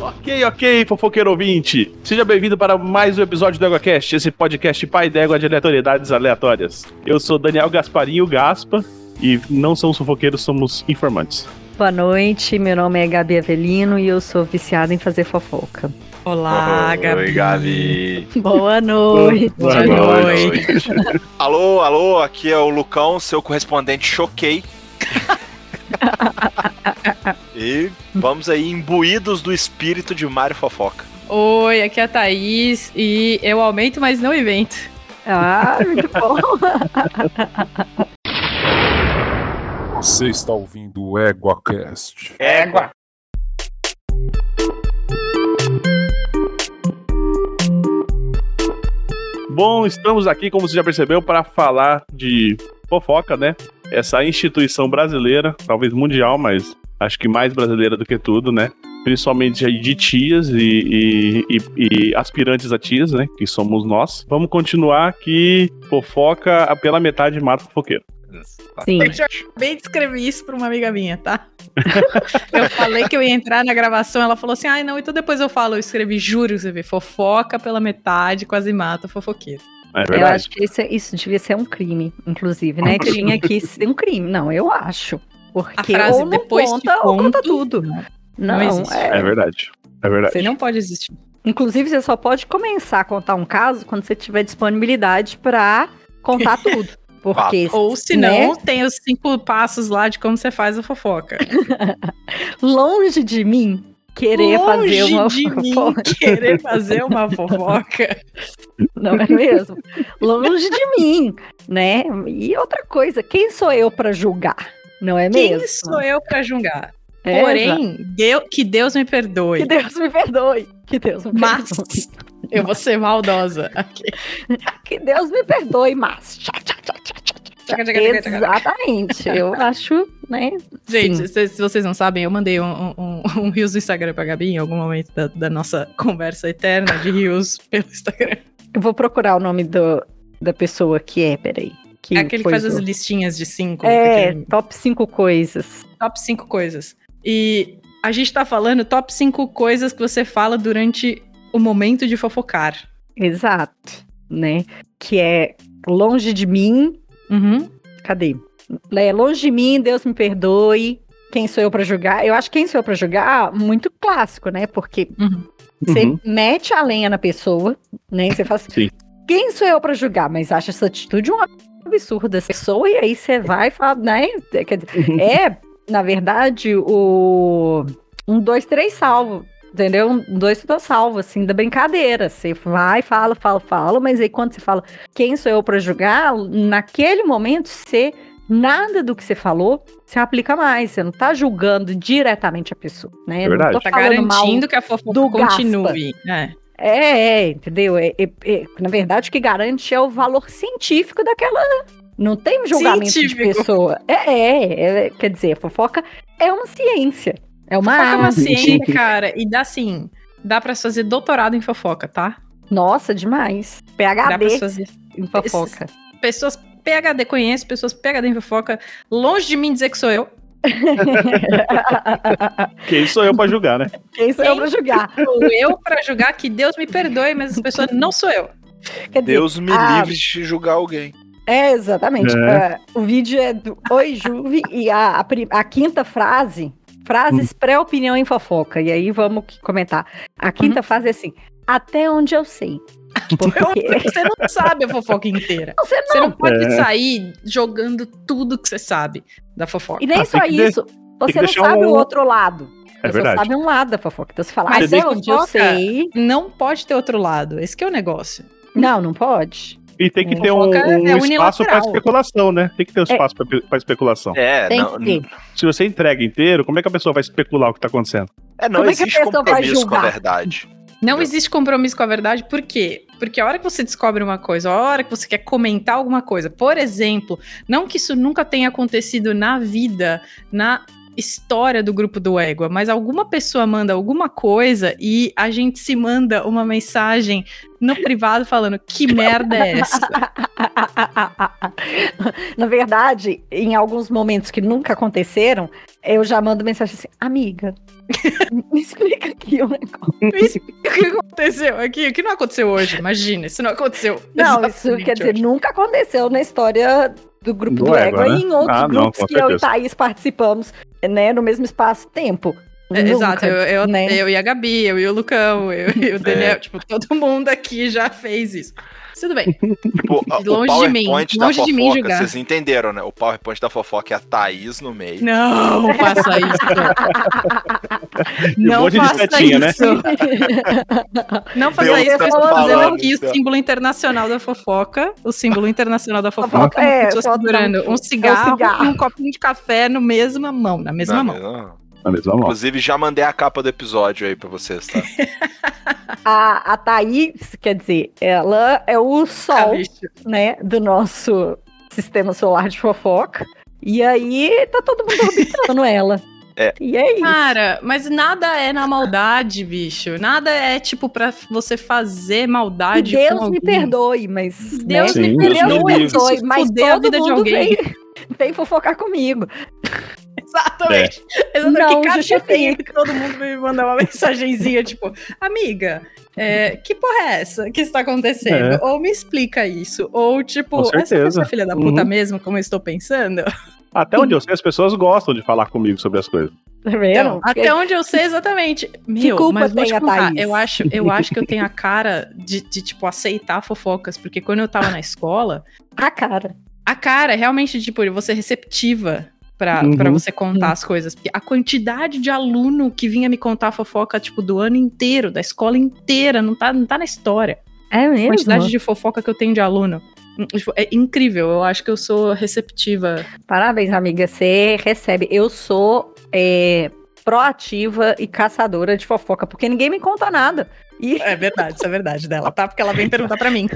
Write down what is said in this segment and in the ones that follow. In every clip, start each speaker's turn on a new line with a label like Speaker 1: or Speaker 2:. Speaker 1: Ok, ok, fofoqueiro ouvinte. Seja bem-vindo para mais um episódio do EgoCast, esse podcast pai da égua de aleatoriedades aleatórias. Eu sou Daniel Gasparinho Gaspa e não somos fofoqueiros, somos informantes.
Speaker 2: Boa noite, meu nome é Gabi Avelino e eu sou viciada em fazer fofoca.
Speaker 3: Olá, Gabi.
Speaker 4: Oi, Gabi.
Speaker 2: Boa noite.
Speaker 3: Boa noite.
Speaker 4: alô, alô, aqui é o Lucão, seu correspondente choquei. e vamos aí, imbuídos do espírito de Mário Fofoca.
Speaker 3: Oi, aqui é a Thaís e eu aumento, mas não invento.
Speaker 2: Ah, muito bom.
Speaker 5: Você está ouvindo o EguaCast.
Speaker 4: Égua.
Speaker 1: Bom, estamos aqui, como você já percebeu, para falar de fofoca, né? Essa instituição brasileira, talvez mundial, mas acho que mais brasileira do que tudo, né? Principalmente aí de tias e, e- e- e aspirantes a tias, né? Que somos nós. Vamos continuar que fofoca pela metade mata o fofoqueiro.
Speaker 2: Sim.
Speaker 3: Eu já bem descrevi isso pra uma amiga minha, tá? eu falei que eu ia entrar na gravação, ela falou assim: ai não, então depois eu falo, eu escrevi, juro, você vê, fofoca pela metade, quase mata o fofoqueiro.
Speaker 1: É
Speaker 2: Eu
Speaker 1: verdade.
Speaker 2: acho que isso, isso devia ser um crime, inclusive, né? Que tinha que ser um crime. Não, eu acho. Porque
Speaker 3: A frase,
Speaker 2: ou não
Speaker 3: "Depois
Speaker 2: conta,
Speaker 3: te
Speaker 2: ou conta
Speaker 3: conto", né?
Speaker 2: tudo. Não,
Speaker 3: existe.
Speaker 2: é-
Speaker 1: É verdade. É verdade.
Speaker 3: Você não pode existir.
Speaker 2: Inclusive, você só pode começar a contar um caso quando você tiver disponibilidade pra contar tudo. Porque né,
Speaker 3: Ou se não, tem os cinco passos lá de como você faz a fofoca.
Speaker 2: longe de mim querer fazer
Speaker 3: Longe
Speaker 2: uma
Speaker 3: de mim
Speaker 2: fofoca.
Speaker 3: querer fazer uma fofoca.
Speaker 2: Não é mesmo? Longe de mim, né? E outra coisa, quem sou eu pra julgar? Não é
Speaker 3: Quem
Speaker 2: mesmo?
Speaker 3: sou eu pra julgar?
Speaker 2: É, exato.
Speaker 3: Porém, Deu- que Deus me perdoe.
Speaker 2: que Deus me perdoe. Que Deus me
Speaker 3: Mas
Speaker 2: perdoe.
Speaker 3: eu vou ser maldosa. aqui.
Speaker 2: Que Deus me perdoe, mas. Tchá, tchá, tchá, tchá, tchá, tchá.
Speaker 3: Tchaca, tchaca, tchaca, tchaca.
Speaker 2: Exatamente. Eu acho, né?
Speaker 3: Gente, se, se vocês não sabem, eu mandei um, um, um- um rios do Instagram pra Gabi em algum momento da, da nossa conversa eterna de rios pelo Instagram.
Speaker 2: Eu vou procurar o nome do, da pessoa que é, peraí. Que
Speaker 3: É aquele que faz as
Speaker 2: coisou.
Speaker 3: listinhas de cinco.
Speaker 2: É,
Speaker 3: aquele
Speaker 2: top 5 coisas.
Speaker 3: Top cinco coisas. E a gente tá falando top cinco coisas que você fala durante o momento de fofocar.
Speaker 2: Exato, né? Que é longe de mim.
Speaker 3: Uhum.
Speaker 2: Cadê? É, longe de mim, Deus me perdoe. Quem sou eu pra julgar? Eu acho que quem sou eu pra julgar, Ah, muito clássico, né? Porque você
Speaker 1: Uhum.
Speaker 2: mete a lenha na pessoa, né? Você faz.
Speaker 1: Sim.
Speaker 2: Quem sou eu pra julgar? Mas acha essa atitude um absurdo dessa pessoa, e aí você vai e fala, né? Quer dizer,
Speaker 1: Uhum.
Speaker 2: é, na verdade, o. Um, dois, três salvo. Entendeu? Um, dois, tudo salvo, assim, da brincadeira. Você vai, fala, fala, fala, mas aí quando você fala quem sou eu pra julgar, naquele momento você. Nada do que você falou você aplica mais. Você não tá julgando diretamente a pessoa, né?
Speaker 1: É
Speaker 2: Não
Speaker 1: verdade.
Speaker 2: tô
Speaker 3: Tá
Speaker 2: falando mal
Speaker 3: garantindo que a fofoca
Speaker 2: do Gaspa.
Speaker 3: continue. É.
Speaker 2: é, é, entendeu? É, é, é, na verdade, o que garante é o valor científico daquela. Não tem julgamento de
Speaker 3: Científico.
Speaker 2: pessoa. É, é, é, quer dizer, a fofoca é uma ciência. É uma
Speaker 3: Fofoca é uma
Speaker 2: arte.
Speaker 3: ciência, cara. E dá assim, dá pra fazer doutorado em fofoca, tá?
Speaker 2: Nossa, demais.
Speaker 3: Dá pra
Speaker 2: PHD
Speaker 3: fazer
Speaker 2: em fofoca.
Speaker 3: pessoas PHD conheço, pessoas PHD em fofoca, longe de mim dizer que sou eu.
Speaker 1: Quem sou eu pra julgar, né?
Speaker 2: Quem sou eu é pra julgar?
Speaker 3: Sou eu pra julgar que Deus me perdoe, mas as pessoas não sou eu.
Speaker 2: Quer dizer,
Speaker 4: Deus me
Speaker 2: ah,
Speaker 4: livre de julgar alguém.
Speaker 2: É, exatamente.
Speaker 1: É.
Speaker 2: Ah, o vídeo é do Oi Juve e a, a pri- a quinta frase,
Speaker 1: Hum.
Speaker 2: frases pré-opinião em fofoca. E aí vamos que- comentar. A
Speaker 1: Uhum.
Speaker 2: quinta frase é assim, até onde eu sei. Porque...
Speaker 3: Você não sabe a fofoca inteira.
Speaker 2: Você não.
Speaker 3: Você não pode
Speaker 1: É.
Speaker 3: sair jogando tudo que você sabe da fofoca.
Speaker 2: E nem
Speaker 1: Ah,
Speaker 2: só
Speaker 1: tem que de-
Speaker 2: isso.
Speaker 1: que
Speaker 2: Você não
Speaker 1: deixar
Speaker 2: sabe
Speaker 1: um-
Speaker 2: o outro lado.
Speaker 1: É
Speaker 2: você
Speaker 1: verdade.
Speaker 2: só sabe um lado da fofoca. Então você fala,
Speaker 3: Mas
Speaker 2: até
Speaker 3: tem
Speaker 2: onde eu
Speaker 3: fofoca?
Speaker 2: sei.
Speaker 3: Não pode ter outro lado. Esse que é o negócio.
Speaker 2: Não, não pode.
Speaker 1: E tem que
Speaker 2: É.
Speaker 1: ter um,
Speaker 3: Fofoca
Speaker 1: um
Speaker 3: é
Speaker 1: espaço para
Speaker 3: unilateral.
Speaker 1: especulação, né? Tem que ter um espaço pra para especulação.
Speaker 4: É,
Speaker 2: Tem
Speaker 4: não,
Speaker 2: que ter.
Speaker 1: Se você entrega inteiro, como é que a pessoa vai especular o que tá acontecendo?
Speaker 4: é, não
Speaker 2: Como é que a
Speaker 4: existe
Speaker 2: pessoa vai
Speaker 4: compromisso com a
Speaker 2: julgar?
Speaker 4: verdade.
Speaker 3: Não
Speaker 4: Eu-
Speaker 3: existe compromisso com a verdade, por quê? Porque a hora que você descobre uma coisa, a hora que você quer comentar alguma coisa, por exemplo, não que isso nunca tenha acontecido na vida, na história do grupo do Égua, mas alguma pessoa manda alguma coisa e a gente se manda uma mensagem no privado falando que merda é essa?
Speaker 2: Na verdade, em alguns momentos que nunca aconteceram, eu já mando mensagem assim, amiga, Me explica aqui um o negócio.
Speaker 3: Me explica o que aconteceu aqui, o que não aconteceu hoje, imagina, isso não aconteceu.
Speaker 2: Não, isso
Speaker 3: exatamente
Speaker 2: quer dizer,
Speaker 3: hoje.
Speaker 2: nunca aconteceu na história do
Speaker 1: Do
Speaker 2: grupo do,
Speaker 1: Égua,
Speaker 2: Égua
Speaker 1: né?
Speaker 2: e em outros
Speaker 1: Ah, não,
Speaker 2: grupos
Speaker 1: com
Speaker 2: que eu e
Speaker 1: certeza.
Speaker 2: Thaís participamos, né, no mesmo espaço-tempo.
Speaker 3: É,
Speaker 2: Nunca,
Speaker 3: Exato, eu, eu,
Speaker 2: né?
Speaker 3: eu e a Gabi, eu e o Lucão, eu e
Speaker 1: É.
Speaker 3: o Daniel, tipo, todo mundo aqui já fez isso. Tudo bem.
Speaker 4: Tipo, a- o
Speaker 3: Longe de mim,
Speaker 4: PowerPoint da
Speaker 3: longe de mim
Speaker 4: fofoca,
Speaker 3: julgar.
Speaker 4: vocês entenderam, né? O PowerPoint da fofoca é a Thaís no meio.
Speaker 2: é
Speaker 3: Não faça isso.
Speaker 1: um
Speaker 3: Não
Speaker 1: monte de
Speaker 3: faça
Speaker 1: setinha, né?
Speaker 3: isso. Não faça
Speaker 4: Deus
Speaker 3: isso,
Speaker 4: tá
Speaker 3: eu estou fazendo
Speaker 4: falando,
Speaker 3: aqui
Speaker 4: então.
Speaker 3: o símbolo internacional da fofoca. O símbolo internacional da fofoca.
Speaker 2: Fofoca,
Speaker 3: uma
Speaker 2: é,
Speaker 3: pessoa
Speaker 2: foto da-
Speaker 3: segurando um cigarro,
Speaker 2: cigarro.
Speaker 3: e um copinho de café no mesma mão, na mesma
Speaker 4: Não, é
Speaker 1: é.
Speaker 3: mão.
Speaker 4: não.
Speaker 1: Na mesma mão.
Speaker 4: Inclusive, já mandei a capa do episódio aí pra vocês, tá?
Speaker 2: A, a Thaís, quer dizer, ela é o
Speaker 3: Tá,
Speaker 2: sol, né, do nosso sistema solar de fofoca. E aí tá todo mundo orbitando ela.
Speaker 4: É.
Speaker 2: E é isso.
Speaker 3: Cara, mas nada é na maldade, bicho. Nada é tipo pra você fazer
Speaker 2: E
Speaker 3: maldade. com
Speaker 2: Deus
Speaker 3: alguém.
Speaker 2: me perdoe, mas.
Speaker 3: Deus
Speaker 1: Sim,
Speaker 3: me
Speaker 2: né,
Speaker 1: Deus
Speaker 3: perdoe.
Speaker 2: Deus me
Speaker 1: me livre.
Speaker 2: perdoe, mas
Speaker 3: Fudeu a
Speaker 2: todo
Speaker 3: vida de
Speaker 2: mundo
Speaker 3: alguém.
Speaker 2: vem, vem fofocar comigo.
Speaker 3: Exatamente.
Speaker 1: É.
Speaker 3: Exatamente.
Speaker 2: Não
Speaker 3: que
Speaker 2: justifica.
Speaker 3: cacetinha que todo mundo me mandar uma mensagenzinha, tipo, amiga, é, que porra é essa que está acontecendo?
Speaker 1: É.
Speaker 3: Ou me explica isso. Ou, tipo,
Speaker 1: Com
Speaker 3: essa
Speaker 1: certeza.
Speaker 3: pessoa é filha da puta
Speaker 1: Uhum.
Speaker 3: mesmo, como eu estou pensando?
Speaker 1: Até onde eu sei, as pessoas gostam de falar comigo sobre as coisas.
Speaker 2: Tá vendo?
Speaker 3: Então, até onde eu sei exatamente. Meu,
Speaker 2: culpa
Speaker 3: mas vou te
Speaker 2: tem a
Speaker 3: contar,
Speaker 2: Thaís?
Speaker 3: Eu acho, eu acho que eu tenho a cara de, de, tipo, aceitar fofocas, porque quando eu tava na escola,
Speaker 2: Ah, cara.
Speaker 3: a cara é realmente, tipo, de você receptiva. Pra,
Speaker 1: Uhum.
Speaker 3: pra você contar as coisas. Porque A quantidade de aluno que vinha me contar fofoca, tipo, do ano inteiro, da escola inteira, não tá, não tá na história.
Speaker 2: É
Speaker 3: A
Speaker 2: mesmo?
Speaker 3: quantidade de fofoca que eu tenho de aluno. Tipo, É incrível, eu acho que eu sou receptiva.
Speaker 2: Parabéns, amiga. Você recebe. Eu sou é, proativa e caçadora de fofoca, porque ninguém me conta nada. E
Speaker 3: É verdade, isso é verdade dela, tá? Porque ela vem perguntar pra mim.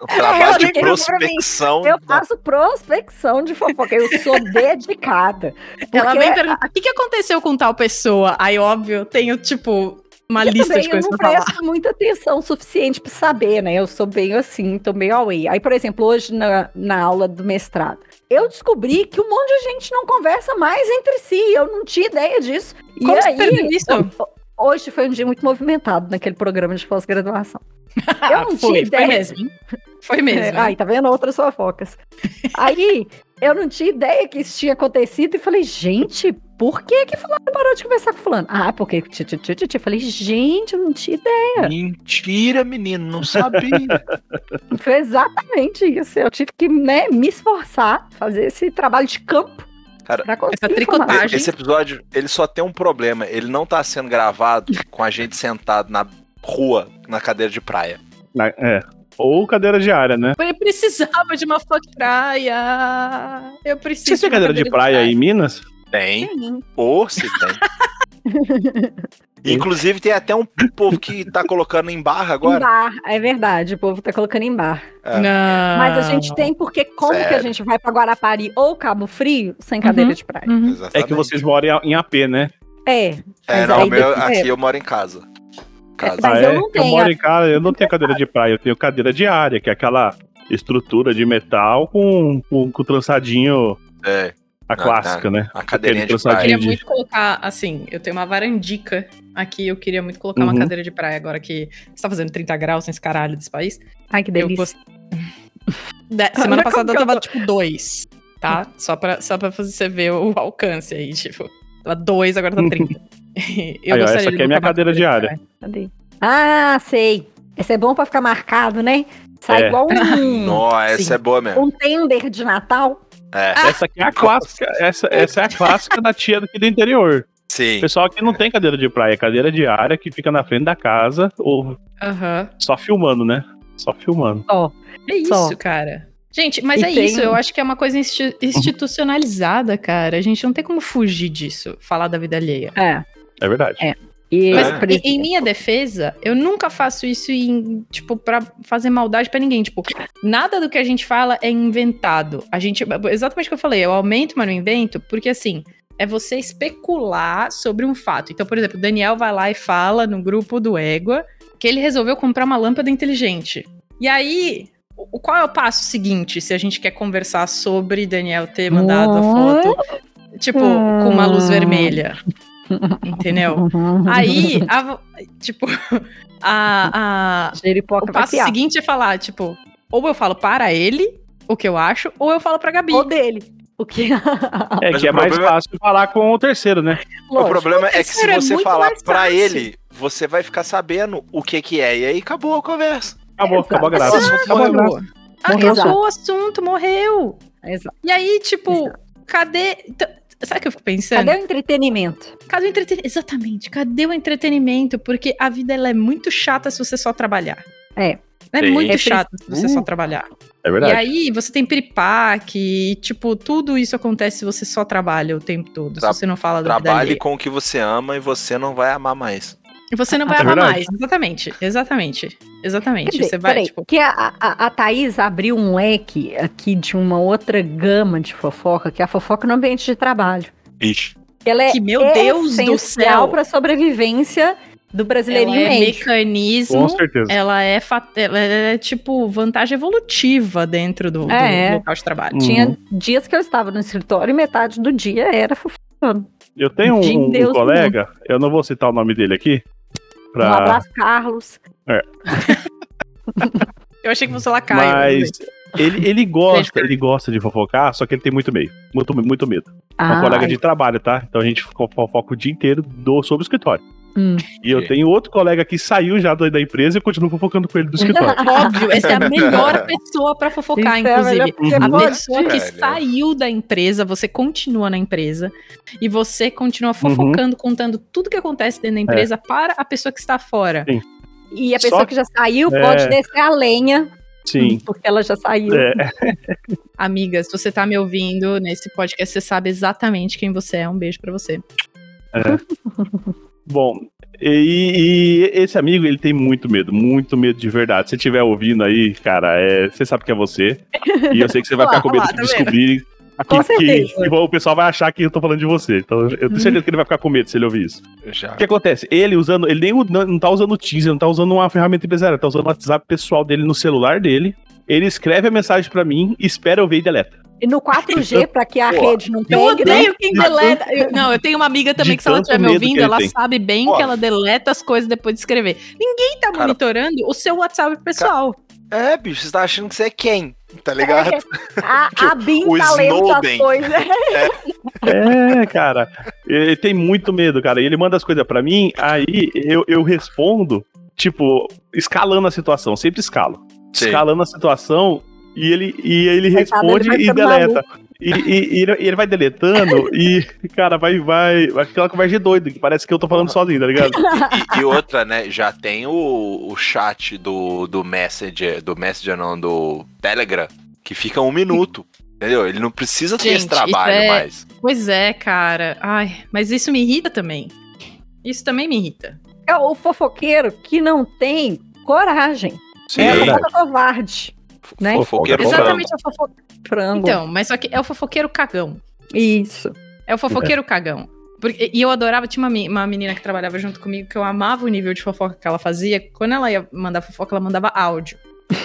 Speaker 4: Um trabalho de
Speaker 2: É, eu- eu- pra mim,
Speaker 4: prospecção.
Speaker 2: eu
Speaker 4: da-
Speaker 2: faço prospecção de fofoca. Eu sou dedicada.
Speaker 3: Ela
Speaker 2: Porque é
Speaker 3: vem perguntar, é o que, que aconteceu com tal pessoa? Aí, óbvio, eu tenho, tipo, uma
Speaker 2: eu
Speaker 3: lista
Speaker 2: também
Speaker 3: de coisas
Speaker 2: eu não
Speaker 3: pra falar.
Speaker 2: presto muita atenção suficiente pra saber, né? Eu sou bem assim, tô meio away. Aí, por exemplo, hoje na, na aula do mestrado, eu descobri que um monte de gente não conversa mais entre si. Eu não tinha ideia disso. E
Speaker 3: Como você
Speaker 2: aí,
Speaker 3: perdeu isso?
Speaker 2: Hoje foi um dia muito movimentado naquele programa de pós-graduação. Eu não tinha
Speaker 3: Ah, foi, foi
Speaker 2: ideia.
Speaker 3: mesmo. hein? Foi
Speaker 2: É,
Speaker 3: mesmo.
Speaker 2: ai, tá vendo? Outras fofocas. Aí, eu não tinha ideia que isso tinha acontecido e falei, gente, por que que fulano parou de conversar com fulano? Ah, porque... ti, ti, ti, ti, ti. Eu Falei, gente, eu não tinha ideia.
Speaker 3: É.
Speaker 4: Mentira, menino, não sabia.
Speaker 2: Foi exatamente isso. Eu tive que né, me esforçar, fazer esse trabalho de campo.
Speaker 4: Cara,
Speaker 2: pra conseguir
Speaker 3: essa
Speaker 2: informação.
Speaker 3: tricotagem-
Speaker 4: Esse episódio, ele só tem um problema. Ele não tá sendo gravado com a gente sentado na rua, na cadeira de praia.
Speaker 1: Na- é. Ou cadeira diária, né?
Speaker 3: Eu precisava de uma fuck praia. Eu preciso.
Speaker 1: Vocês têm
Speaker 3: uma
Speaker 1: cadeira de praia aí em Minas? É
Speaker 4: Tem. Ou se tem. Inclusive, tem até um povo que tá colocando em barra
Speaker 2: Em
Speaker 4: agora.
Speaker 2: bar, é verdade, o povo tá colocando em bar.
Speaker 4: É.
Speaker 3: Não.
Speaker 2: Mas a gente tem, porque como que a
Speaker 4: Sério?
Speaker 2: gente vai pra Guarapari ou Cabo Frio sem cadeira de praia?
Speaker 3: Uhum.
Speaker 1: É
Speaker 4: Exatamente.
Speaker 1: que vocês moram em AP, né?
Speaker 2: É,
Speaker 4: É,
Speaker 2: mas
Speaker 4: não,
Speaker 2: aí
Speaker 4: o meu,
Speaker 2: depois-
Speaker 4: aqui eu moro em casa. Casa.
Speaker 2: Mas eu
Speaker 1: é?
Speaker 2: não tenho.
Speaker 1: Eu moro em casa, eu não tenho cadeira de praia, eu tenho cadeira diária, que é aquela estrutura de metal com, com, com o trançadinho,
Speaker 4: É,
Speaker 1: a clássica, né?
Speaker 4: a cadeirinha
Speaker 1: Aquele
Speaker 4: de
Speaker 1: cansadinho.
Speaker 3: Eu
Speaker 4: praia.
Speaker 3: queria
Speaker 1: Entendi.
Speaker 3: é muito colocar, assim, eu tenho uma varandica aqui, eu queria muito colocar
Speaker 1: Uhum.
Speaker 3: uma cadeira de praia agora que está fazendo 30 graus nesse caralho desse país.
Speaker 2: Ai, que delícia.
Speaker 3: Eu gost- Da- semana
Speaker 2: Olha
Speaker 3: passada
Speaker 2: como que
Speaker 3: eu
Speaker 2: eu
Speaker 3: tava tipo dois, tá? Só pra, só pra você ver o alcance aí, tipo. Tava dois, agora tá 30. eu
Speaker 1: Aí, ó, essa
Speaker 3: de
Speaker 1: aqui é minha
Speaker 3: botar uma
Speaker 1: cadeira diária.
Speaker 2: Cadê? Ah, sei. Esse é bom pra ficar marcado, né? Sai
Speaker 1: É.
Speaker 2: igual um,
Speaker 4: Nossa,
Speaker 3: Sim. Ah,
Speaker 4: essa é boa mesmo.
Speaker 2: um tender de Natal.
Speaker 4: É,
Speaker 1: Essa aqui é a clássica, essa, essa é a clássica da tia aqui do interior.
Speaker 4: sim.
Speaker 1: Pessoal que não tem cadeira de praia, é cadeira diária que fica na frente da casa, ou
Speaker 3: Aham.
Speaker 1: só filmando, né? Só filmando.
Speaker 3: É isso,
Speaker 2: Só.
Speaker 3: cara. Gente, mas
Speaker 2: E
Speaker 3: é
Speaker 2: tem-
Speaker 3: isso. Eu acho que é uma coisa insti- institucionalizada, cara. A gente não tem como fugir disso, falar da vida alheia.
Speaker 2: É.
Speaker 1: É verdade.
Speaker 2: E
Speaker 3: Mas
Speaker 4: É.
Speaker 2: por
Speaker 3: em,
Speaker 2: exemplo,
Speaker 3: em minha defesa, eu nunca faço isso em, tipo, pra fazer maldade pra ninguém. Tipo, nada do que a gente fala é inventado. A gente. Exatamente o que eu falei, eu aumento, mas não invento, porque assim. É você especular sobre um fato. Então, por exemplo, o Daniel vai lá e fala no grupo do Égua que ele resolveu comprar uma lâmpada inteligente. E aí, o, qual é o passo seguinte se a gente quer conversar sobre Daniel ter mandado a foto, tipo, com uma luz
Speaker 2: Hum.
Speaker 3: vermelha? entendeu? Aí, a vo- tipo, a, a-
Speaker 2: Jeripoca
Speaker 3: o passo
Speaker 2: vai piar.
Speaker 3: seguinte é falar, tipo, ou eu falo para ele o que eu acho, ou eu falo pra Gabi.
Speaker 2: Ou dele. é O que? Ah,
Speaker 1: É
Speaker 4: Mas
Speaker 1: que
Speaker 4: o
Speaker 1: é mais
Speaker 4: problema-
Speaker 1: fácil falar com o terceiro, né?
Speaker 4: o problema é que se
Speaker 3: terceiro é
Speaker 4: você
Speaker 3: muito
Speaker 4: falar
Speaker 3: mais
Speaker 4: pra
Speaker 3: fácil.
Speaker 4: ele, você vai ficar sabendo o que que é. E aí acabou a conversa.
Speaker 1: Acabou,
Speaker 2: Exato.
Speaker 1: acabou a graça.
Speaker 4: Esse assunto
Speaker 1: Acabou a graça.
Speaker 2: Tá né? Morreu.
Speaker 3: Tipo, ah, Acabou o assunto, morreu.
Speaker 2: Exato.
Speaker 3: E aí, tipo, cadê. t- Sabe o que eu fico pensando?
Speaker 2: Cadê o entretenimento?
Speaker 3: Cadê o entretenimento? Exatamente, cadê o entretenimento? Porque a vida ela é muito chata se você só trabalhar.
Speaker 2: É.
Speaker 3: É
Speaker 4: Sim.
Speaker 3: muito
Speaker 2: É
Speaker 3: chata se você só trabalhar.
Speaker 1: É
Speaker 3: E
Speaker 1: verdade.
Speaker 3: aí você tem piripaque, e, tipo, tudo isso acontece se você só trabalha o tempo todo,
Speaker 4: Tra-
Speaker 3: se você não fala da vida
Speaker 4: Trabalhe
Speaker 3: alheia.
Speaker 4: com o que você ama e você não vai amar mais.
Speaker 3: E Você não vai
Speaker 1: É
Speaker 3: amar
Speaker 1: verdade.
Speaker 3: mais. Exatamente, exatamente,
Speaker 2: Quer
Speaker 3: exatamente.
Speaker 2: dizer,
Speaker 3: você vai,
Speaker 2: peraí,
Speaker 3: tipo,
Speaker 2: que a, a, a Thaís abriu um leque aqui de uma outra gama de fofoca, que é a fofoca no ambiente de trabalho.
Speaker 4: Ixi.
Speaker 2: Ela é
Speaker 3: que meu Deus do céu,
Speaker 2: para sobrevivência do
Speaker 3: ela
Speaker 2: brasileirinho
Speaker 3: é
Speaker 2: médio.
Speaker 3: mecanismo
Speaker 1: Com certeza.
Speaker 3: Ela é, fa- ela é tipo vantagem evolutiva dentro do, do
Speaker 2: É.
Speaker 3: local de trabalho.
Speaker 1: Hum.
Speaker 2: Tinha dias que eu estava no escritório e metade do dia era fofoca.
Speaker 1: Eu tenho um,
Speaker 2: De
Speaker 1: um
Speaker 2: Deus
Speaker 1: colega, eu não vou citar o nome dele aqui. Pra...
Speaker 2: Um abraço, Carlos.
Speaker 3: Eu achei que né? você lá caiu.
Speaker 1: Mas ele, ele
Speaker 3: Beijo,
Speaker 1: gosta,
Speaker 3: cara.
Speaker 1: ele gosta de fofocar, só que ele tem muito medo. Muito, muito medo. É um
Speaker 2: Ah,
Speaker 1: colega de trabalho, tá? Então a gente fo- fofoca o dia inteiro do, sobre o escritório.
Speaker 2: hum.
Speaker 1: E eu
Speaker 4: Ok.
Speaker 1: tenho outro colega que saiu já da da empresa e eu continuo fofocando com ele do escritório.
Speaker 3: Óbvio, essa é a melhor pessoa pra fofocar,
Speaker 2: Isso é a melhor-
Speaker 3: inclusive.
Speaker 2: porque
Speaker 3: A
Speaker 2: pode-
Speaker 1: Uhum.
Speaker 3: pessoa que
Speaker 4: Velho.
Speaker 3: saiu da empresa, você continua na empresa e você continua fofocando, contando tudo que acontece dentro da empresa para a pessoa que está fora.
Speaker 2: E a
Speaker 1: Só
Speaker 2: pessoa que...
Speaker 1: que-
Speaker 2: já saiu
Speaker 1: É.
Speaker 2: pode descer a lenha,
Speaker 1: Sim.
Speaker 2: porque ela já saiu.
Speaker 1: É,
Speaker 3: Amiga, se você tá me ouvindo nesse podcast, você sabe exatamente quem você é. Um beijo pra você.
Speaker 1: bom, e, e esse amigo, ele tem muito medo, muito medo de verdade. Se estiver ouvindo aí, cara, é, você sabe que é você. E eu sei que você vai
Speaker 3: Olha lá,
Speaker 1: ficar com medo
Speaker 3: olha lá,
Speaker 1: de
Speaker 3: tá
Speaker 1: descobrir.
Speaker 2: Com
Speaker 1: que- que,
Speaker 2: certeza. Uhum.
Speaker 1: que o pessoal vai achar que eu tô falando de você. Então eu tenho certeza que ele vai ficar com medo se ele ouvir isso.
Speaker 4: Já.
Speaker 1: O que acontece? Ele usando, ele nem u- não, não tá usando o Teams, ele não tá usando uma ferramenta empresarial, ele tá usando o WhatsApp pessoal dele no celular dele. Ele escreve a mensagem pra mim, espera eu ver e deleta.
Speaker 2: E no 4G, pra que a
Speaker 4: Pô,
Speaker 2: rede não
Speaker 3: Eu
Speaker 2: pegue, né?
Speaker 3: odeio quem deleta. Eu- não, eu tenho uma amiga também
Speaker 1: De
Speaker 3: que, se ela
Speaker 1: tanto
Speaker 3: estiver me
Speaker 1: medo
Speaker 3: ouvindo,
Speaker 1: que ele
Speaker 3: ela
Speaker 1: tem.
Speaker 3: sabe bem
Speaker 4: Ó.
Speaker 3: que ela deleta as coisas depois de escrever. Ninguém tá
Speaker 4: Cara-
Speaker 3: monitorando o seu WhatsApp pessoal.
Speaker 4: É, bicho, você tá achando que você é quem? Tá ligado?
Speaker 2: A, a Bin
Speaker 4: O
Speaker 2: tá lendo as
Speaker 4: Snowden.
Speaker 2: coisas.
Speaker 1: É, cara. Ele tem muito medo, cara. E Ele manda as coisas pra mim, aí eu, eu respondo, tipo, escalando a situação, sempre escalo.
Speaker 4: Sim.
Speaker 1: Escalando a situação e ele, e ele
Speaker 2: Coitado,
Speaker 1: responde
Speaker 2: ele vai
Speaker 1: e
Speaker 2: ficando
Speaker 1: deleta. E, e- e ele, e ele vai deletando e, cara, vai, vai. Aquela conversa de doido, que parece que eu tô falando sozinho, tá ligado?
Speaker 4: E, e outra, né? Já tem o, o chat do, do Messenger, do Messenger não, do Telegram, que fica um minuto. Entendeu? Ele não precisa ter
Speaker 3: Gente,
Speaker 4: esse trabalho
Speaker 3: isso é-
Speaker 4: mais.
Speaker 3: Pois é, cara. Ai, mas isso me irrita também. Isso também me irrita.
Speaker 2: É o fofoqueiro que não tem coragem.
Speaker 1: Sim,
Speaker 2: é a
Speaker 1: verdade.
Speaker 2: fofoca covarde. né?
Speaker 4: Fofoqueiro
Speaker 1: Fofoca.
Speaker 4: frango.
Speaker 3: né? Exatamente a fofoca.
Speaker 2: Frango.
Speaker 3: Então, mas só que é o fofoqueiro cagão.
Speaker 2: Isso.
Speaker 3: É o fofoqueiro cagão. Porque, e eu adorava, tinha uma, me- uma menina que trabalhava junto comigo que eu amava o nível de fofoca que ela fazia. Quando ela ia mandar fofoca, ela mandava áudio.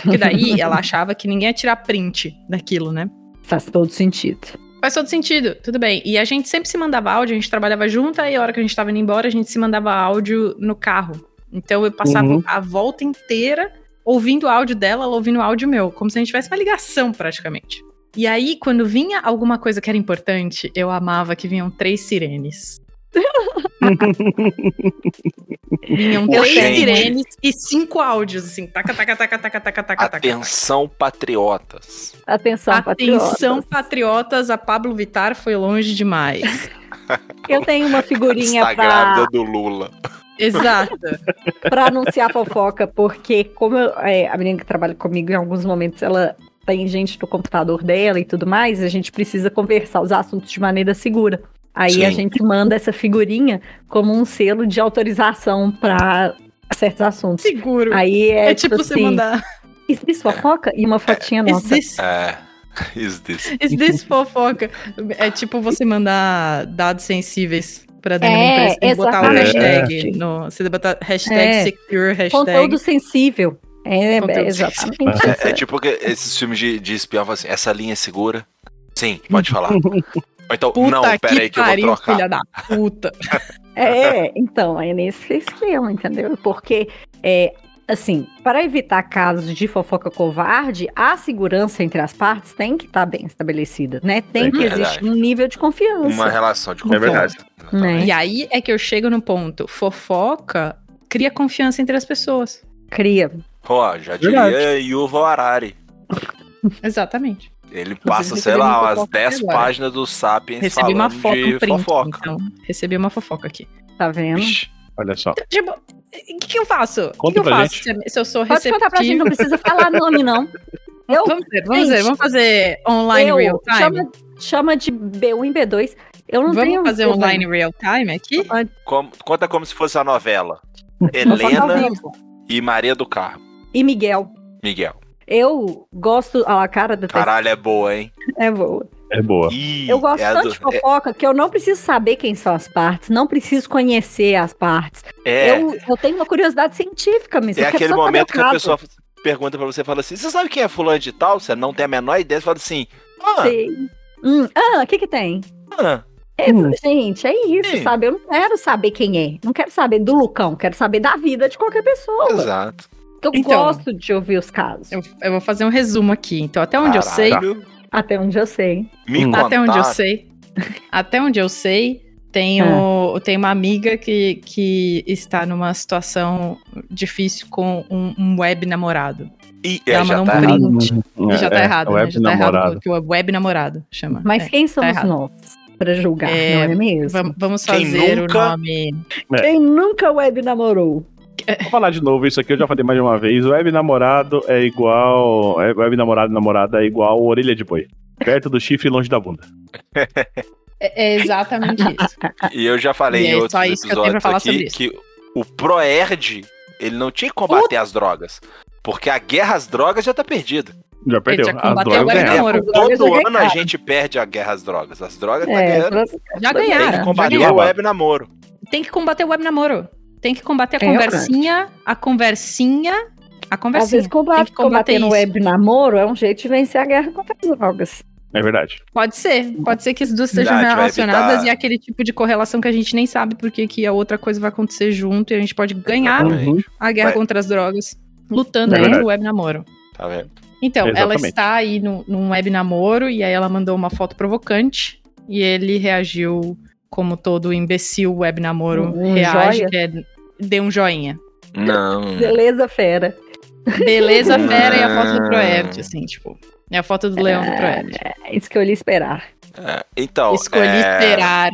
Speaker 3: Porque daí ela achava que ninguém ia tirar print daquilo, né?
Speaker 2: Faz todo sentido.
Speaker 3: Faz todo sentido, tudo bem. E a gente sempre se mandava áudio, a gente trabalhava junto, aí a hora que a gente tava indo embora, a gente se mandava áudio no carro. Então eu passava
Speaker 1: Uhum.
Speaker 3: a volta inteira ouvindo o áudio dela, ela ouvindo o áudio meu, como se a gente tivesse uma ligação praticamente. E aí, quando vinha alguma coisa que era importante, eu amava que vinham três sirenes. Vinham
Speaker 4: Pô,
Speaker 3: três
Speaker 4: gente.
Speaker 3: sirenes e cinco áudios, assim, taca, taca, taca, taca, taca, taca, taca. taca.
Speaker 4: Atenção, patriotas.
Speaker 2: Atenção,
Speaker 3: Atenção,
Speaker 2: Atenção,
Speaker 3: patriotas, a Pablo Vittar foi longe demais.
Speaker 2: Eu tenho uma figurinha
Speaker 4: Está
Speaker 2: pra,
Speaker 4: grávida do Lula.
Speaker 3: Exato.
Speaker 2: pra anunciar fofoca, porque como eu- é, a menina que trabalha comigo, em alguns momentos, ela tem gente no computador dela e tudo mais, a gente precisa conversar os assuntos de maneira segura. Aí a
Speaker 4: Sim.
Speaker 2: gente manda essa figurinha como um selo de autorização pra certos assuntos.
Speaker 3: Seguro.
Speaker 2: Aí é,
Speaker 3: é tipo você
Speaker 2: assim,
Speaker 3: mandar.
Speaker 2: Is this fofoca? E uma fotinha
Speaker 3: Is
Speaker 2: nossa.
Speaker 3: this,
Speaker 4: É. Is this.
Speaker 3: is this fofoca? É tipo você mandar dados sensíveis pra dentro
Speaker 2: É,
Speaker 3: da empresa e botar o
Speaker 1: exatamente.
Speaker 4: É.
Speaker 3: hashtag. No, você botar hashtag
Speaker 2: É.
Speaker 3: secure, hashtag.
Speaker 2: Conteúdo sensível. É, é,
Speaker 3: Conteúdo
Speaker 2: exatamente. isso.
Speaker 4: É, é tipo que esses filmes de, de espião falam assim: essa linha é segura? Sim, pode falar. Ou então,
Speaker 3: Puta
Speaker 4: não,
Speaker 3: que
Speaker 4: peraí que eu vou
Speaker 3: pariu,
Speaker 4: trocar.
Speaker 3: filha da puta.
Speaker 2: É, então, é nesse esquema, entendeu? Porque, é, assim, para evitar casos de fofoca covarde, a segurança entre as partes tem que estar bem estabelecida, né? Tem
Speaker 4: É
Speaker 2: que
Speaker 4: verdade.
Speaker 2: existir um nível de confiança.
Speaker 4: Uma relação de
Speaker 1: É verdade.
Speaker 4: confiança. Né? Exatamente.
Speaker 3: E aí é que eu chego no ponto. Fofoca cria confiança entre as pessoas.
Speaker 2: Cria.
Speaker 4: Ó, já diria
Speaker 1: Verdade.
Speaker 4: Yuval Harari.
Speaker 3: Exatamente.
Speaker 4: Ele passa,
Speaker 3: Vocês
Speaker 4: sei lá,
Speaker 3: receberam
Speaker 4: umas
Speaker 3: fofoca
Speaker 4: 10
Speaker 3: agora.
Speaker 4: páginas do Sapiens
Speaker 3: Recebi uma
Speaker 4: falando
Speaker 3: foca,
Speaker 4: de
Speaker 3: um print.
Speaker 4: fofoca.
Speaker 3: Então, recebi uma fofoca aqui.
Speaker 2: Tá vendo?
Speaker 4: Ixi,
Speaker 1: Olha só.
Speaker 3: Tipo, o que, que eu faço? O que,
Speaker 1: Conta
Speaker 3: que eu
Speaker 1: pra
Speaker 3: faço
Speaker 1: gente.
Speaker 3: se- se eu sou
Speaker 2: Pode
Speaker 3: receptivo?
Speaker 2: contar pra gente, não precisa falar nome, não. Eu,
Speaker 3: Vamos ver, vamos
Speaker 2: Gente.
Speaker 3: ver. Vamos fazer online
Speaker 2: eu-
Speaker 3: real time?
Speaker 2: chama, chama de B1 e B2. Eu não tenho. Ah,
Speaker 3: Vamos fazer
Speaker 2: vergonha.
Speaker 3: online real time aqui?
Speaker 4: como- conta como se fosse a novela.
Speaker 2: Fofoca ao
Speaker 4: Helena
Speaker 2: vivo.
Speaker 4: e Maria do Carmo.
Speaker 2: E Miguel.
Speaker 4: Miguel.
Speaker 2: Eu gosto. Ah, a cara do texto
Speaker 4: Caralho, é boa, hein?
Speaker 2: é boa.
Speaker 1: É boa.
Speaker 4: Ih,
Speaker 2: Eu gosto
Speaker 4: é a
Speaker 2: tanto
Speaker 4: do-
Speaker 2: de fofoca que eu não preciso saber quem são as partes, não preciso conhecer as partes.
Speaker 4: É, é,
Speaker 2: Eu, eu tenho uma curiosidade científica mesmo.
Speaker 4: é
Speaker 2: eu quero
Speaker 4: aquele
Speaker 2: só saber
Speaker 4: momento
Speaker 2: o
Speaker 4: que a
Speaker 2: fato.
Speaker 4: pessoa pergunta pra você e fala assim: Você sabe quem é fulano de tal? Você não tem a menor ideia. Você fala assim: Ah,
Speaker 2: Sim. Hum, ah, o que que tem?
Speaker 4: ah.
Speaker 2: É,
Speaker 3: Hum.
Speaker 2: Gente, é isso,
Speaker 4: Sim.
Speaker 2: sabe? Eu não quero saber quem é. Não quero saber do Lucão, quero saber da vida de qualquer pessoa.
Speaker 4: Exato.
Speaker 2: Porque eu
Speaker 3: Então.
Speaker 2: gosto de ouvir os casos.
Speaker 3: Eu, eu vou fazer um resumo aqui. Então, até onde eu sei,
Speaker 4: Caralho,
Speaker 2: Até onde eu sei.
Speaker 4: Me
Speaker 1: Hum.
Speaker 3: Até onde eu
Speaker 4: contaram.
Speaker 3: sei. Até onde eu sei, tenho,
Speaker 2: É.
Speaker 3: tenho uma amiga que, que está numa situação difícil com um, um web namorado.
Speaker 4: Ih,
Speaker 3: Ela
Speaker 4: é, já
Speaker 3: mandou um
Speaker 4: tá
Speaker 3: print.
Speaker 4: errado.
Speaker 3: E já tá
Speaker 1: É,
Speaker 3: errado,
Speaker 1: é
Speaker 3: né?
Speaker 1: web
Speaker 3: Já tá errado
Speaker 1: namorado.
Speaker 3: porque o web namorado chama.
Speaker 2: Mas
Speaker 3: É.
Speaker 2: quem somos
Speaker 3: errado.
Speaker 2: nós para julgar,
Speaker 3: É,
Speaker 2: não é mesmo?
Speaker 3: Vamos, vamos
Speaker 4: Quem
Speaker 3: fazer
Speaker 4: nunca-
Speaker 3: o nome.
Speaker 2: Quem nunca web namorou?
Speaker 1: Vou falar de novo isso aqui, eu já falei mais de uma vez. Web namorado é igual. é- Web namorado e namorada é igual orelha de boi. Perto do chifre e longe da bunda.
Speaker 3: É, é exatamente isso.
Speaker 4: E eu já falei
Speaker 3: E é
Speaker 4: em
Speaker 3: só
Speaker 4: outros
Speaker 3: isso que eu tenho pra
Speaker 4: episódios
Speaker 3: falar sobre
Speaker 4: aqui
Speaker 3: isso.
Speaker 4: que o Proerd, ele não tinha que combater as drogas. Porque a guerra às drogas já tá perdida.
Speaker 1: Já perdeu.
Speaker 3: já
Speaker 1: As
Speaker 3: combateu
Speaker 1: drogas
Speaker 3: o web
Speaker 1: ganharam.
Speaker 3: namoro.
Speaker 2: Drogas já
Speaker 4: Todo ano a
Speaker 2: ganharam.
Speaker 4: gente perde a guerra às drogas. As drogas tá
Speaker 2: É,
Speaker 4: ganhando.
Speaker 3: Já
Speaker 4: Tem que
Speaker 3: ganharam. já
Speaker 4: combater
Speaker 1: ganharam.
Speaker 4: o web namoro.
Speaker 3: tem que combater o web namoro. Tem que combater a
Speaker 2: É,
Speaker 3: conversinha, a conversinha, a
Speaker 2: Às vezes
Speaker 3: conversinha.
Speaker 2: combate,
Speaker 3: tem que combater
Speaker 2: combater no
Speaker 3: isso.
Speaker 2: web namoro é um jeito de vencer a guerra contra as drogas.
Speaker 1: É verdade.
Speaker 3: Pode ser, pode ser que as
Speaker 1: Hum,
Speaker 3: duas
Speaker 1: ah,
Speaker 3: estejam
Speaker 4: Verdade, vai
Speaker 3: relacionadas
Speaker 4: evitar-
Speaker 3: e é aquele tipo de correlação que a gente nem sabe porque que a outra coisa vai acontecer junto e a gente pode ganhar
Speaker 1: Uhum.
Speaker 3: a guerra
Speaker 4: Vai.
Speaker 3: contra as drogas lutando
Speaker 1: É
Speaker 3: contra
Speaker 1: verdade.
Speaker 3: o web namoro.
Speaker 4: Tá vendo?
Speaker 3: Então,
Speaker 1: Exatamente.
Speaker 3: ela está aí no, num web namoro e aí ela mandou uma foto provocante e ele reagiu como todo imbecil web namoro
Speaker 2: Um
Speaker 3: reage,
Speaker 2: joia.
Speaker 3: que é, deu um joinha. É.
Speaker 4: Não.
Speaker 2: Beleza, fera.
Speaker 3: Beleza,
Speaker 4: Hum.
Speaker 3: fera e a
Speaker 1: Ah.
Speaker 3: foto do Proerd, assim, tipo. É a foto do leão do Proerd.
Speaker 2: É isso que eu lhe esperar.
Speaker 4: É, então.
Speaker 3: Escolhi
Speaker 4: é,
Speaker 3: esperar.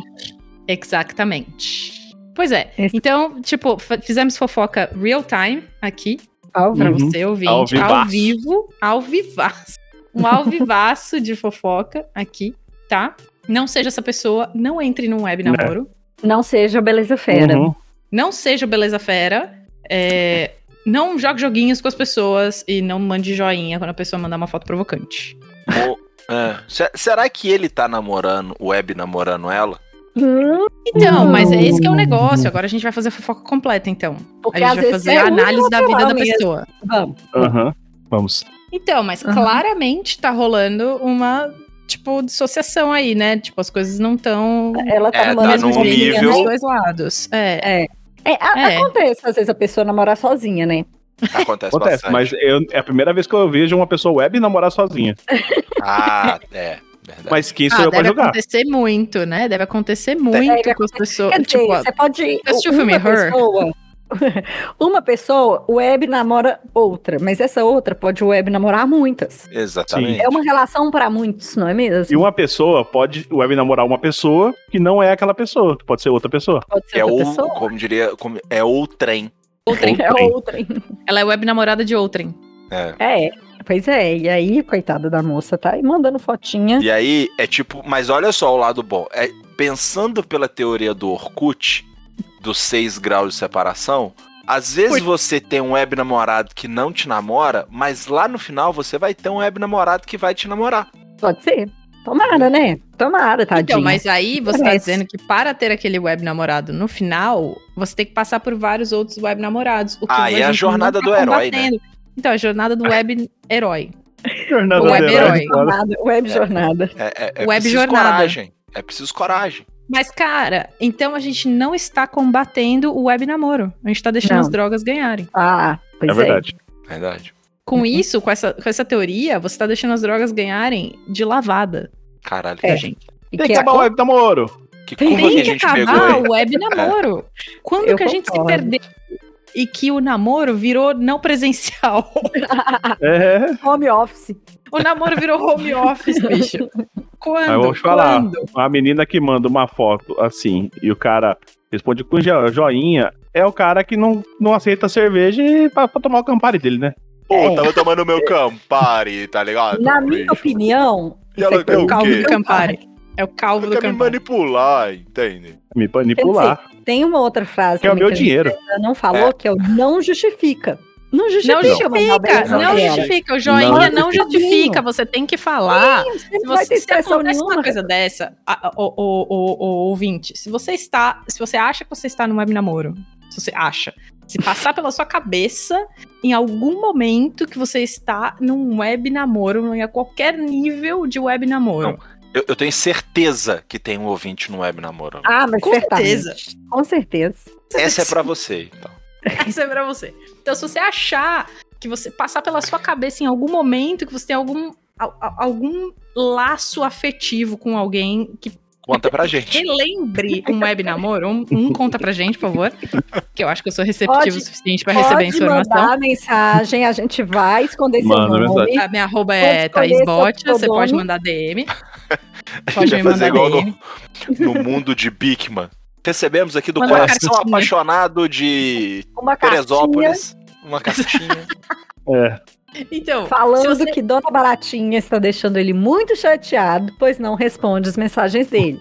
Speaker 3: Exatamente. Pois é.
Speaker 2: Esse-
Speaker 3: Então, tipo, fa- fizemos fofoca real time aqui,
Speaker 2: Ao
Speaker 3: pra
Speaker 1: Uhum.
Speaker 3: você ouvir.
Speaker 1: Ao
Speaker 3: Ao,
Speaker 1: vivaço.
Speaker 3: vivo, ao vivaço. Um ao vivaço de fofoca aqui, tá? Não seja essa pessoa, não entre num web
Speaker 1: Né.
Speaker 3: namoro.
Speaker 2: Não seja beleza fera.
Speaker 1: Uhum.
Speaker 3: Não seja o beleza fera. é, não jogue joguinhos com as pessoas e não mande joinha quando a pessoa mandar uma foto provocante.
Speaker 4: o- é. Se- Será que ele tá namorando, o web namorando ela?
Speaker 2: Hum,
Speaker 3: Então, mas é esse que é o negócio. Agora a gente vai fazer a fofoca completa, então.
Speaker 2: porque
Speaker 3: a
Speaker 2: às
Speaker 3: gente vai
Speaker 2: vezes
Speaker 3: fazer
Speaker 2: é
Speaker 3: a
Speaker 2: útil
Speaker 3: análise da vida
Speaker 2: falar
Speaker 3: da
Speaker 2: mesmo.
Speaker 3: pessoa.
Speaker 2: Vamos.
Speaker 1: Aham. Vamos.
Speaker 3: Então, mas
Speaker 2: Uhum.
Speaker 3: claramente tá rolando uma, tipo, dissociação aí, né? Tipo, as coisas não estão
Speaker 2: Ela tá
Speaker 4: É,
Speaker 2: numa
Speaker 4: tá
Speaker 2: mesma
Speaker 4: num
Speaker 2: linha,
Speaker 4: nível-
Speaker 3: dos
Speaker 2: né?
Speaker 3: dois lados. É.
Speaker 2: É, a-
Speaker 3: É.
Speaker 2: Acontece, às vezes, a pessoa namorar sozinha, né?
Speaker 4: Acontece,
Speaker 1: Acontece,
Speaker 4: bastante.
Speaker 1: mas eu- é a primeira vez que eu vejo uma pessoa web namorar sozinha.
Speaker 4: Ah, é. Verdade.
Speaker 1: Mas quem sou
Speaker 3: Ah,
Speaker 1: eu pra
Speaker 3: deve
Speaker 1: jogar?
Speaker 3: acontecer muito, né? Deve acontecer muito
Speaker 2: Deve
Speaker 3: com as pessoas.
Speaker 2: Quer dizer, é
Speaker 3: tipo,
Speaker 2: você pode. um,
Speaker 3: assistiu o filme
Speaker 2: uma
Speaker 3: Her?
Speaker 2: pessoa, uma pessoa web namora outra, mas essa outra pode web namorar muitas.
Speaker 4: Exatamente.
Speaker 2: É uma relação para muitos, não é mesmo?
Speaker 1: E uma pessoa pode web namorar uma pessoa que não é aquela pessoa. Pode ser outra pessoa.
Speaker 2: Pode ser
Speaker 4: É
Speaker 2: outra
Speaker 4: o,
Speaker 2: pessoa.
Speaker 4: como diria, como- é o trem.
Speaker 3: outrem.
Speaker 2: É
Speaker 1: Bem.
Speaker 2: outra.
Speaker 3: Ela é web namorada de outrem.
Speaker 4: É.
Speaker 2: É, pois é. E aí, coitada da moça, tá aí mandando fotinha.
Speaker 4: E aí é tipo, mas olha só o lado bom. É, pensando pela teoria do Orkut, dos seis graus de separação, às vezes você tem um web namorado que não te namora, mas lá no final você vai ter um web namorado que vai te namorar.
Speaker 2: Pode ser. Tomara, né? Tomara, tadinha.
Speaker 3: Então, mas aí você tá
Speaker 2: Parece.
Speaker 3: dizendo que para ter aquele web namorado no final, você tem que passar por vários outros web namorados. O que
Speaker 4: Ah, e
Speaker 3: gente
Speaker 4: a
Speaker 3: não
Speaker 4: jornada
Speaker 3: tá
Speaker 4: do herói, né?
Speaker 3: combatendo. Então, a jornada do web herói.
Speaker 1: Jornada
Speaker 3: O
Speaker 1: do
Speaker 3: Um web
Speaker 1: herói.
Speaker 3: herói.
Speaker 2: Jornada, web jornada.
Speaker 4: É, é- é
Speaker 3: Web
Speaker 4: preciso
Speaker 3: jornada.
Speaker 4: coragem. É preciso coragem.
Speaker 3: Mas, cara, então a gente não está combatendo o web namoro. A gente tá deixando
Speaker 2: Não.
Speaker 3: as drogas ganharem.
Speaker 2: Ah, pois
Speaker 1: É verdade.
Speaker 4: Verdade.
Speaker 3: Com
Speaker 2: Uhum.
Speaker 3: isso, com essa, com essa teoria, você tá deixando as drogas ganharem de lavada.
Speaker 4: Caralho,
Speaker 2: É.
Speaker 4: que, gente,
Speaker 2: E
Speaker 1: Tem que
Speaker 2: que é
Speaker 1: acabar o web namoro.
Speaker 4: que
Speaker 2: Tem
Speaker 4: curva que,
Speaker 3: Tem
Speaker 4: a
Speaker 3: que
Speaker 4: gente pegou É.
Speaker 3: acabar
Speaker 4: aí.
Speaker 3: o web namoro. Quando
Speaker 2: Eu
Speaker 3: que a gente se
Speaker 2: concordo.
Speaker 3: perdeu e que o namoro virou não presencial?
Speaker 2: Ah.
Speaker 1: É.
Speaker 2: home office.
Speaker 3: o namoro virou home office, bicho. Quando?
Speaker 1: eu vou te falar.
Speaker 3: Quando?
Speaker 1: A menina que manda uma foto assim e o cara responde com jo- joinha é o cara que não, não aceita cerveja e- pra, pra tomar o campari dele, né?
Speaker 4: Pô,
Speaker 2: É.
Speaker 4: tava tomando meu Campari, tá ligado?
Speaker 2: Na minha
Speaker 4: Bicho.
Speaker 2: opinião,
Speaker 4: E ela
Speaker 2: isso aqui é
Speaker 4: quer o
Speaker 2: um caldo
Speaker 4: quê?
Speaker 3: Calvo do Campari. É o calvo do
Speaker 4: Quer me
Speaker 3: Campari.
Speaker 4: manipular, entende?
Speaker 1: Me manipular.
Speaker 2: Tem uma outra frase
Speaker 1: Que é o
Speaker 2: também
Speaker 1: meu
Speaker 2: que a gente
Speaker 1: dinheiro.
Speaker 2: ainda não falou, que é o não justifica. Não justifica.
Speaker 3: Não justifica,
Speaker 2: mandar um
Speaker 3: não,
Speaker 2: beijo
Speaker 4: Não,
Speaker 2: pra ela.
Speaker 3: justifica. O joinha não,
Speaker 2: Não
Speaker 3: justifica,
Speaker 2: justifica.
Speaker 3: você tem que falar.
Speaker 2: Sim,
Speaker 3: Se
Speaker 2: não vai ter
Speaker 3: você se
Speaker 2: expressão
Speaker 3: acontece
Speaker 2: nenhuma.
Speaker 3: uma coisa dessa, a- a- o, o- o- o ouvinte, se você está, se você acha que você está no web namoro, se você acha, se passar pela sua cabeça em algum momento que você está num web namoro, em qualquer nível de web namoro.
Speaker 4: Eu, eu tenho certeza que tem um ouvinte no web namoro.
Speaker 2: Ah, mas
Speaker 3: Com
Speaker 2: certamente.
Speaker 3: certeza.
Speaker 2: Com certeza.
Speaker 4: Essa é pra você, então.
Speaker 3: Essa é pra você. Então, se você achar que você passar pela sua cabeça em algum momento que você tem algum, al- al- algum laço afetivo com alguém que
Speaker 4: Conta pra gente.
Speaker 3: relembre um web namoro, um, um conta pra gente, por favor. Que eu acho que eu sou receptivo
Speaker 2: Pode-
Speaker 3: o suficiente pra receber a
Speaker 2: Pode
Speaker 3: informação.
Speaker 2: mandar mensagem, a gente vai escolher seu
Speaker 1: Manda
Speaker 2: nome.
Speaker 1: mensagem.
Speaker 3: A minha arroba é
Speaker 2: Pode
Speaker 3: Thaís
Speaker 2: escolher
Speaker 3: Botti,
Speaker 2: seu
Speaker 3: você pode
Speaker 2: pseudônimo.
Speaker 3: mandar DM.
Speaker 4: A gente
Speaker 3: Pode
Speaker 4: vai
Speaker 3: me
Speaker 4: fazer
Speaker 3: mandar
Speaker 4: igual no, no mundo de Bigman. Recebemos aqui do
Speaker 3: Manda uma
Speaker 4: coração
Speaker 3: cartinha.
Speaker 4: apaixonado de
Speaker 2: Uma cartinha
Speaker 4: Teresópolis uma cartinha.
Speaker 1: É.
Speaker 3: Então, se
Speaker 2: falando
Speaker 3: você-
Speaker 2: que Dona Baratinha está deixando ele muito chateado, pois não responde as mensagens dele.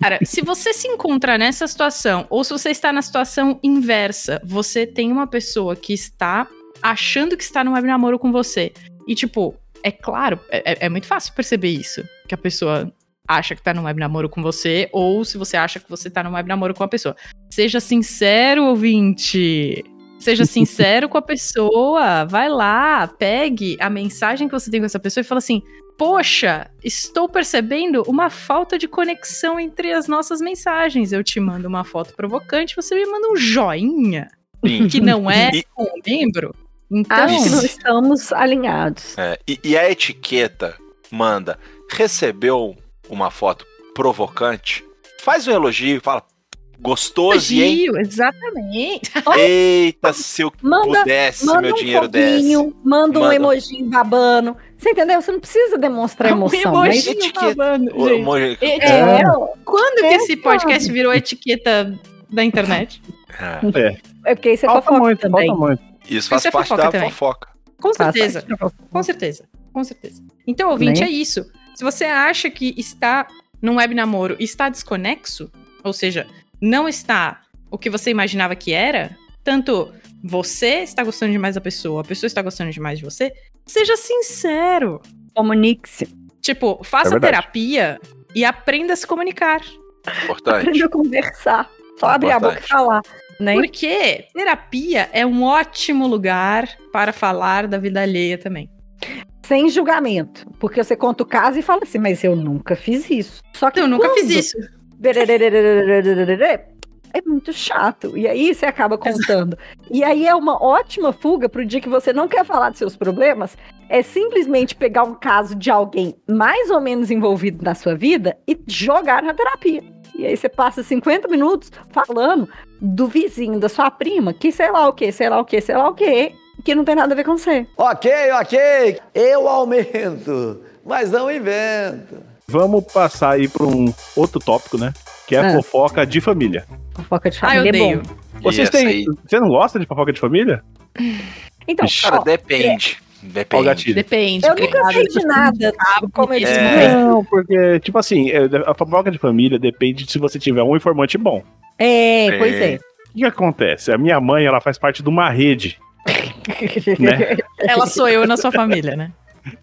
Speaker 3: Cara, se você se encontra nessa situação, ou se você está na situação inversa, você tem uma pessoa que está achando que está no web namoro com você. E, tipo, é claro, é, é- é muito fácil perceber isso. Que a pessoa acha que tá no web namoro com você, ou se você acha que você tá no web namoro com a pessoa. Seja sincero, ouvinte. Seja sincero com a pessoa. Vai lá, pegue a mensagem que você tem com essa pessoa e fala assim: Poxa, estou percebendo uma falta de conexão entre as nossas mensagens. Eu te mando uma foto provocante, você me manda um joinha,
Speaker 4: Sim.
Speaker 3: que não é
Speaker 4: E-
Speaker 3: um membro. Então,
Speaker 2: Acho que não estamos alinhados.
Speaker 4: É, e, e a etiqueta manda: recebeu uma foto provocante? Faz um elogio, fala. Gostoso, hein?
Speaker 3: elogio, exatamente.
Speaker 4: Eita, se eu
Speaker 2: Manda,
Speaker 4: pudesse,
Speaker 2: manda
Speaker 4: meu
Speaker 2: um
Speaker 4: dinheiro desse.
Speaker 2: foguinho, manda um
Speaker 4: Manda.
Speaker 2: emoji babando. Você entendeu? Você não precisa demonstrar emoção. né?
Speaker 3: um
Speaker 2: mas-
Speaker 3: emoji
Speaker 4: Etiqueta.
Speaker 3: babando,
Speaker 4: Ô,
Speaker 3: gente.
Speaker 4: amor-
Speaker 3: Eti-
Speaker 2: É,
Speaker 3: Quando que
Speaker 2: É,
Speaker 3: esse podcast virou etiqueta da internet?
Speaker 4: É,
Speaker 2: é porque isso é
Speaker 1: Falta
Speaker 2: fofoca
Speaker 1: muito,
Speaker 2: também.
Speaker 1: falta muito.
Speaker 4: Isso faz
Speaker 3: Isso é
Speaker 4: parte
Speaker 3: fofoca
Speaker 4: da
Speaker 3: também.
Speaker 4: fofoca.
Speaker 3: Com
Speaker 2: Faz
Speaker 3: certeza.
Speaker 2: parte da fofoca.
Speaker 3: Com certeza, com certeza. Então, ouvinte,
Speaker 2: Né?
Speaker 3: é isso. Se você acha que está num web namoro e está desconexo, ou seja, não está o que você imaginava que era, tanto você está gostando demais da pessoa, a pessoa está gostando demais de você, seja sincero.
Speaker 2: Comunique-se.
Speaker 3: Tipo, faça
Speaker 1: verdade.
Speaker 3: terapia e aprenda a se comunicar.
Speaker 4: Importante.
Speaker 2: Aprenda a conversar. Só abrir a boca e
Speaker 4: Importante.
Speaker 2: falar. Né?
Speaker 3: Porque terapia é um ótimo lugar para falar da vida alheia também.
Speaker 2: Sem julgamento. Porque você conta o caso e fala assim, mas eu nunca fiz isso. Só que
Speaker 3: Então, Eu nunca fiz
Speaker 2: quando-
Speaker 3: isso.
Speaker 2: É muito chato. E aí você acaba contando. E aí é uma ótima fuga pro dia que você não quer falar dos seus problemas. É simplesmente pegar um caso de alguém mais ou menos envolvido na sua vida e jogar na terapia. E aí você passa 50 minutos falando do vizinho, da sua prima, que sei lá o que, sei lá o que, sei lá o que, que não tem nada a ver com você.
Speaker 6: Ok, ok, eu aumento, mas não invento.
Speaker 1: Vamos passar aí pra um outro tópico, né? Que é
Speaker 2: Ah.
Speaker 1: fofoca de família.
Speaker 2: Fofoca de
Speaker 3: Ah, eu
Speaker 2: família é
Speaker 3: odeio.
Speaker 2: bom.
Speaker 1: Vocês
Speaker 4: Isso
Speaker 1: têm.
Speaker 4: aí.
Speaker 1: Você não gosta de fofoca de família?
Speaker 2: Então,
Speaker 1: Ixi.
Speaker 4: Cara,
Speaker 2: ó,
Speaker 4: depende.
Speaker 1: Ó o
Speaker 4: Depende.
Speaker 1: gatilho.
Speaker 3: Depende.
Speaker 2: eu
Speaker 3: cara.
Speaker 2: nunca sei de nada, como eu disse.
Speaker 4: É.
Speaker 2: mas-
Speaker 1: Não, porque, tipo assim, é, a fofoca de família depende de se você tiver um informante bom.
Speaker 2: É,
Speaker 4: É.
Speaker 2: pois é.
Speaker 1: O que, que acontece? A minha mãe, ela faz parte de uma rede. Né?
Speaker 3: Ela sou eu na sua família, né?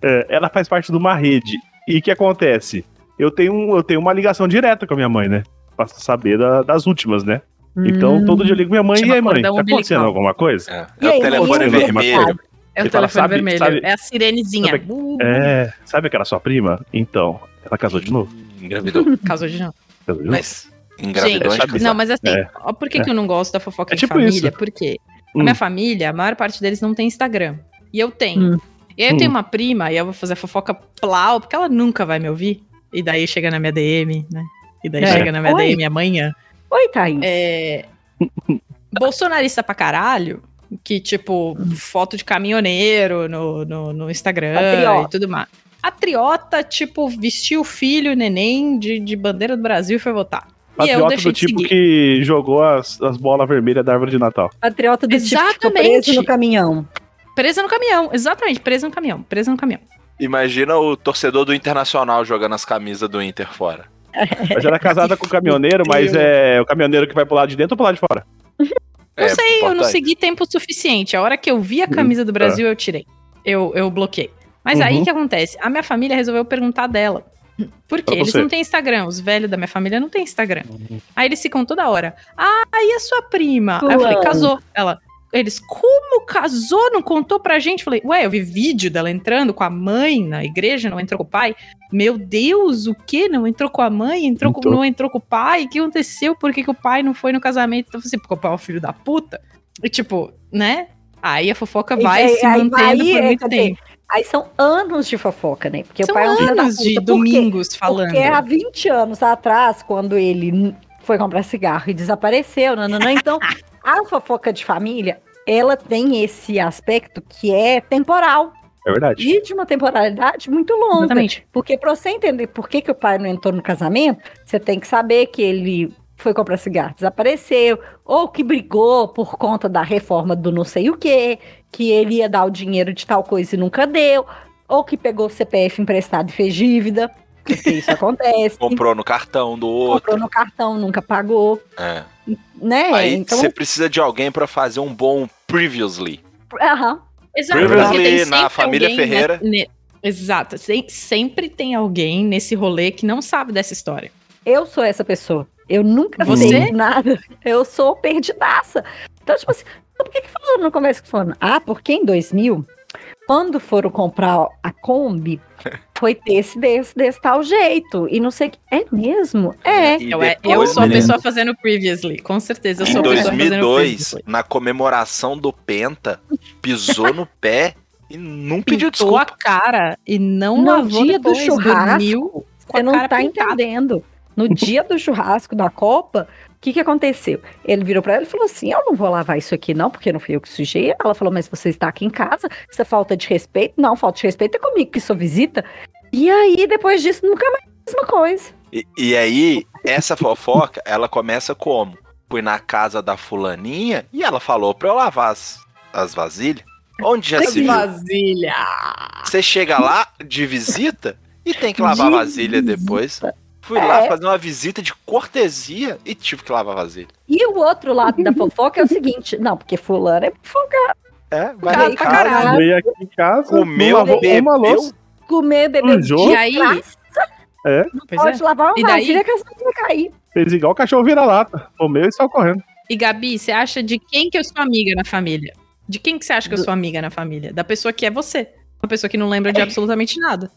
Speaker 1: É, ela faz parte de uma rede. E o que acontece? Eu tenho, um- eu tenho uma ligação direta com a minha mãe, né? Pra saber da- das últimas, né? Então, todo dia eu ligo minha mãe.
Speaker 3: Hum, Chama
Speaker 1: E aí, mãe, tá
Speaker 3: cordão
Speaker 1: acontecendo
Speaker 3: umbilical."
Speaker 1: alguma coisa?
Speaker 4: É,
Speaker 2: E
Speaker 4: é o
Speaker 2: aí,
Speaker 4: telefone
Speaker 1: ninguém-
Speaker 4: vermelho.
Speaker 3: É o
Speaker 1: Ele fala,
Speaker 3: telefone
Speaker 1: Tipo, "Sabe-
Speaker 3: vermelho.
Speaker 1: sabe-
Speaker 3: é a sirenezinha.
Speaker 1: sabe-
Speaker 3: Uh,
Speaker 1: É, sabe aquela sua prima? Então, ela casou de novo.
Speaker 4: Engravidou.
Speaker 3: Casou de novo.
Speaker 1: Tá vendo?
Speaker 4: Mas engravidou
Speaker 1: Gente,
Speaker 4: antes de
Speaker 1: Exato.
Speaker 3: Não,
Speaker 4: casar.
Speaker 3: mas assim,
Speaker 1: É.
Speaker 3: ó, por que, que eu não gosto da
Speaker 1: É
Speaker 3: fofoca em
Speaker 1: tipo
Speaker 3: família?
Speaker 1: isso.
Speaker 3: Porque
Speaker 1: Hum.
Speaker 3: a minha família, a maior parte deles não tem Instagram. E eu tenho. E aí eu
Speaker 1: Hum.
Speaker 3: tenho uma prima, e eu vou fazer a fofoca plau, porque ela nunca vai me ouvir. E daí chega na minha DM, né? E daí
Speaker 2: É.
Speaker 3: chega na minha
Speaker 2: Oi.
Speaker 3: DM amanhã.
Speaker 2: Oi, Thaís.
Speaker 3: É. Bolsonarista pra caralho, que tipo, foto de caminhoneiro no, no, no Instagram
Speaker 2: Patriota.
Speaker 3: e tudo mais. Patriota, tipo, vestiu o filho, neném, de, de bandeira do Brasil e foi votar. e eu
Speaker 1: Patriota
Speaker 3: deixei
Speaker 1: do
Speaker 3: de
Speaker 1: tipo
Speaker 3: seguir.
Speaker 1: que jogou as, as bolas vermelhas da árvore de Natal.
Speaker 2: Patriota do tipo que ficou
Speaker 3: Exatamente.
Speaker 2: preso no caminhão.
Speaker 3: Presa no caminhão, exatamente, presa no caminhão, presa no caminhão.
Speaker 4: Imagina o torcedor do Internacional jogando as camisas do Inter fora.
Speaker 1: Mas era casada com o caminhoneiro, mas é o caminhoneiro que vai pro lado de dentro ou pro lado de fora?
Speaker 3: Não
Speaker 4: É
Speaker 3: sei, eu não
Speaker 4: importante.
Speaker 3: segui tempo suficiente. A hora que eu
Speaker 1: Hum,
Speaker 3: vi a camisa do Brasil, eu tirei. Eu, eu bloqueei. Mas aí
Speaker 1: tá. Uhum.
Speaker 3: o que acontece? A minha família resolveu perguntar dela. Por quê?
Speaker 1: Pra
Speaker 3: Eles
Speaker 1: você. Uhum.
Speaker 3: não têm Instagram. Os velhos da minha família não têm Instagram. Aí eles ficam toda hora. Ah, e a sua prima? Aí eu falei,
Speaker 2: Fulano.
Speaker 3: casou. Ela. Eles, como Tipo, casou? Não contou pra gente? Falei, ué, eu vi vídeo dela entrando com a mãe na igreja, não entrou com o pai. Meu Deus, o que? Não entrou com a mãe? Entrou com-
Speaker 1: Entrou.
Speaker 3: não entrou com o pai? O que aconteceu? Por que, que o pai não foi no casamento? Então, eu falei assim, porque o pai é um filho da puta. E tipo, né? Aí a fofoca
Speaker 2: E
Speaker 3: vai
Speaker 2: aí-
Speaker 3: se
Speaker 2: aí-
Speaker 3: mantendo
Speaker 2: aí,
Speaker 3: por
Speaker 2: é,
Speaker 3: muito
Speaker 2: quer dizer,
Speaker 3: tempo.
Speaker 2: Aí são anos de fofoca, né? Porque o
Speaker 3: São
Speaker 2: pai é um filho da
Speaker 3: anos de
Speaker 2: puta. Por quê?
Speaker 3: domingos falando.
Speaker 2: Porque é há 20 anos atrás, quando ele n- foi comprar cigarro e desapareceu, nananã, então a fofoca de família, ela tem esse aspecto que é temporal
Speaker 1: É verdade.
Speaker 2: e de uma temporalidade muito longa.
Speaker 3: Exatamente.
Speaker 2: Porque pra você entender por que, que o pai não entrou no casamento, você tem que saber que ele foi comprar cigarro, desapareceu, ou que brigou por conta da reforma do não sei o quê, que ele ia dar o dinheiro de tal coisa e nunca deu, ou que pegou o CPF emprestado e fez dívida, porque isso acontece.
Speaker 4: Comprou no cartão do outro.
Speaker 2: Comprou no cartão, nunca pagou,
Speaker 4: É.
Speaker 2: né?
Speaker 4: Aí
Speaker 2: então,
Speaker 4: você precisa de alguém pra fazer um bom previously.
Speaker 2: aham.
Speaker 3: Exato.
Speaker 4: Previously
Speaker 3: porque tem
Speaker 4: na
Speaker 3: sempre
Speaker 4: família
Speaker 3: alguém né?
Speaker 4: Ferreira.
Speaker 3: ne- ne- exato. sem- sempre tem alguém nesse rolê que não sabe dessa história.
Speaker 2: eu sou essa pessoa. Eu nunca
Speaker 3: Você?
Speaker 2: sei nada. Eu sou perdidaça. Então, tipo assim, por que, que falando no conversa que falando? Ah, porque em 2000, quando foram comprar a Kombi, foi desse, desse, desse tal jeito. E não sei o que. É mesmo? É.
Speaker 4: E
Speaker 3: Eu, é- eu
Speaker 4: depois,
Speaker 3: sou a
Speaker 4: né,
Speaker 3: pessoa fazendo previously, com certeza. Eu sou
Speaker 4: Em
Speaker 3: a pessoa tá fazendo
Speaker 4: 2002,
Speaker 3: previously.
Speaker 4: na comemoração do Penta, pisou no pé e não pediu
Speaker 3: Pintou a
Speaker 4: desculpa.
Speaker 3: cara e não
Speaker 2: No
Speaker 3: lavou
Speaker 2: dia do
Speaker 3: depois,
Speaker 2: churrasco,
Speaker 3: dormiu com
Speaker 2: Você
Speaker 3: a
Speaker 2: não
Speaker 3: cara
Speaker 2: tá
Speaker 3: pintada.
Speaker 2: entendendo. No dia do churrasco da Copa, o que, que aconteceu? Ele virou pra ela e falou assim: Eu não vou lavar isso aqui, não, porque não fui eu que sujei. Ela falou: Mas você está aqui em casa, isso é falta de respeito. Não, falta de respeito é comigo que sou visita. E aí, depois disso, nunca mais a mesma coisa.
Speaker 4: E, e aí, essa fofoca, ela começa como? Fui na casa da fulaninha e ela falou pra eu lavar as, as vasilhas. Onde já se viu?
Speaker 3: Vasilha.
Speaker 4: Você chega lá de visita e tem que lavar a
Speaker 2: De
Speaker 4: vasilha depois. Fui
Speaker 2: É.
Speaker 4: lá fazer uma visita de cortesia e tive que lavar a vasilha.
Speaker 2: E o outro lado da fofoca é o seguinte: Não, porque fulano é folgado.
Speaker 4: É, vai
Speaker 3: Cara
Speaker 4: em
Speaker 3: pra
Speaker 4: casa.
Speaker 3: caralho. Ah.
Speaker 1: Veio aqui em casa,
Speaker 4: Comeu,
Speaker 1: não lavou
Speaker 4: bebeu.
Speaker 1: né? uma louça.
Speaker 2: Comer, beber,
Speaker 1: Sujou?
Speaker 2: de
Speaker 3: E aí?
Speaker 2: graça,
Speaker 3: Pois é.
Speaker 2: Pode lavar
Speaker 3: E
Speaker 2: uma
Speaker 3: daí?
Speaker 2: vasilha que a sua vai cair.
Speaker 1: Fez igual o cachorro vira-lata. Comeu e saiu correndo.
Speaker 3: E Gabi, você acha de quem que eu sou amiga na família? De quem que você acha que eu sou amiga na família? Da pessoa que é você. Uma pessoa que não lembra
Speaker 2: É.
Speaker 3: de absolutamente nada.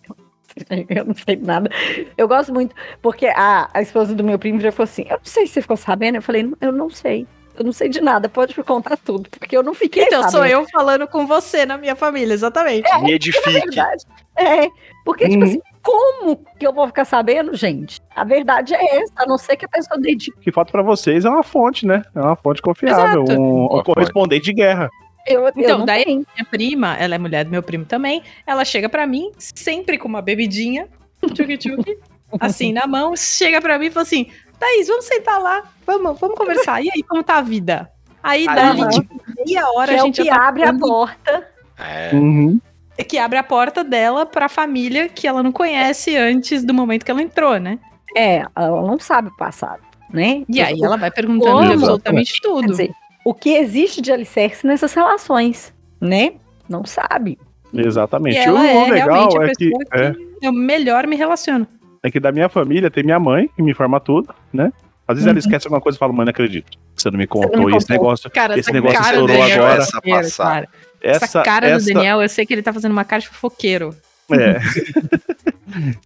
Speaker 2: Eu não sei nada. Eu gosto muito, porque a, a esposa do meu primo já falou assim: Eu não sei se você ficou sabendo. Eu falei: Eu não sei. Eu não sei de nada. Pode me contar tudo, porque eu não fiquei
Speaker 3: Então, sou
Speaker 2: sabendo.
Speaker 3: eu falando com você na minha família, exatamente.
Speaker 4: Me
Speaker 2: Na
Speaker 4: edifique.
Speaker 2: verdade. É. Porque,
Speaker 1: Uhum.
Speaker 2: tipo assim, como que eu vou ficar sabendo, gente? A verdade é essa, a não ser que a pessoa dedique.
Speaker 1: O que falta pra vocês é uma fonte, né? É uma fonte confiável.
Speaker 3: Exato.
Speaker 1: Um, um
Speaker 4: Uma
Speaker 1: correspondente de guerra.
Speaker 2: Eu,
Speaker 3: Então,
Speaker 2: eu não
Speaker 3: daí-
Speaker 2: tenho.
Speaker 3: Minha prima, ela é mulher do meu primo também, ela chega pra mim, sempre com uma bebidinha, tchuc-tchuc, assim, na mão, chega pra mim e fala assim, Thaís, vamos sentar lá, vamos, vamos conversar. E aí, como tá a vida? Aí,
Speaker 4: Aí,
Speaker 3: dali,
Speaker 2: aham.
Speaker 3: tipo, meia hora,
Speaker 2: Que
Speaker 3: a
Speaker 2: é o
Speaker 3: gente
Speaker 2: que
Speaker 3: já tá
Speaker 2: abre a
Speaker 3: falando
Speaker 2: porta.
Speaker 4: É.
Speaker 1: Uhum.
Speaker 3: que abre a porta dela pra família que ela não conhece antes do momento que ela entrou, né?
Speaker 2: É, ela não sabe o passado, né?
Speaker 3: E aí
Speaker 2: O-
Speaker 3: ela vai perguntando
Speaker 2: Como?
Speaker 3: de absolutamente
Speaker 2: Quer
Speaker 3: tudo.
Speaker 2: dizer, o que existe de alicerce nessas relações, né? Não sabe.
Speaker 3: e
Speaker 1: Exatamente. E
Speaker 3: ela
Speaker 1: o
Speaker 3: é
Speaker 1: legal
Speaker 3: realmente a
Speaker 1: é que,
Speaker 3: pessoa que,
Speaker 1: é,
Speaker 3: eu melhor me relaciono.
Speaker 1: é que da minha família tem minha mãe, que me informa tudo, né? Às
Speaker 3: Uhum.
Speaker 1: vezes ela esquece alguma coisa e fala, mãe, não acredito. Você não me
Speaker 2: não me
Speaker 1: contou, esse
Speaker 2: contou."
Speaker 1: negócio.
Speaker 3: Cara,
Speaker 1: Esse negócio estourou
Speaker 3: Daniel é
Speaker 1: agora.
Speaker 4: Essa
Speaker 3: fofoqueiro,
Speaker 4: passada.
Speaker 3: cara.
Speaker 1: Essa,
Speaker 3: Essa cara
Speaker 1: essa,
Speaker 3: do Daniel, eu sei que ele tá fazendo uma cara de fofoqueiro.
Speaker 1: É.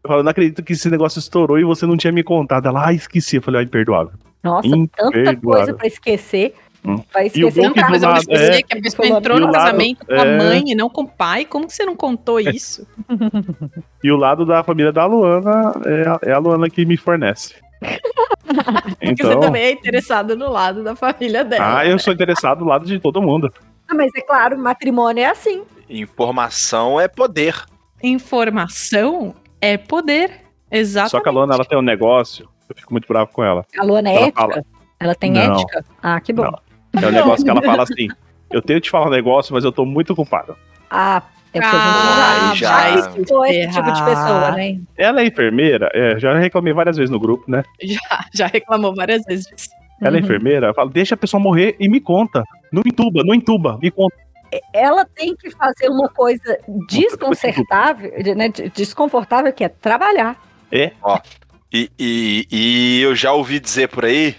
Speaker 1: Eu falo, não acredito que esse negócio estourou e você não tinha me contado. Ela, ah, esqueci. Eu falei, ah, imperdoável.
Speaker 2: Nossa, tanta coisa
Speaker 1: Imperdoável.
Speaker 2: pra esquecer.
Speaker 1: Hum.
Speaker 2: Vai
Speaker 1: E o
Speaker 2: esquecer
Speaker 1: bom
Speaker 3: Não,
Speaker 1: que
Speaker 3: cara,
Speaker 1: do
Speaker 3: mas eu
Speaker 1: lado-
Speaker 3: vou te dizer
Speaker 1: é,
Speaker 3: que a pessoa entrou no
Speaker 1: do lado-
Speaker 3: casamento com a
Speaker 1: é.
Speaker 3: mãe e não com o pai. Como que você não contou isso?
Speaker 1: E o lado da família da Luana é a, é a Luana que me fornece.
Speaker 3: Porque
Speaker 1: Então,
Speaker 3: você também é interessado no lado da família dela.
Speaker 1: ah, eu sou interessado do lado de todo mundo.
Speaker 2: Ah, mas é claro, matrimônio é assim.
Speaker 4: Informação é poder.
Speaker 3: Informação é poder. Exatamente.
Speaker 1: Só que a Luana ela tem um negócio, eu fico muito bravo com ela.
Speaker 2: A Luana é
Speaker 1: Ela
Speaker 2: ética?
Speaker 1: fala.
Speaker 2: Ela tem
Speaker 1: Não.
Speaker 2: ética? Ah, que bom.
Speaker 1: Não. É um negócio que ela fala assim: eu tenho que te falar um negócio, mas eu tô muito culpada.
Speaker 2: Ah, é porque
Speaker 3: Ah,
Speaker 2: a gente já,
Speaker 4: já.
Speaker 2: já citou esse tipo de pessoa, né?
Speaker 1: Ela é enfermeira, é, já reclamei várias vezes no grupo, né?
Speaker 3: Já, já reclamou várias vezes disso.
Speaker 1: Ela é
Speaker 2: Uhum.
Speaker 1: enfermeira, eu falo, deixa a pessoa morrer e me conta. Não entuba, não entuba, me conta.
Speaker 2: Ela tem que fazer uma coisa desconcertável, né, de- desconfortável, que é trabalhar.
Speaker 4: E, e- e eu já ouvi dizer por aí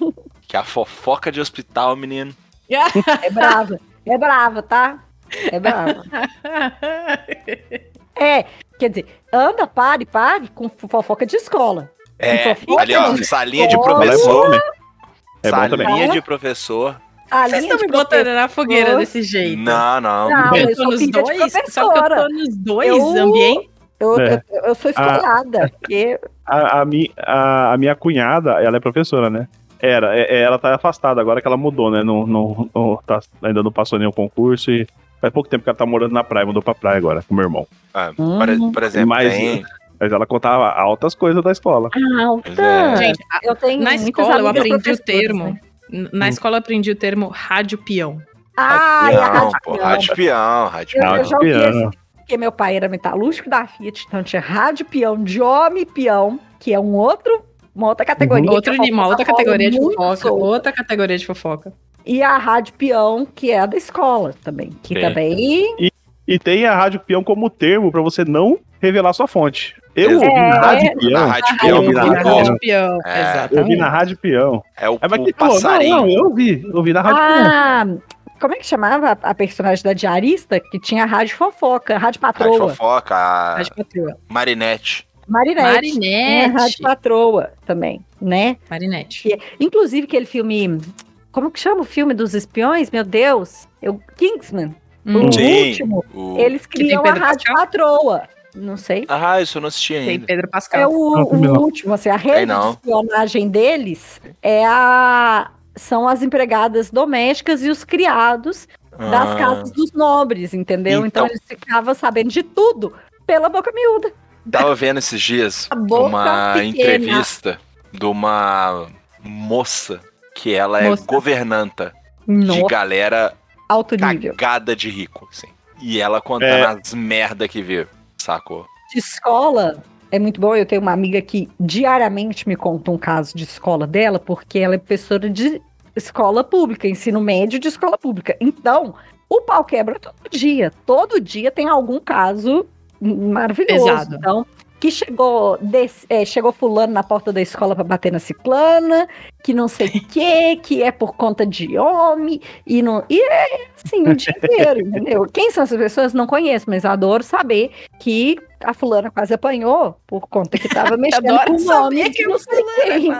Speaker 4: que a fofoca de hospital, menino.
Speaker 2: É brava. é brava, tá? É brava. É, quer dizer, anda, pare, pare com fofoca de escola.
Speaker 4: É,
Speaker 2: Fofoca
Speaker 4: ali ó,
Speaker 2: de
Speaker 4: salinha de
Speaker 1: Ela
Speaker 2: escola.
Speaker 1: é
Speaker 4: professor.
Speaker 1: bom, né? É bom também.
Speaker 4: salinha de professor.
Speaker 2: A
Speaker 3: Vocês
Speaker 2: linha
Speaker 3: estão
Speaker 2: de
Speaker 3: me botando na fogueira
Speaker 2: professor.
Speaker 3: desse jeito.
Speaker 4: Não, não.
Speaker 2: Não,
Speaker 3: Eu
Speaker 2: eu
Speaker 3: tô
Speaker 2: sou
Speaker 3: nos
Speaker 2: filha de
Speaker 3: dois? Só que eu
Speaker 2: professora.
Speaker 3: tô nos dois
Speaker 2: Eu-
Speaker 3: ambientes?
Speaker 2: Eu,
Speaker 1: É.
Speaker 2: eu, eu sou escolada. porque
Speaker 1: A, a mi- a- a minha cunhada, ela é professora, né? Era, é- é, ela tá afastada agora que ela mudou, né? Não, não, não tá- ainda não passou nenhum concurso e faz pouco tempo que ela tá morando na praia, mudou pra praia agora com meu irmão.
Speaker 4: Ah, por, por exemplo,
Speaker 1: Mas-
Speaker 4: tem-
Speaker 1: Mas ela contava altas coisas da escola.
Speaker 4: Pois é.
Speaker 2: Alta.
Speaker 3: Gente, a-
Speaker 2: eu tenho
Speaker 3: Hum, na
Speaker 2: muitas
Speaker 3: escola eu
Speaker 2: amigas
Speaker 3: aprendi o
Speaker 2: professoras,
Speaker 3: termo.
Speaker 2: né?
Speaker 3: N-
Speaker 1: Hum.
Speaker 3: Na escola eu aprendi o termo rádio peão.
Speaker 2: Ah, e a
Speaker 4: Não,
Speaker 2: rádio
Speaker 4: pô,
Speaker 2: peão.
Speaker 4: rádio peão, rádio
Speaker 2: Eu, eu
Speaker 1: Rádio
Speaker 2: já ouvi
Speaker 1: peão.
Speaker 2: esse, porque meu pai era metalúrgico da Fiat, então tinha rádio peão, de homem peão, que é um outro, uma outra categoria.
Speaker 3: Uhum. Outro
Speaker 2: que a
Speaker 3: animal, outra
Speaker 2: fofoca
Speaker 3: categoria de
Speaker 2: rola muito
Speaker 3: fofoca.
Speaker 2: solta.
Speaker 3: Outra categoria de fofoca.
Speaker 2: E a rádio peão, que é a da escola também, que
Speaker 4: É.
Speaker 2: também...
Speaker 1: E tem a Rádio Peão como termo pra você não revelar sua fonte. Eu
Speaker 4: É,
Speaker 1: ouvi na Rádio
Speaker 4: Na
Speaker 1: Peão.
Speaker 4: rádio
Speaker 1: Eu
Speaker 4: peão,
Speaker 1: ouvi na
Speaker 4: pô,
Speaker 1: rádio peão.
Speaker 3: Rádio peão.
Speaker 1: Eu
Speaker 4: É,
Speaker 1: ouvi na
Speaker 3: Exatamente.
Speaker 1: Rádio Peão.
Speaker 4: é o,
Speaker 1: Aí vai
Speaker 4: o
Speaker 1: que falou, não,
Speaker 4: passarinho.
Speaker 1: não, eu ouvi. Eu ouvi na Rádio Peão.
Speaker 2: Ah, como é que chamava a- a personagem da diarista? Que tinha a rádio fofoca, a rádio
Speaker 4: Rádio
Speaker 2: patroa,
Speaker 4: fofoca, a
Speaker 3: Rádio patroa.
Speaker 4: Marinette.
Speaker 2: Marinette. Tinha
Speaker 3: É,
Speaker 2: a Né? rádio
Speaker 3: Marinette.
Speaker 2: patroa também, né?
Speaker 3: Marinette.
Speaker 2: Que- Inclusive aquele filme. Como que chama o filme dos espiões? Meu Deus! Eu, Kingsman.
Speaker 3: Hum,
Speaker 2: O
Speaker 4: Sim.
Speaker 2: último.
Speaker 4: O...
Speaker 2: Eles
Speaker 3: tem
Speaker 2: criam a
Speaker 3: Pedro
Speaker 2: rádio
Speaker 3: Pascal?
Speaker 2: patroa. Não sei.
Speaker 4: Ah, isso eu não assisti
Speaker 3: Tem
Speaker 4: ainda.
Speaker 3: Pedro
Speaker 2: É
Speaker 3: Pascal.
Speaker 2: o,
Speaker 1: Ah, também
Speaker 2: o
Speaker 1: não.
Speaker 2: último, assim, a rede de
Speaker 4: não.
Speaker 2: espionagem deles é a. São as empregadas domésticas e os criados das
Speaker 4: Ah,
Speaker 2: casas dos nobres, entendeu? Então,
Speaker 4: Então.
Speaker 2: eles ficavam sabendo de tudo pela boca miúda.
Speaker 4: Tava vendo esses dias
Speaker 2: A boca
Speaker 4: uma
Speaker 2: pequena.
Speaker 4: entrevista de uma moça que ela é
Speaker 3: Moça.
Speaker 4: governanta de
Speaker 2: Nossa,
Speaker 4: galera
Speaker 2: alto nível.
Speaker 4: cagada de rico, assim. E ela contando as merda que viu, sacou?
Speaker 2: de escola é muito bom. Eu tenho uma amiga que diariamente me conta um caso de escola dela, porque ela é professora de escola pública, ensino médio de escola pública. Então, o pau quebra todo dia. Todo dia tem algum caso maravilhoso.
Speaker 3: Pesado.
Speaker 2: Então, que chegou, des- é, chegou fulano na porta da escola para bater na ciclana, que não sei o quê, que é por conta de homem, e não. E é assim o dia inteiro, entendeu? Quem são essas pessoas? Não conheço, mas adoro saber que a fulana quase apanhou por conta que tava mexendo
Speaker 3: Adoro
Speaker 2: com o
Speaker 3: saber
Speaker 2: nome
Speaker 3: que
Speaker 2: de
Speaker 3: a
Speaker 2: não sei quem.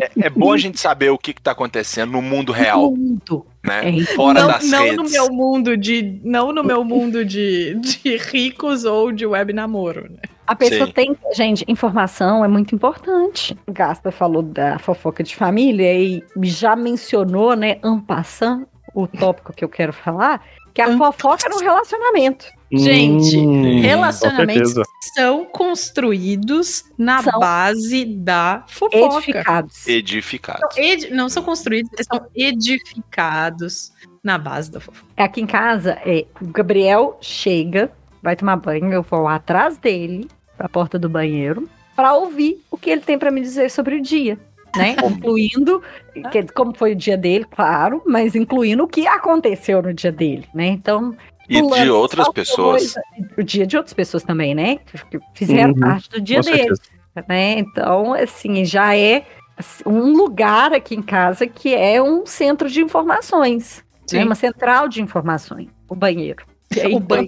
Speaker 4: É, é bom a gente saber o que, que tá acontecendo no mundo real,
Speaker 2: Tudo.
Speaker 4: né?
Speaker 2: É.
Speaker 4: Fora
Speaker 3: Não,
Speaker 4: das
Speaker 3: não
Speaker 4: redes.
Speaker 3: no meu mundo de não no meu mundo de, de ricos ou de web namoro, né?
Speaker 2: A pessoa
Speaker 4: Sim.
Speaker 2: tem. Gente, informação é muito importante. O Gaspa falou da fofoca de família e já mencionou, né, ampassando o tópico que eu quero falar, que é a
Speaker 3: Am
Speaker 2: fofoca no relacionamento.
Speaker 3: Gente,
Speaker 1: Hum,
Speaker 3: Relacionamentos
Speaker 1: com certeza.
Speaker 3: são construídos na
Speaker 2: São
Speaker 3: base da fofoca.
Speaker 2: Edificados.
Speaker 4: Edificado.
Speaker 3: São edi- não são construídos, eles são edificados na base da fofoca.
Speaker 2: Aqui em casa, é, o Gabriel chega, vai tomar banho, eu vou lá atrás dele, pra porta do banheiro, pra ouvir o que ele tem pra me dizer sobre o dia, né? incluindo que- como foi o dia dele, claro, mas incluindo o que aconteceu no dia dele, né? Então,
Speaker 4: E
Speaker 2: fulano
Speaker 4: de outras
Speaker 2: faltou
Speaker 4: pessoas.
Speaker 2: coisa- o dia de outras pessoas também, né? Que fizeram
Speaker 1: Uhum,
Speaker 2: parte do dia
Speaker 1: Com
Speaker 2: dele
Speaker 1: certeza.
Speaker 2: né? Então, assim, já é assim, um lugar aqui em casa que é um centro de informações,
Speaker 3: Sim.
Speaker 2: né? uma central de informações, o banheiro. O banho.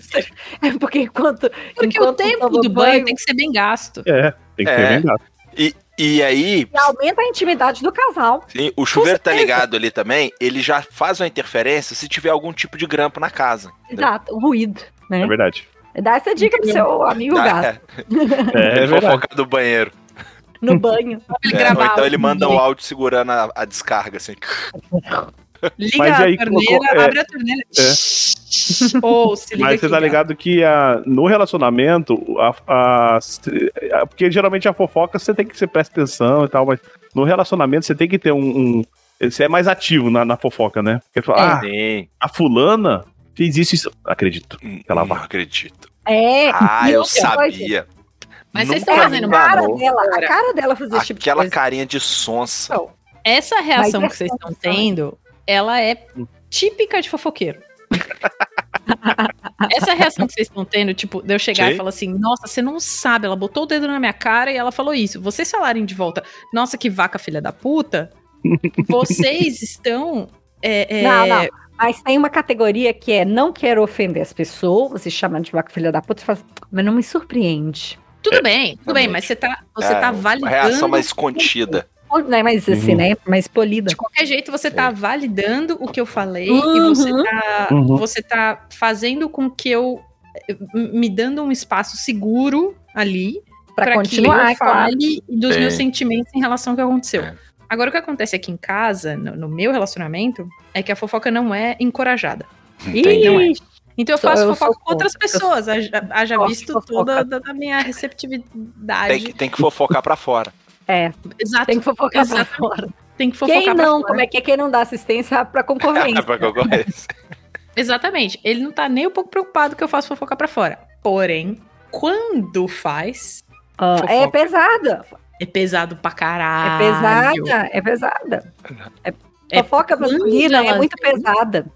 Speaker 2: É porque enquanto.
Speaker 3: Porque
Speaker 2: enquanto
Speaker 3: o tempo
Speaker 2: toma
Speaker 3: do banho tem que ser bem gasto.
Speaker 1: É, tem que
Speaker 4: É.
Speaker 1: ter vingado.
Speaker 4: E, e aí,
Speaker 2: E aumenta a intimidade do casal.
Speaker 4: sim, o chuveiro tá ligado ali também, ele já faz uma interferência se tiver algum tipo de grampo na casa. entendeu?
Speaker 2: Exato, o ruído.
Speaker 1: É
Speaker 2: Né?
Speaker 1: verdade.
Speaker 2: Dá essa dica pro seu amigo gato.
Speaker 1: É,
Speaker 4: Ah, ele
Speaker 1: verdade.
Speaker 4: fofoca do banheiro.
Speaker 2: No banho.
Speaker 3: Ele
Speaker 4: É, ou
Speaker 3: gravar um
Speaker 4: então ele
Speaker 3: o-
Speaker 4: manda o áudio segurando a, a descarga, assim.
Speaker 3: Liga
Speaker 1: Mas
Speaker 3: a
Speaker 1: aí
Speaker 3: torneira,
Speaker 1: colocou- é.
Speaker 3: abre a torneira. Ou se liga
Speaker 1: Mas você tá
Speaker 3: aqui, gato.
Speaker 1: ligado que a- no relacionamento, a, a- a- porque geralmente a fofoca você tem que você presta atenção e tal, mas no relacionamento você tem que ter um. um- você é mais ativo na, na fofoca, né? Porque
Speaker 4: É.
Speaker 1: tu fala, ah,
Speaker 4: Sim.
Speaker 1: a fulana fez isso, e isso. Acredito. Ela
Speaker 4: Hum, Não
Speaker 1: vai.
Speaker 4: acredito.
Speaker 2: É.
Speaker 4: Ah,
Speaker 2: e
Speaker 4: eu
Speaker 2: outra coisa,
Speaker 4: sabia.
Speaker 3: Mas vocês
Speaker 4: Nunca
Speaker 3: tão
Speaker 4: me
Speaker 3: Tá fazendo
Speaker 2: a
Speaker 3: uma
Speaker 2: cara
Speaker 4: enganou.
Speaker 2: dela, a cara dela fazer esse tipo de
Speaker 4: Aquela
Speaker 2: coisa.
Speaker 4: carinha de sonsa.
Speaker 3: Essa reação
Speaker 2: Mas
Speaker 3: que vocês estão
Speaker 2: essa reação,
Speaker 3: tendo, ela é
Speaker 1: Hum.
Speaker 3: típica de fofoqueiro. Essa reação que vocês estão tendo, tipo, de eu chegar
Speaker 4: Sei.
Speaker 3: e falar assim, nossa, você não sabe, ela botou o dedo na minha cara e ela falou isso. Vocês falarem de volta, nossa, que vaca filha da puta, vocês estão. é, é,
Speaker 2: Não, não. Mas tem uma categoria que é não quero ofender as pessoas, se chama de vaca filha da puta, você fala, assim, mas não me surpreende.
Speaker 3: Tudo bem, tudo bem,
Speaker 4: realmente.
Speaker 3: mas você tá, você
Speaker 4: É,
Speaker 3: tá
Speaker 4: Uma
Speaker 3: validando.
Speaker 4: reação mais contida.
Speaker 2: Ou, né, mas assim,
Speaker 1: Uhum.
Speaker 2: né? Mas polida.
Speaker 3: De qualquer jeito, você
Speaker 1: É.
Speaker 3: tá validando o que eu falei
Speaker 2: Uhum.
Speaker 3: e você tá,
Speaker 1: Uhum.
Speaker 3: você tá fazendo com que eu me dando um espaço seguro ali
Speaker 2: Pra,
Speaker 3: pra
Speaker 2: continuar,
Speaker 3: que
Speaker 2: é
Speaker 3: eu
Speaker 2: claro.
Speaker 3: fale dos
Speaker 4: Sim.
Speaker 3: meus sentimentos em relação ao que aconteceu.
Speaker 4: É.
Speaker 3: Agora o que acontece aqui em casa, no, no meu relacionamento, é que a fofoca não é encorajada.
Speaker 4: Entendi.
Speaker 3: Não é. Então eu
Speaker 2: Sou-
Speaker 3: faço
Speaker 2: eu
Speaker 3: fofoca
Speaker 2: sou
Speaker 3: com outras
Speaker 2: contra.
Speaker 3: pessoas, haja haja
Speaker 2: Gosto de
Speaker 3: visto
Speaker 2: fofoca.
Speaker 3: toda da, da minha
Speaker 4: Tem
Speaker 3: receptividade.
Speaker 4: que, tem que fofocar pra fora.
Speaker 3: Exato,
Speaker 2: Tem que fofocar pra
Speaker 3: Exato.
Speaker 2: fora.
Speaker 3: tem que fofocar
Speaker 2: Quem
Speaker 3: pra
Speaker 2: não,
Speaker 3: fora.
Speaker 2: como é que é quem não dá assistência pra
Speaker 4: É
Speaker 2: concorrência?
Speaker 4: pra que eu conheço.
Speaker 3: Exatamente. Ele não tá nem um pouco preocupado que eu faço fofoca pra fora. Porém, quando faz,
Speaker 2: Ah, é
Speaker 3: Fofoca.
Speaker 2: pesada.
Speaker 3: é pesado pra
Speaker 2: É
Speaker 3: caralho.
Speaker 2: pesada, é pesada. É,
Speaker 3: Ah, É
Speaker 2: fofoca
Speaker 3: quando
Speaker 2: masculina é
Speaker 3: ela-
Speaker 2: muito pesada.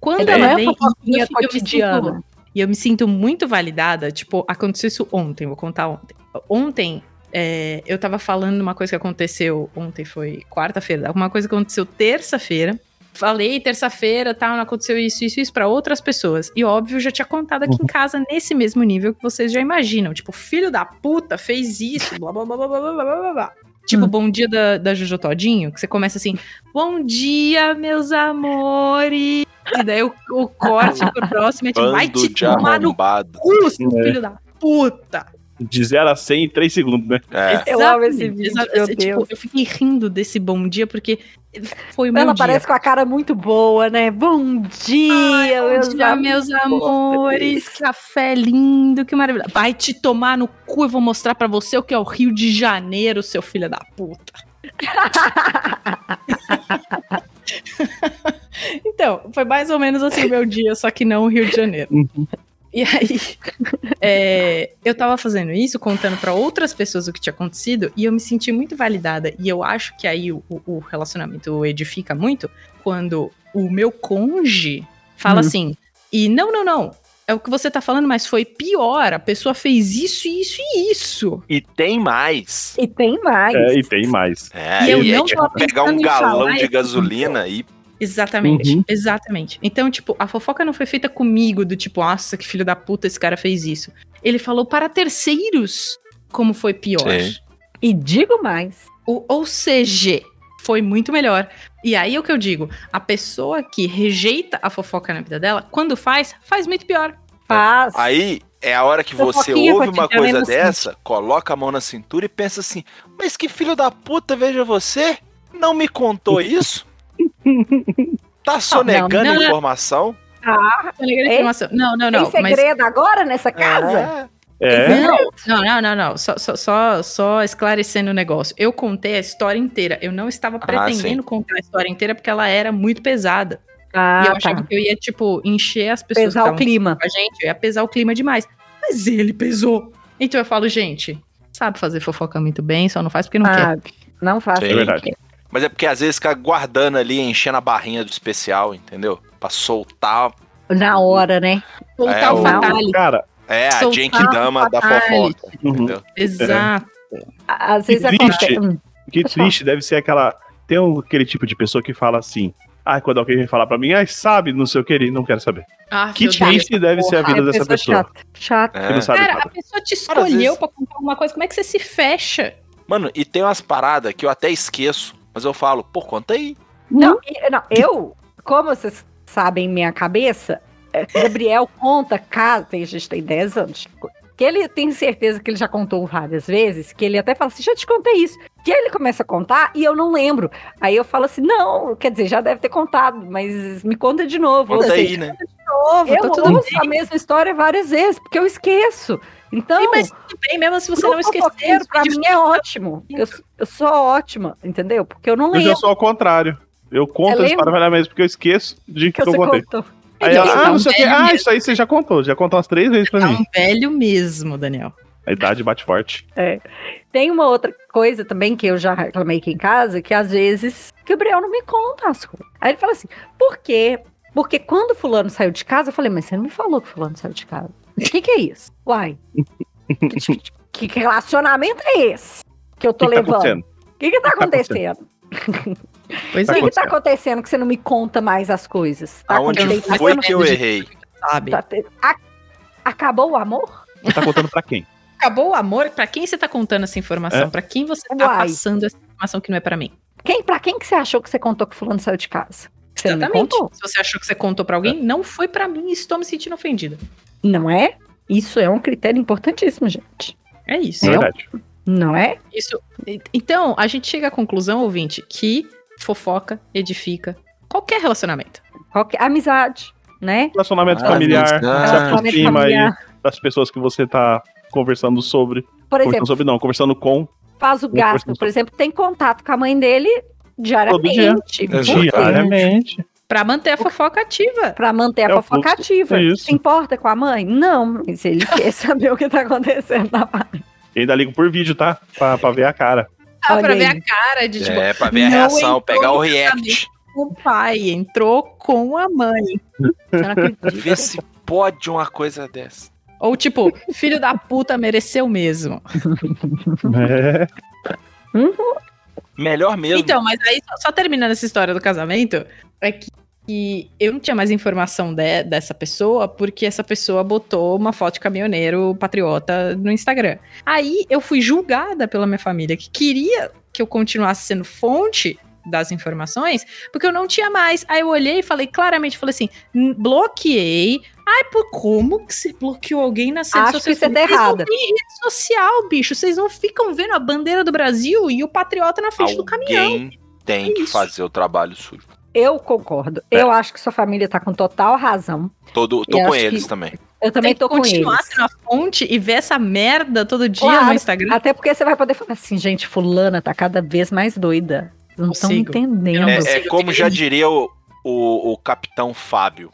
Speaker 3: Quando
Speaker 2: Ela não
Speaker 3: ela
Speaker 2: é
Speaker 3: vem
Speaker 2: uma
Speaker 3: e eu-
Speaker 2: fofoquinha
Speaker 3: eu me sinto-
Speaker 2: cotidiana.
Speaker 3: E eu me sinto muito validada. Tipo, aconteceu isso ontem, vou contar ontem. Ontem, é, eu tava falando uma coisa que aconteceu. Ontem foi quarta-feira, alguma coisa que aconteceu terça-feira. Falei terça-feira, tal, não aconteceu isso, isso, isso pra outras pessoas. E óbvio, eu já tinha contado aqui em casa nesse mesmo nível que vocês já imaginam. Tipo, filho da puta fez isso, blá blá blá blá blá blá blá blá, blá. Tipo,
Speaker 2: Hum.
Speaker 3: bom dia da, da Jojo Todinho, que você começa assim, bom dia, meus amores. E daí o, o corte pro próximo é tipo, vai
Speaker 4: Bando
Speaker 3: te
Speaker 4: de
Speaker 3: tomar no
Speaker 4: arrombado.
Speaker 3: cu, seu
Speaker 1: É.
Speaker 3: filho da puta.
Speaker 1: De 0 a 100 em 3 segundos, né?
Speaker 4: É.
Speaker 2: Eu amo esse
Speaker 3: Exatamente,
Speaker 2: vídeo,
Speaker 3: exa-
Speaker 2: meu
Speaker 3: assim, tipo,
Speaker 2: Deus.
Speaker 3: eu fiquei rindo desse bom dia, porque foi o meu
Speaker 2: Ela
Speaker 3: dia.
Speaker 2: parece com a cara muito boa, né? Bom dia, meus
Speaker 3: Bom dia, meus amores, café lindo, que maravilha. Vai te tomar no cu, eu vou mostrar pra você o que é o Rio de Janeiro, seu filho da puta. então, foi mais ou menos assim o meu dia, só que não o Rio de Janeiro. E aí, é, eu tava fazendo isso, contando pra outras pessoas o que tinha acontecido, e eu me senti muito validada. E eu acho que aí o, o relacionamento edifica muito quando o meu cônjuge fala
Speaker 2: Hum.
Speaker 3: assim: e não, não, não, é o que você tá falando, mas foi pior, a pessoa fez isso, isso e isso.
Speaker 4: E tem mais.
Speaker 2: E tem mais.
Speaker 1: É, e tem mais.
Speaker 4: É,
Speaker 3: E eu
Speaker 4: é
Speaker 3: não
Speaker 4: tipo
Speaker 3: tava
Speaker 4: pegar
Speaker 3: pensando
Speaker 4: um
Speaker 3: em
Speaker 4: galão
Speaker 3: falar
Speaker 4: de
Speaker 3: isso.
Speaker 4: gasolina e
Speaker 3: Exatamente,
Speaker 1: Uhum.
Speaker 3: exatamente. Então, tipo, a fofoca não foi feita comigo, do tipo, nossa, que filho da puta esse cara fez isso. Ele falou para terceiros como foi pior.
Speaker 4: Sim.
Speaker 2: E digo mais.
Speaker 1: É.
Speaker 3: O- ou seja, foi muito melhor. E aí é o que eu digo: a pessoa que rejeita a fofoca na vida dela, quando faz, faz muito pior.
Speaker 2: Faz.
Speaker 4: Aí é a hora que
Speaker 2: Fofoquinha
Speaker 4: você ouve uma
Speaker 3: cotidiana é
Speaker 4: coisa
Speaker 3: inocente.
Speaker 4: dessa, coloca a mão na cintura e pensa assim: mas que filho da puta, veja você, não me contou isso? Tá sonegando
Speaker 3: não, não.
Speaker 4: informação?
Speaker 3: Ah,
Speaker 2: Ei,
Speaker 3: Informação. Não, não, não.
Speaker 2: É? tem
Speaker 3: Mas,
Speaker 2: segredo agora nessa casa?
Speaker 4: É.
Speaker 1: É.
Speaker 3: não, não, não, não, não. Só, só, só, só esclarecendo o negócio. Eu contei a história inteira. Eu não estava pretendendo contar a história inteira porque ela era muito pesada.
Speaker 2: Ah,
Speaker 3: e eu achava que eu ia, tipo, encher as pessoas
Speaker 2: Pesar o
Speaker 3: que estavam
Speaker 2: clima.
Speaker 3: com a gente, eu ia pesar o clima demais. Mas ele pesou. Então eu falo, gente, sabe fazer fofoca muito bem, só não faz porque não quer.
Speaker 2: Sabe? Ah, Não faça.
Speaker 4: Sim.
Speaker 1: É verdade.
Speaker 4: Mas é porque às vezes fica guardando ali, enchendo a barrinha do especial, entendeu? Pra soltar.
Speaker 2: Na hora, né?
Speaker 3: Soltar
Speaker 4: É,
Speaker 3: o
Speaker 4: o-
Speaker 3: fatale.
Speaker 1: Então, Cara,
Speaker 4: É, a
Speaker 3: Soltar
Speaker 4: Genkidama da
Speaker 3: fatality.
Speaker 4: fofoca.
Speaker 1: uhum.
Speaker 4: Entendeu?
Speaker 3: Exato.
Speaker 2: À- Às vezes
Speaker 1: Existe.
Speaker 2: acontece. Hum.
Speaker 1: que
Speaker 2: Deixa eu
Speaker 1: triste deve ser aquela. Tem um- aquele tipo de pessoa que fala assim: Ah, quando alguém vem falar pra mim, ai, sabe, não sei o que, ele não quero saber.
Speaker 3: Ah,
Speaker 1: Que
Speaker 3: meu Deus.
Speaker 1: triste deve ser a vida
Speaker 2: Ai,
Speaker 1: dessa pessoa.
Speaker 2: É, Chata. chata.
Speaker 1: Que
Speaker 4: É.
Speaker 1: não sabe
Speaker 3: Cara, a
Speaker 1: nada.
Speaker 3: pessoa te
Speaker 4: Cara, às
Speaker 3: escolheu
Speaker 4: vezes-
Speaker 3: pra contar alguma coisa, como é que você se fecha?
Speaker 4: É. Mano, e tem umas paradas que eu até esqueço, mas eu falo, pô, conta aí.
Speaker 3: Uhum.
Speaker 2: Não, e- não, eu, como vocês sabem, minha cabeça, é, Gabriel conta caso, tem, a gente tem 10 anos, que ele tem certeza que ele já contou várias vezes, que ele até fala assim, já te contei isso. Que ele começa a contar e eu não lembro. Aí eu falo assim, não, quer dizer, já deve ter contado, mas me conta de novo.
Speaker 4: Conta
Speaker 2: Ou
Speaker 4: aí,
Speaker 2: seja,
Speaker 4: né?
Speaker 3: Novo,
Speaker 2: Eu ouço a mesma história várias vezes, porque eu esqueço. Então,
Speaker 3: Sim, mas tudo bem, mesmo se você
Speaker 2: pro
Speaker 3: não Então. esquecer,
Speaker 2: fofoqueiro, pra mim é ótimo. Eu, eu sou ótima, entendeu? Porque eu não
Speaker 1: Eu já
Speaker 2: lembro
Speaker 1: sou ao contrário. Eu
Speaker 2: Você
Speaker 1: conto a
Speaker 2: lembra?
Speaker 1: história várias vezes, porque eu esqueço de que,
Speaker 2: que
Speaker 1: eu
Speaker 2: você
Speaker 1: contei.
Speaker 2: contou.
Speaker 1: Aí ela, ah,
Speaker 3: Então,
Speaker 1: não sei o que, ah, isso aí você já contou, já contou umas três vezes pra
Speaker 3: tá
Speaker 1: mim.
Speaker 3: um velho mesmo, Daniel.
Speaker 1: A idade bate forte.
Speaker 2: Tem uma outra coisa também que eu já reclamei aqui em casa, que às vezes o Gabriel não me conta as coisas. Aí ele fala assim, por quê? Porque quando fulano saiu de casa, eu falei, mas você não me falou que fulano saiu de casa. O que, que é isso? Uai, que, tipo de- que relacionamento é esse que eu
Speaker 1: O
Speaker 2: tô
Speaker 1: que, que tá
Speaker 2: levando?
Speaker 1: acontecendo?
Speaker 2: O que, que tá
Speaker 1: tá acontecendo?
Speaker 2: acontecendo?
Speaker 3: Pois
Speaker 2: O
Speaker 1: Tá
Speaker 3: é,
Speaker 2: que, que tá acontecendo que você não me conta mais as coisas? Tá
Speaker 4: Aonde
Speaker 2: acontecendo- tá
Speaker 4: foi
Speaker 2: acontecendo-
Speaker 4: que eu errei?
Speaker 3: sabe?
Speaker 2: tá te- a- Acabou o amor?
Speaker 1: Você tá contando pra quem?
Speaker 3: Acabou o amor? Pra quem você tá contando essa
Speaker 1: É.
Speaker 3: informação? Pra quem você tá
Speaker 2: Uai.
Speaker 3: passando essa informação que não é pra mim?
Speaker 2: Quem, pra quem que você achou que você contou que fulano saiu de casa? Que Você não me contou?
Speaker 3: Se você achou que você contou pra
Speaker 1: É.
Speaker 3: alguém, não foi pra mim e estou me sentindo ofendida.
Speaker 2: Não é? Isso é um critério importantíssimo, gente.
Speaker 3: É isso.
Speaker 1: Na verdade.
Speaker 2: Não é?
Speaker 3: Isso. e- Então, a gente chega à conclusão, ouvinte, que fofoca edifica qualquer relacionamento.
Speaker 2: Qualquer amizade, né?
Speaker 1: Relacionamento
Speaker 4: Ah,
Speaker 1: familiar,
Speaker 4: amizade.
Speaker 1: se
Speaker 2: Relacionamento
Speaker 1: aproxima aí
Speaker 2: familiar.
Speaker 1: das pessoas que você tá conversando sobre.
Speaker 2: Por
Speaker 1: Conversando
Speaker 2: exemplo,
Speaker 1: sobre, não, conversando com.
Speaker 2: faz o
Speaker 1: Uma coisa
Speaker 2: gasto,
Speaker 1: que-
Speaker 2: por exemplo, tem contato com a mãe dele diariamente.
Speaker 4: Todo dia.
Speaker 1: um
Speaker 2: Por quê?
Speaker 1: Diariamente.
Speaker 3: Pra manter a fofoca ativa.
Speaker 2: Pra manter a
Speaker 1: É o
Speaker 2: fofoca
Speaker 1: fluxo.
Speaker 2: ativa.
Speaker 1: É isso.
Speaker 2: Se importa com a mãe? Não, mas ele quer saber o que tá acontecendo na parte.
Speaker 1: E ainda ligo por vídeo, tá? Pra, pra ver a cara.
Speaker 3: Ah,
Speaker 2: Olha
Speaker 3: pra ver
Speaker 2: aí.
Speaker 3: a cara de tipo,
Speaker 4: É, pra ver a
Speaker 3: não
Speaker 4: reação,
Speaker 3: entrou
Speaker 4: pegar o
Speaker 3: no
Speaker 4: react.
Speaker 3: o pai entrou com a mãe.
Speaker 2: Eu não acredito.
Speaker 4: Vê se pode uma coisa dessa.
Speaker 3: Ou tipo, filho da puta mereceu mesmo.
Speaker 2: Uhum.
Speaker 1: É.
Speaker 4: Melhor mesmo.
Speaker 3: Então, mas aí, só, só terminando essa história do casamento, é que, que eu não tinha mais informação de- dessa pessoa, porque essa pessoa botou uma foto de caminhoneiro patriota no Instagram. Aí eu fui julgada pela minha família, que queria que eu continuasse sendo fonte das informações, porque eu não tinha mais. Aí eu olhei e falei claramente, falei assim, "N- bloqueei. Ai, por como que você bloqueou alguém na rede
Speaker 2: Acho que você tá
Speaker 3: Vocês não
Speaker 2: errada.
Speaker 3: têm rede social, bicho. Vocês não ficam vendo a bandeira do Brasil e o patriota na frente do caminhão. É
Speaker 4: Alguém tem que
Speaker 3: Isso.
Speaker 4: fazer o trabalho sujo.
Speaker 2: Eu concordo.
Speaker 4: É.
Speaker 2: Eu acho que sua família tá com total razão.
Speaker 4: Todo,
Speaker 2: Eu
Speaker 4: tô com
Speaker 2: acho
Speaker 4: eles
Speaker 2: que-
Speaker 4: também.
Speaker 2: Eu também
Speaker 3: Tem que
Speaker 2: tô com ele.
Speaker 3: continuar sendo a fonte e ver essa merda todo dia
Speaker 2: Claro.
Speaker 3: no Instagram.
Speaker 2: Até porque você vai poder falar assim, gente, fulana tá cada vez mais doida. Vocês Não estão
Speaker 3: Consigo.
Speaker 2: entendendo.
Speaker 3: Eu não
Speaker 4: É,
Speaker 3: sei,
Speaker 4: é como
Speaker 3: tenho
Speaker 4: já
Speaker 3: medo.
Speaker 4: diria o, o, o capitão Fábio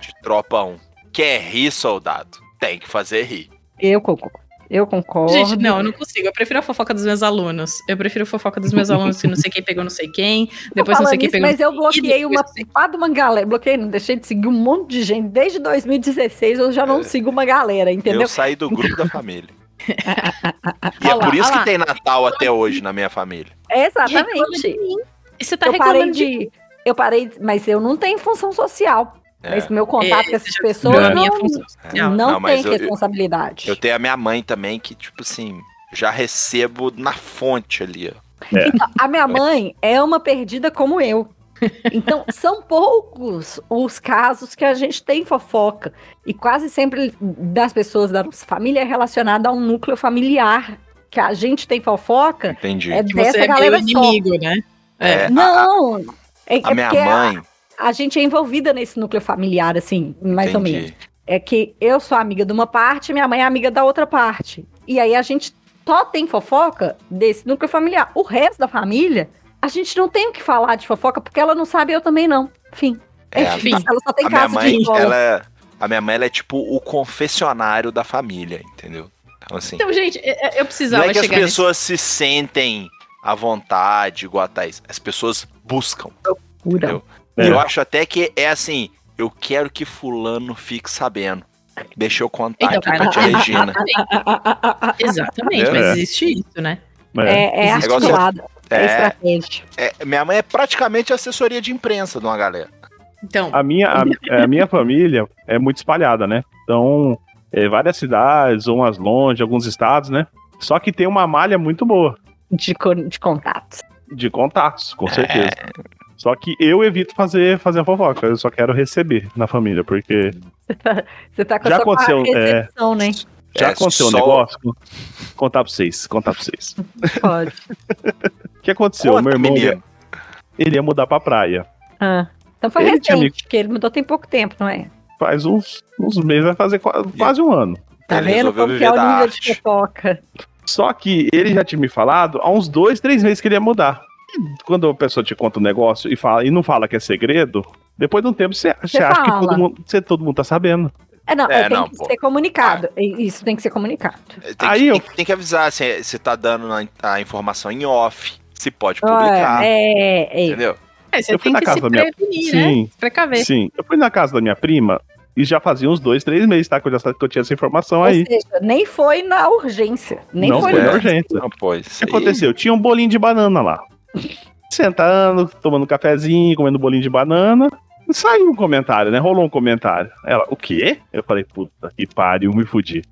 Speaker 4: de Tropa 1. Quer rir, soldado? Tem que fazer rir.
Speaker 2: Eu concordo. Eu concordo.
Speaker 3: Gente, não, eu não consigo. Eu prefiro a fofoca dos meus alunos. Eu prefiro a fofoca dos meus alunos que não sei quem pegou não sei quem. Depois não sei quem
Speaker 2: isso,
Speaker 3: pegou.
Speaker 2: mas eu
Speaker 3: sei quem,
Speaker 2: bloqueei
Speaker 3: e
Speaker 2: uma
Speaker 3: depois não sei
Speaker 2: pá de uma galera. Bloqueei, não deixei de seguir um monte de gente. Desde 2016 eu já não
Speaker 4: É.
Speaker 2: sigo uma galera, entendeu?
Speaker 4: Eu saí do grupo da família. e
Speaker 3: Olha
Speaker 4: é
Speaker 3: lá,
Speaker 4: por isso
Speaker 3: olha
Speaker 4: que
Speaker 3: lá.
Speaker 4: tem Natal até hoje na minha família.
Speaker 3: Reclama de
Speaker 2: Exatamente.
Speaker 3: é mim. E você tá
Speaker 2: eu parei
Speaker 3: reclamando de.
Speaker 2: de. Eu parei, de- mas eu não tenho função social.
Speaker 4: É.
Speaker 2: Mas meu contato
Speaker 3: É,
Speaker 2: com essas
Speaker 3: já-
Speaker 2: pessoas
Speaker 1: É.
Speaker 2: não,
Speaker 3: minha função social.
Speaker 2: não,
Speaker 4: Não, mas
Speaker 2: tem
Speaker 4: eu- eu-
Speaker 2: responsabilidade.
Speaker 4: Eu tenho a minha mãe também, que, tipo assim, já recebo na fonte ali, ó.
Speaker 2: Então, a minha mãe é uma perdida como eu. Então, são poucos os casos que a gente tem fofoca. E quase sempre das pessoas da nossa família é relacionada a um núcleo familiar. Que a gente tem fofoca
Speaker 4: Entendi.
Speaker 2: é
Speaker 3: Que
Speaker 2: dessa
Speaker 3: você é
Speaker 2: galera
Speaker 3: meu
Speaker 2: só.
Speaker 3: inimigo, né?
Speaker 4: É, a,
Speaker 2: Não! É,
Speaker 4: a
Speaker 2: é
Speaker 4: minha
Speaker 2: porque a-
Speaker 4: mãe.
Speaker 2: a, gente é envolvida nesse núcleo familiar, assim, mais ou
Speaker 4: entendi.
Speaker 2: menos. É que eu sou amiga de uma parte, minha mãe é amiga da outra parte. E aí a gente só tem fofoca desse núcleo familiar. O resto da família, a gente não tem o que falar de fofoca, porque ela não sabe, eu também não. Fim.
Speaker 4: É,
Speaker 2: É,
Speaker 3: enfim.
Speaker 2: difícil, ela só tem
Speaker 4: a minha
Speaker 2: caso de
Speaker 4: mãe,
Speaker 2: escola.
Speaker 4: ela, a minha mãe ela é tipo o confessionário da família, entendeu? Então, assim,
Speaker 3: Então, gente, eu- eu- eu
Speaker 4: não
Speaker 3: precisava
Speaker 4: é que as
Speaker 3: chegar nesse
Speaker 4: pessoas se sentem à vontade, igual a Thaís. As pessoas buscam.
Speaker 2: Pura.
Speaker 4: entendeu?
Speaker 1: É.
Speaker 4: E eu acho até que é assim, eu quero que fulano fique sabendo. Deixa eu contar
Speaker 3: Então,
Speaker 4: aqui pra tia Regina.
Speaker 3: Exatamente,
Speaker 1: É.
Speaker 3: mas existe isso, né?
Speaker 1: É.
Speaker 2: É, é
Speaker 3: Existe
Speaker 4: negócio-
Speaker 2: articulada. É,
Speaker 4: É,
Speaker 2: estratégia.
Speaker 4: é- minha mãe é praticamente assessoria de imprensa de uma galera.
Speaker 3: Então,
Speaker 1: A minha, a, a minha família é muito espalhada, né? Então, é, várias cidades, umas longe, alguns estados, né? Só que tem uma malha muito boa
Speaker 2: De, con- de contatos.
Speaker 1: de contatos, com certeza. Só que eu evito fazer, fazer a fofoca, eu só quero receber na família, porque
Speaker 2: Você tá com
Speaker 1: Já
Speaker 2: a sua
Speaker 1: aconteceu, é.
Speaker 2: recepção, né?
Speaker 1: já
Speaker 4: É,
Speaker 1: aconteceu um
Speaker 4: só-
Speaker 1: negócio. Contar pra vocês, contar pra vocês.
Speaker 2: Pode.
Speaker 1: O que aconteceu?
Speaker 4: Conta,
Speaker 1: Meu irmão,
Speaker 4: menino.
Speaker 1: ele- é ele ia mudar pra praia.
Speaker 2: Ah, Então foi
Speaker 1: Ele tinha
Speaker 2: recente,
Speaker 1: amigo-
Speaker 2: porque ele mudou tem pouco tempo, não é?
Speaker 1: Faz uns, uns meses, vai fazer qua- quase um ano.
Speaker 2: Tá
Speaker 4: Ele
Speaker 2: vendo
Speaker 4: resolveu
Speaker 2: como que
Speaker 4: viver
Speaker 2: é o
Speaker 4: da
Speaker 2: nível de
Speaker 4: arte.
Speaker 2: fofoca?
Speaker 1: Só que ele já tinha me falado há uns dois, três meses que ele ia mudar. E quando a pessoa te conta um negócio e, fala, e não fala que é segredo, depois de um tempo você, você acha que
Speaker 2: fala.
Speaker 1: todo mundo, você, todo mundo tá sabendo.
Speaker 2: É, não,
Speaker 4: É,
Speaker 2: é, tem
Speaker 4: não,
Speaker 2: que
Speaker 4: pô. Ah.
Speaker 2: ser comunicado. E- Isso tem que ser comunicado.
Speaker 4: É, Tem,
Speaker 1: Aí
Speaker 4: que,
Speaker 1: eu-
Speaker 4: tem, que- tem que avisar se, se tá dando a, a informação em off, se pode
Speaker 2: Ah,
Speaker 4: publicar,
Speaker 2: é, é,
Speaker 4: entendeu?
Speaker 3: é, você
Speaker 1: eu fui
Speaker 3: tem
Speaker 1: na
Speaker 3: que
Speaker 1: casa
Speaker 3: se
Speaker 1: da minha-
Speaker 3: prevenir, né?
Speaker 1: sim,
Speaker 3: Se precaver.
Speaker 1: sim. Eu fui na casa da minha prima e já fazia uns dois, três meses, tá? Que eu já sa- que eu tinha essa informação
Speaker 2: Ou
Speaker 1: aí.
Speaker 2: seja, nem foi na urgência. Nem
Speaker 1: não
Speaker 2: foi
Speaker 1: foi
Speaker 4: na
Speaker 1: na
Speaker 2: no-
Speaker 1: urgência.
Speaker 4: Não, pô, isso
Speaker 1: O que aconteceu? Tinha um bolinho de banana lá. Sentando, tomando um cafezinho, comendo bolinho de banana. E saiu um comentário, né? Rolou um comentário. Ela, o quê? Eu falei, puta que pariu, me fudi.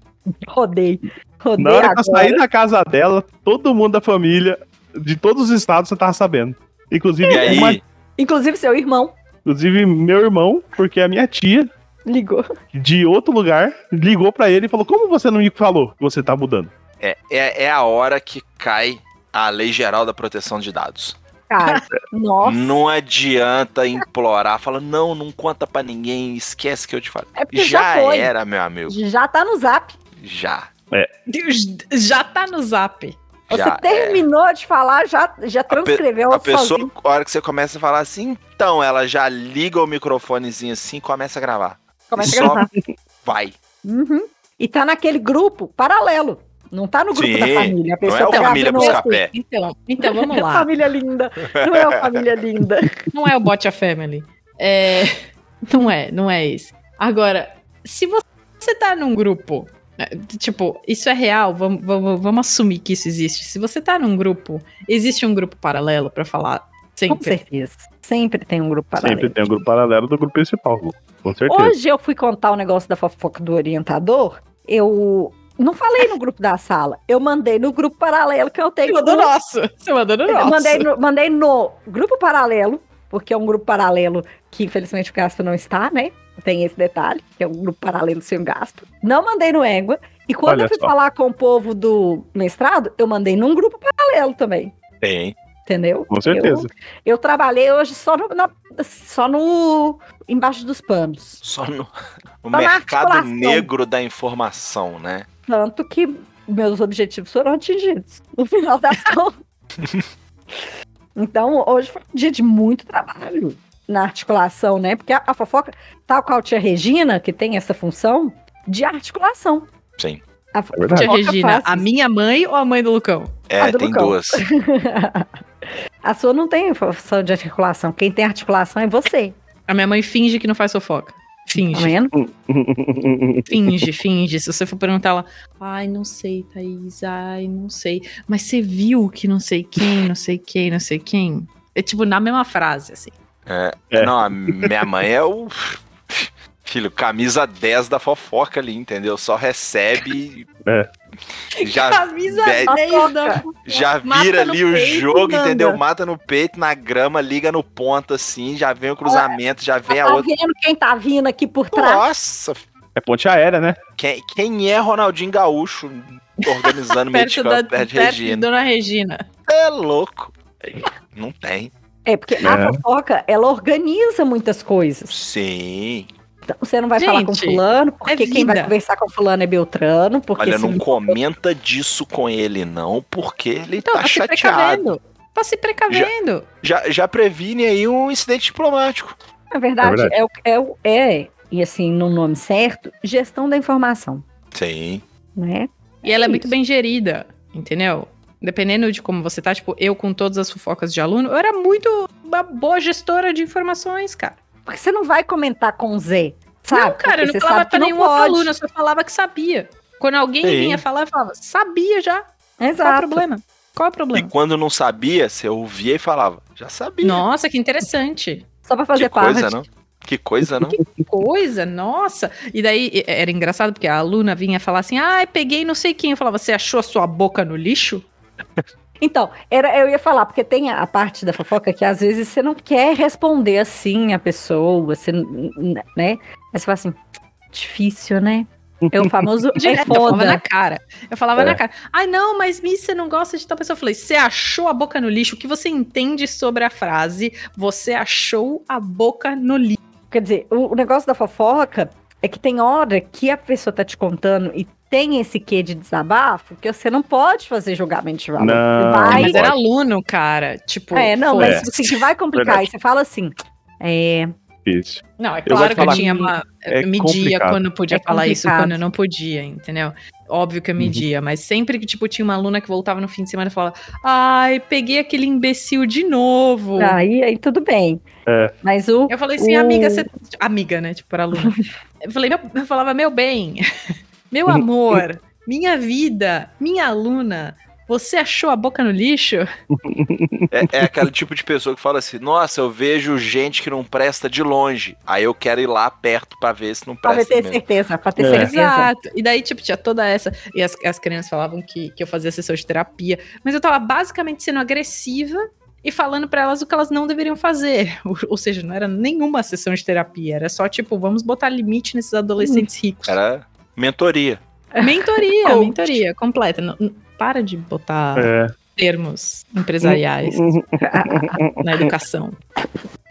Speaker 2: Rodei. Rodei
Speaker 1: Na hora que eu
Speaker 2: agora.
Speaker 1: saí da casa dela, todo mundo da família, de todos os estados, você tava sabendo. Inclusive,
Speaker 4: E aí,
Speaker 1: uma-
Speaker 2: Inclusive, seu irmão
Speaker 1: inclusive meu irmão, porque a minha tia,
Speaker 2: ligou.
Speaker 1: de outro lugar, ligou pra ele e falou: Como você não me falou que você tá mudando?
Speaker 4: é, é, é a hora que cai a Lei Geral da Proteção de Dados.
Speaker 2: Cara, nossa.
Speaker 4: Não adianta implorar, fala, não, não conta pra ninguém, esquece que eu te falei.
Speaker 2: É porque já,
Speaker 4: Já
Speaker 2: foi.
Speaker 4: era, meu amigo,
Speaker 2: Já tá no zap.
Speaker 4: já.
Speaker 3: Deus, Já tá no zap.
Speaker 4: já
Speaker 2: Você terminou de falar, já, já
Speaker 4: pe-
Speaker 2: transcreveu
Speaker 4: A pessoa,
Speaker 2: sozinho.
Speaker 4: a hora que você começa a falar assim, então, ela já liga o microfonezinho assim e começa a gravar.
Speaker 2: Começa a
Speaker 4: Só
Speaker 2: gravar.
Speaker 4: Vai.
Speaker 2: Uhum. E tá naquele grupo paralelo. Não tá no grupo
Speaker 4: Sim,
Speaker 2: da família. A
Speaker 4: Não
Speaker 2: pessoa
Speaker 4: é o
Speaker 2: tá lá
Speaker 4: família
Speaker 2: vendo
Speaker 4: buscar
Speaker 2: outro.
Speaker 4: pé.
Speaker 3: Então, então vamos
Speaker 2: Não é
Speaker 3: lá.
Speaker 2: família linda. Não é uma família linda.
Speaker 3: Não é o Bot a Family. É, não é, não é esse. Agora, se vo- você tá num grupo, né, tipo, isso é real, vamos, vamos, vamos assumir que isso existe. Se você tá num grupo, existe um grupo paralelo pra falar
Speaker 2: Com
Speaker 3: sempre.
Speaker 2: certeza. Sempre tem um grupo paralelo.
Speaker 1: Sempre tem um grupo paralelo do grupo principal, Lu. com certeza.
Speaker 2: Hoje eu fui contar o negócio da fofoca do orientador. Eu não falei no grupo da sala. Eu mandei no grupo paralelo que eu
Speaker 3: Você
Speaker 2: tenho. um
Speaker 3: mandou
Speaker 2: com-
Speaker 3: nosso. Você mandou no
Speaker 2: eu
Speaker 3: nosso.
Speaker 2: mandei, no, mandei no grupo paralelo, porque é um grupo paralelo que infelizmente o Gaspo não está, né? Tem esse detalhe, que é um grupo paralelo sem o Gaspo. Não mandei no Égua. E quando
Speaker 1: Olha
Speaker 2: eu fui
Speaker 1: só.
Speaker 2: falar com o povo do mestrado, eu mandei num grupo paralelo também.
Speaker 4: Tem.
Speaker 2: Entendeu?
Speaker 1: Com certeza.
Speaker 2: Eu, eu trabalhei hoje só no, na- só no. embaixo dos panos.
Speaker 4: Só no, no
Speaker 2: na
Speaker 4: mercado
Speaker 2: articulação.
Speaker 4: negro da informação, né?
Speaker 2: Tanto que meus objetivos foram atingidos no final das contas. então, hoje foi um dia de muito trabalho na articulação, né? Porque a, a fofoca, tal qual a tia Regina, que tem essa função de articulação.
Speaker 4: Sim.
Speaker 2: A fo-
Speaker 1: É verdade.
Speaker 3: Tia
Speaker 2: fofoca
Speaker 3: Regina,
Speaker 2: faz
Speaker 3: a
Speaker 2: isso.
Speaker 3: minha mãe ou a mãe do Lucão?
Speaker 4: É,
Speaker 2: Ah, do
Speaker 4: tem
Speaker 2: Lucão.
Speaker 4: duas.
Speaker 2: a sua não tem função de articulação. Quem tem articulação é você,
Speaker 3: A minha mãe finge que não faz fofoca.
Speaker 2: tá
Speaker 3: Finge,
Speaker 2: vendo?
Speaker 3: finge, finge. Se você for perguntar ela, ai, não sei, Thaís, ai, não sei. Mas você viu que não sei quem, não sei quem, não sei quem? É tipo na mesma frase, assim.
Speaker 4: É.
Speaker 1: É.
Speaker 4: Não, a minha mãe é o. Filho, camisa 10 da fofoca ali, entendeu? Só recebe.
Speaker 1: É.
Speaker 4: Já,
Speaker 3: Camisa
Speaker 4: de-
Speaker 3: 10 da
Speaker 4: já
Speaker 3: Mata
Speaker 4: vira
Speaker 3: no
Speaker 4: ali o
Speaker 3: peito,
Speaker 4: jogo,
Speaker 3: manda.
Speaker 4: entendeu? Mata no peito, na grama, liga no ponto assim, já vem o cruzamento, já vem a
Speaker 2: tá
Speaker 4: outra.
Speaker 2: vendo quem tá vindo aqui por trás?
Speaker 4: Nossa,
Speaker 1: É ponte aérea, né?
Speaker 4: quem, quem é Ronaldinho Gaúcho organizando
Speaker 3: perto
Speaker 4: Medical
Speaker 3: da
Speaker 4: Bad
Speaker 3: perto de
Speaker 4: Regina?
Speaker 3: Dona Regina.
Speaker 4: É louco. Não tem.
Speaker 2: É, porque
Speaker 1: É.
Speaker 2: a fofoca, ela organiza muitas coisas.
Speaker 4: Sim.
Speaker 2: Então, Você não vai falar com
Speaker 3: Gente, é
Speaker 2: fulano, porque quem vai
Speaker 3: vida.
Speaker 2: conversar com fulano é Beltrano, porque assim,
Speaker 4: Olha,
Speaker 2: se-
Speaker 4: não comenta disso com ele, não, porque ele
Speaker 3: Então,
Speaker 4: tá
Speaker 3: tá se
Speaker 4: chateado.
Speaker 3: precavendo. Tá se precavendo.
Speaker 4: já, já previne aí um incidente diplomático.
Speaker 2: na verdade,
Speaker 1: É
Speaker 2: é, o é, o- é, e assim, no nome certo, gestão da informação,
Speaker 4: Sim.
Speaker 2: né?
Speaker 3: E ela é
Speaker 2: isso.
Speaker 3: muito bem gerida, entendeu? Dependendo de como você tá, tipo, eu com todas as fofocas de aluno, eu era muito uma boa gestora de informações, cara.
Speaker 2: Porque você não vai comentar com Z, sabe?
Speaker 3: não, cara,
Speaker 2: Porque
Speaker 3: eu não
Speaker 2: você
Speaker 3: falava
Speaker 2: sabe
Speaker 3: pra
Speaker 2: que
Speaker 3: nenhum outro aluno, eu só falava que sabia. Quando alguém
Speaker 4: Sim.
Speaker 3: vinha falar, eu falava, sabia já, qual o
Speaker 2: Exato.
Speaker 3: problema? Qual é o
Speaker 4: E
Speaker 3: problema?
Speaker 4: quando não sabia, você ouvia e falava, já sabia.
Speaker 3: Nossa, que interessante.
Speaker 2: Só pra
Speaker 4: que
Speaker 2: fazer parte.
Speaker 4: coisa, né? não? Que coisa, não?
Speaker 3: Que coisa, nossa. E daí e- era engraçado porque a aluna vinha falar assim: ah, peguei não sei quem. Eu falava: você achou a sua boca no lixo?
Speaker 2: Então, era, eu ia falar, porque tem a a parte da fofoca que às vezes você não quer responder assim a pessoa, você, n- n- né? Aí você fala assim, difícil, né? É o famoso é
Speaker 3: Direto, eu falava na
Speaker 2: foda.
Speaker 3: cara. Eu falava
Speaker 4: É.
Speaker 3: na cara: ai, não, mas Miss, você não gosta de tal pessoa. Eu falei: você achou a boca no lixo? O que você entende sobre a frase? Você achou a boca no lixo.
Speaker 2: Quer dizer, o, o negócio da fofoca é que tem hora que a pessoa tá te contando e tem esse quê de desabafo que você não pode fazer julgamento de valor.
Speaker 1: Não,
Speaker 2: vai,
Speaker 3: mas
Speaker 1: pode.
Speaker 3: era aluno, cara. Tipo,
Speaker 2: é, não,
Speaker 3: foda-se.
Speaker 2: mas assim, que vai complicar.
Speaker 1: Verdade.
Speaker 2: E você fala assim, é,
Speaker 1: Difícil.
Speaker 3: Não, é
Speaker 1: vou
Speaker 3: claro que eu
Speaker 1: falar.
Speaker 3: tinha uma.
Speaker 1: É
Speaker 3: media
Speaker 1: complicado.
Speaker 3: quando eu podia
Speaker 2: É
Speaker 3: falar isso,
Speaker 2: complicado.
Speaker 3: quando eu não podia, entendeu? Óbvio
Speaker 1: Uhum.
Speaker 3: que eu media, mas sempre que, tipo, tinha uma aluna que voltava no fim de semana e falava: Ai, peguei aquele imbecil de novo.
Speaker 2: tá, aí, aí tudo bem.
Speaker 1: É.
Speaker 2: Mas o
Speaker 3: Eu falei assim,
Speaker 2: O-
Speaker 3: amiga, você. Amiga, né? Tipo, para aluna. Eu falei, meu- eu falava, meu bem, meu
Speaker 1: Uhum.
Speaker 3: amor, minha vida, minha aluna, você achou a boca no lixo?
Speaker 4: É, é aquele tipo de pessoa que fala assim: Nossa, eu vejo gente que não presta de longe. Aí eu quero ir lá perto pra ver se não
Speaker 2: pra
Speaker 4: presta
Speaker 2: ter
Speaker 4: mesmo.
Speaker 2: certeza, pra ter
Speaker 1: É.
Speaker 2: certeza.
Speaker 3: Exato. E daí, tipo, tinha toda essa. E as, as crianças falavam que, que eu fazia sessão de terapia. Mas eu tava basicamente sendo agressiva e falando pra elas o que elas não deveriam fazer. Ou, ou seja, não era nenhuma sessão de terapia. Era só, tipo, vamos botar limite nesses adolescentes ricos.
Speaker 4: Era mentoria. É,
Speaker 3: Mentoria,
Speaker 2: Coach.
Speaker 3: mentoria completa. Não- não- para de botar
Speaker 1: É. Hum,
Speaker 3: termos empresariais na educação.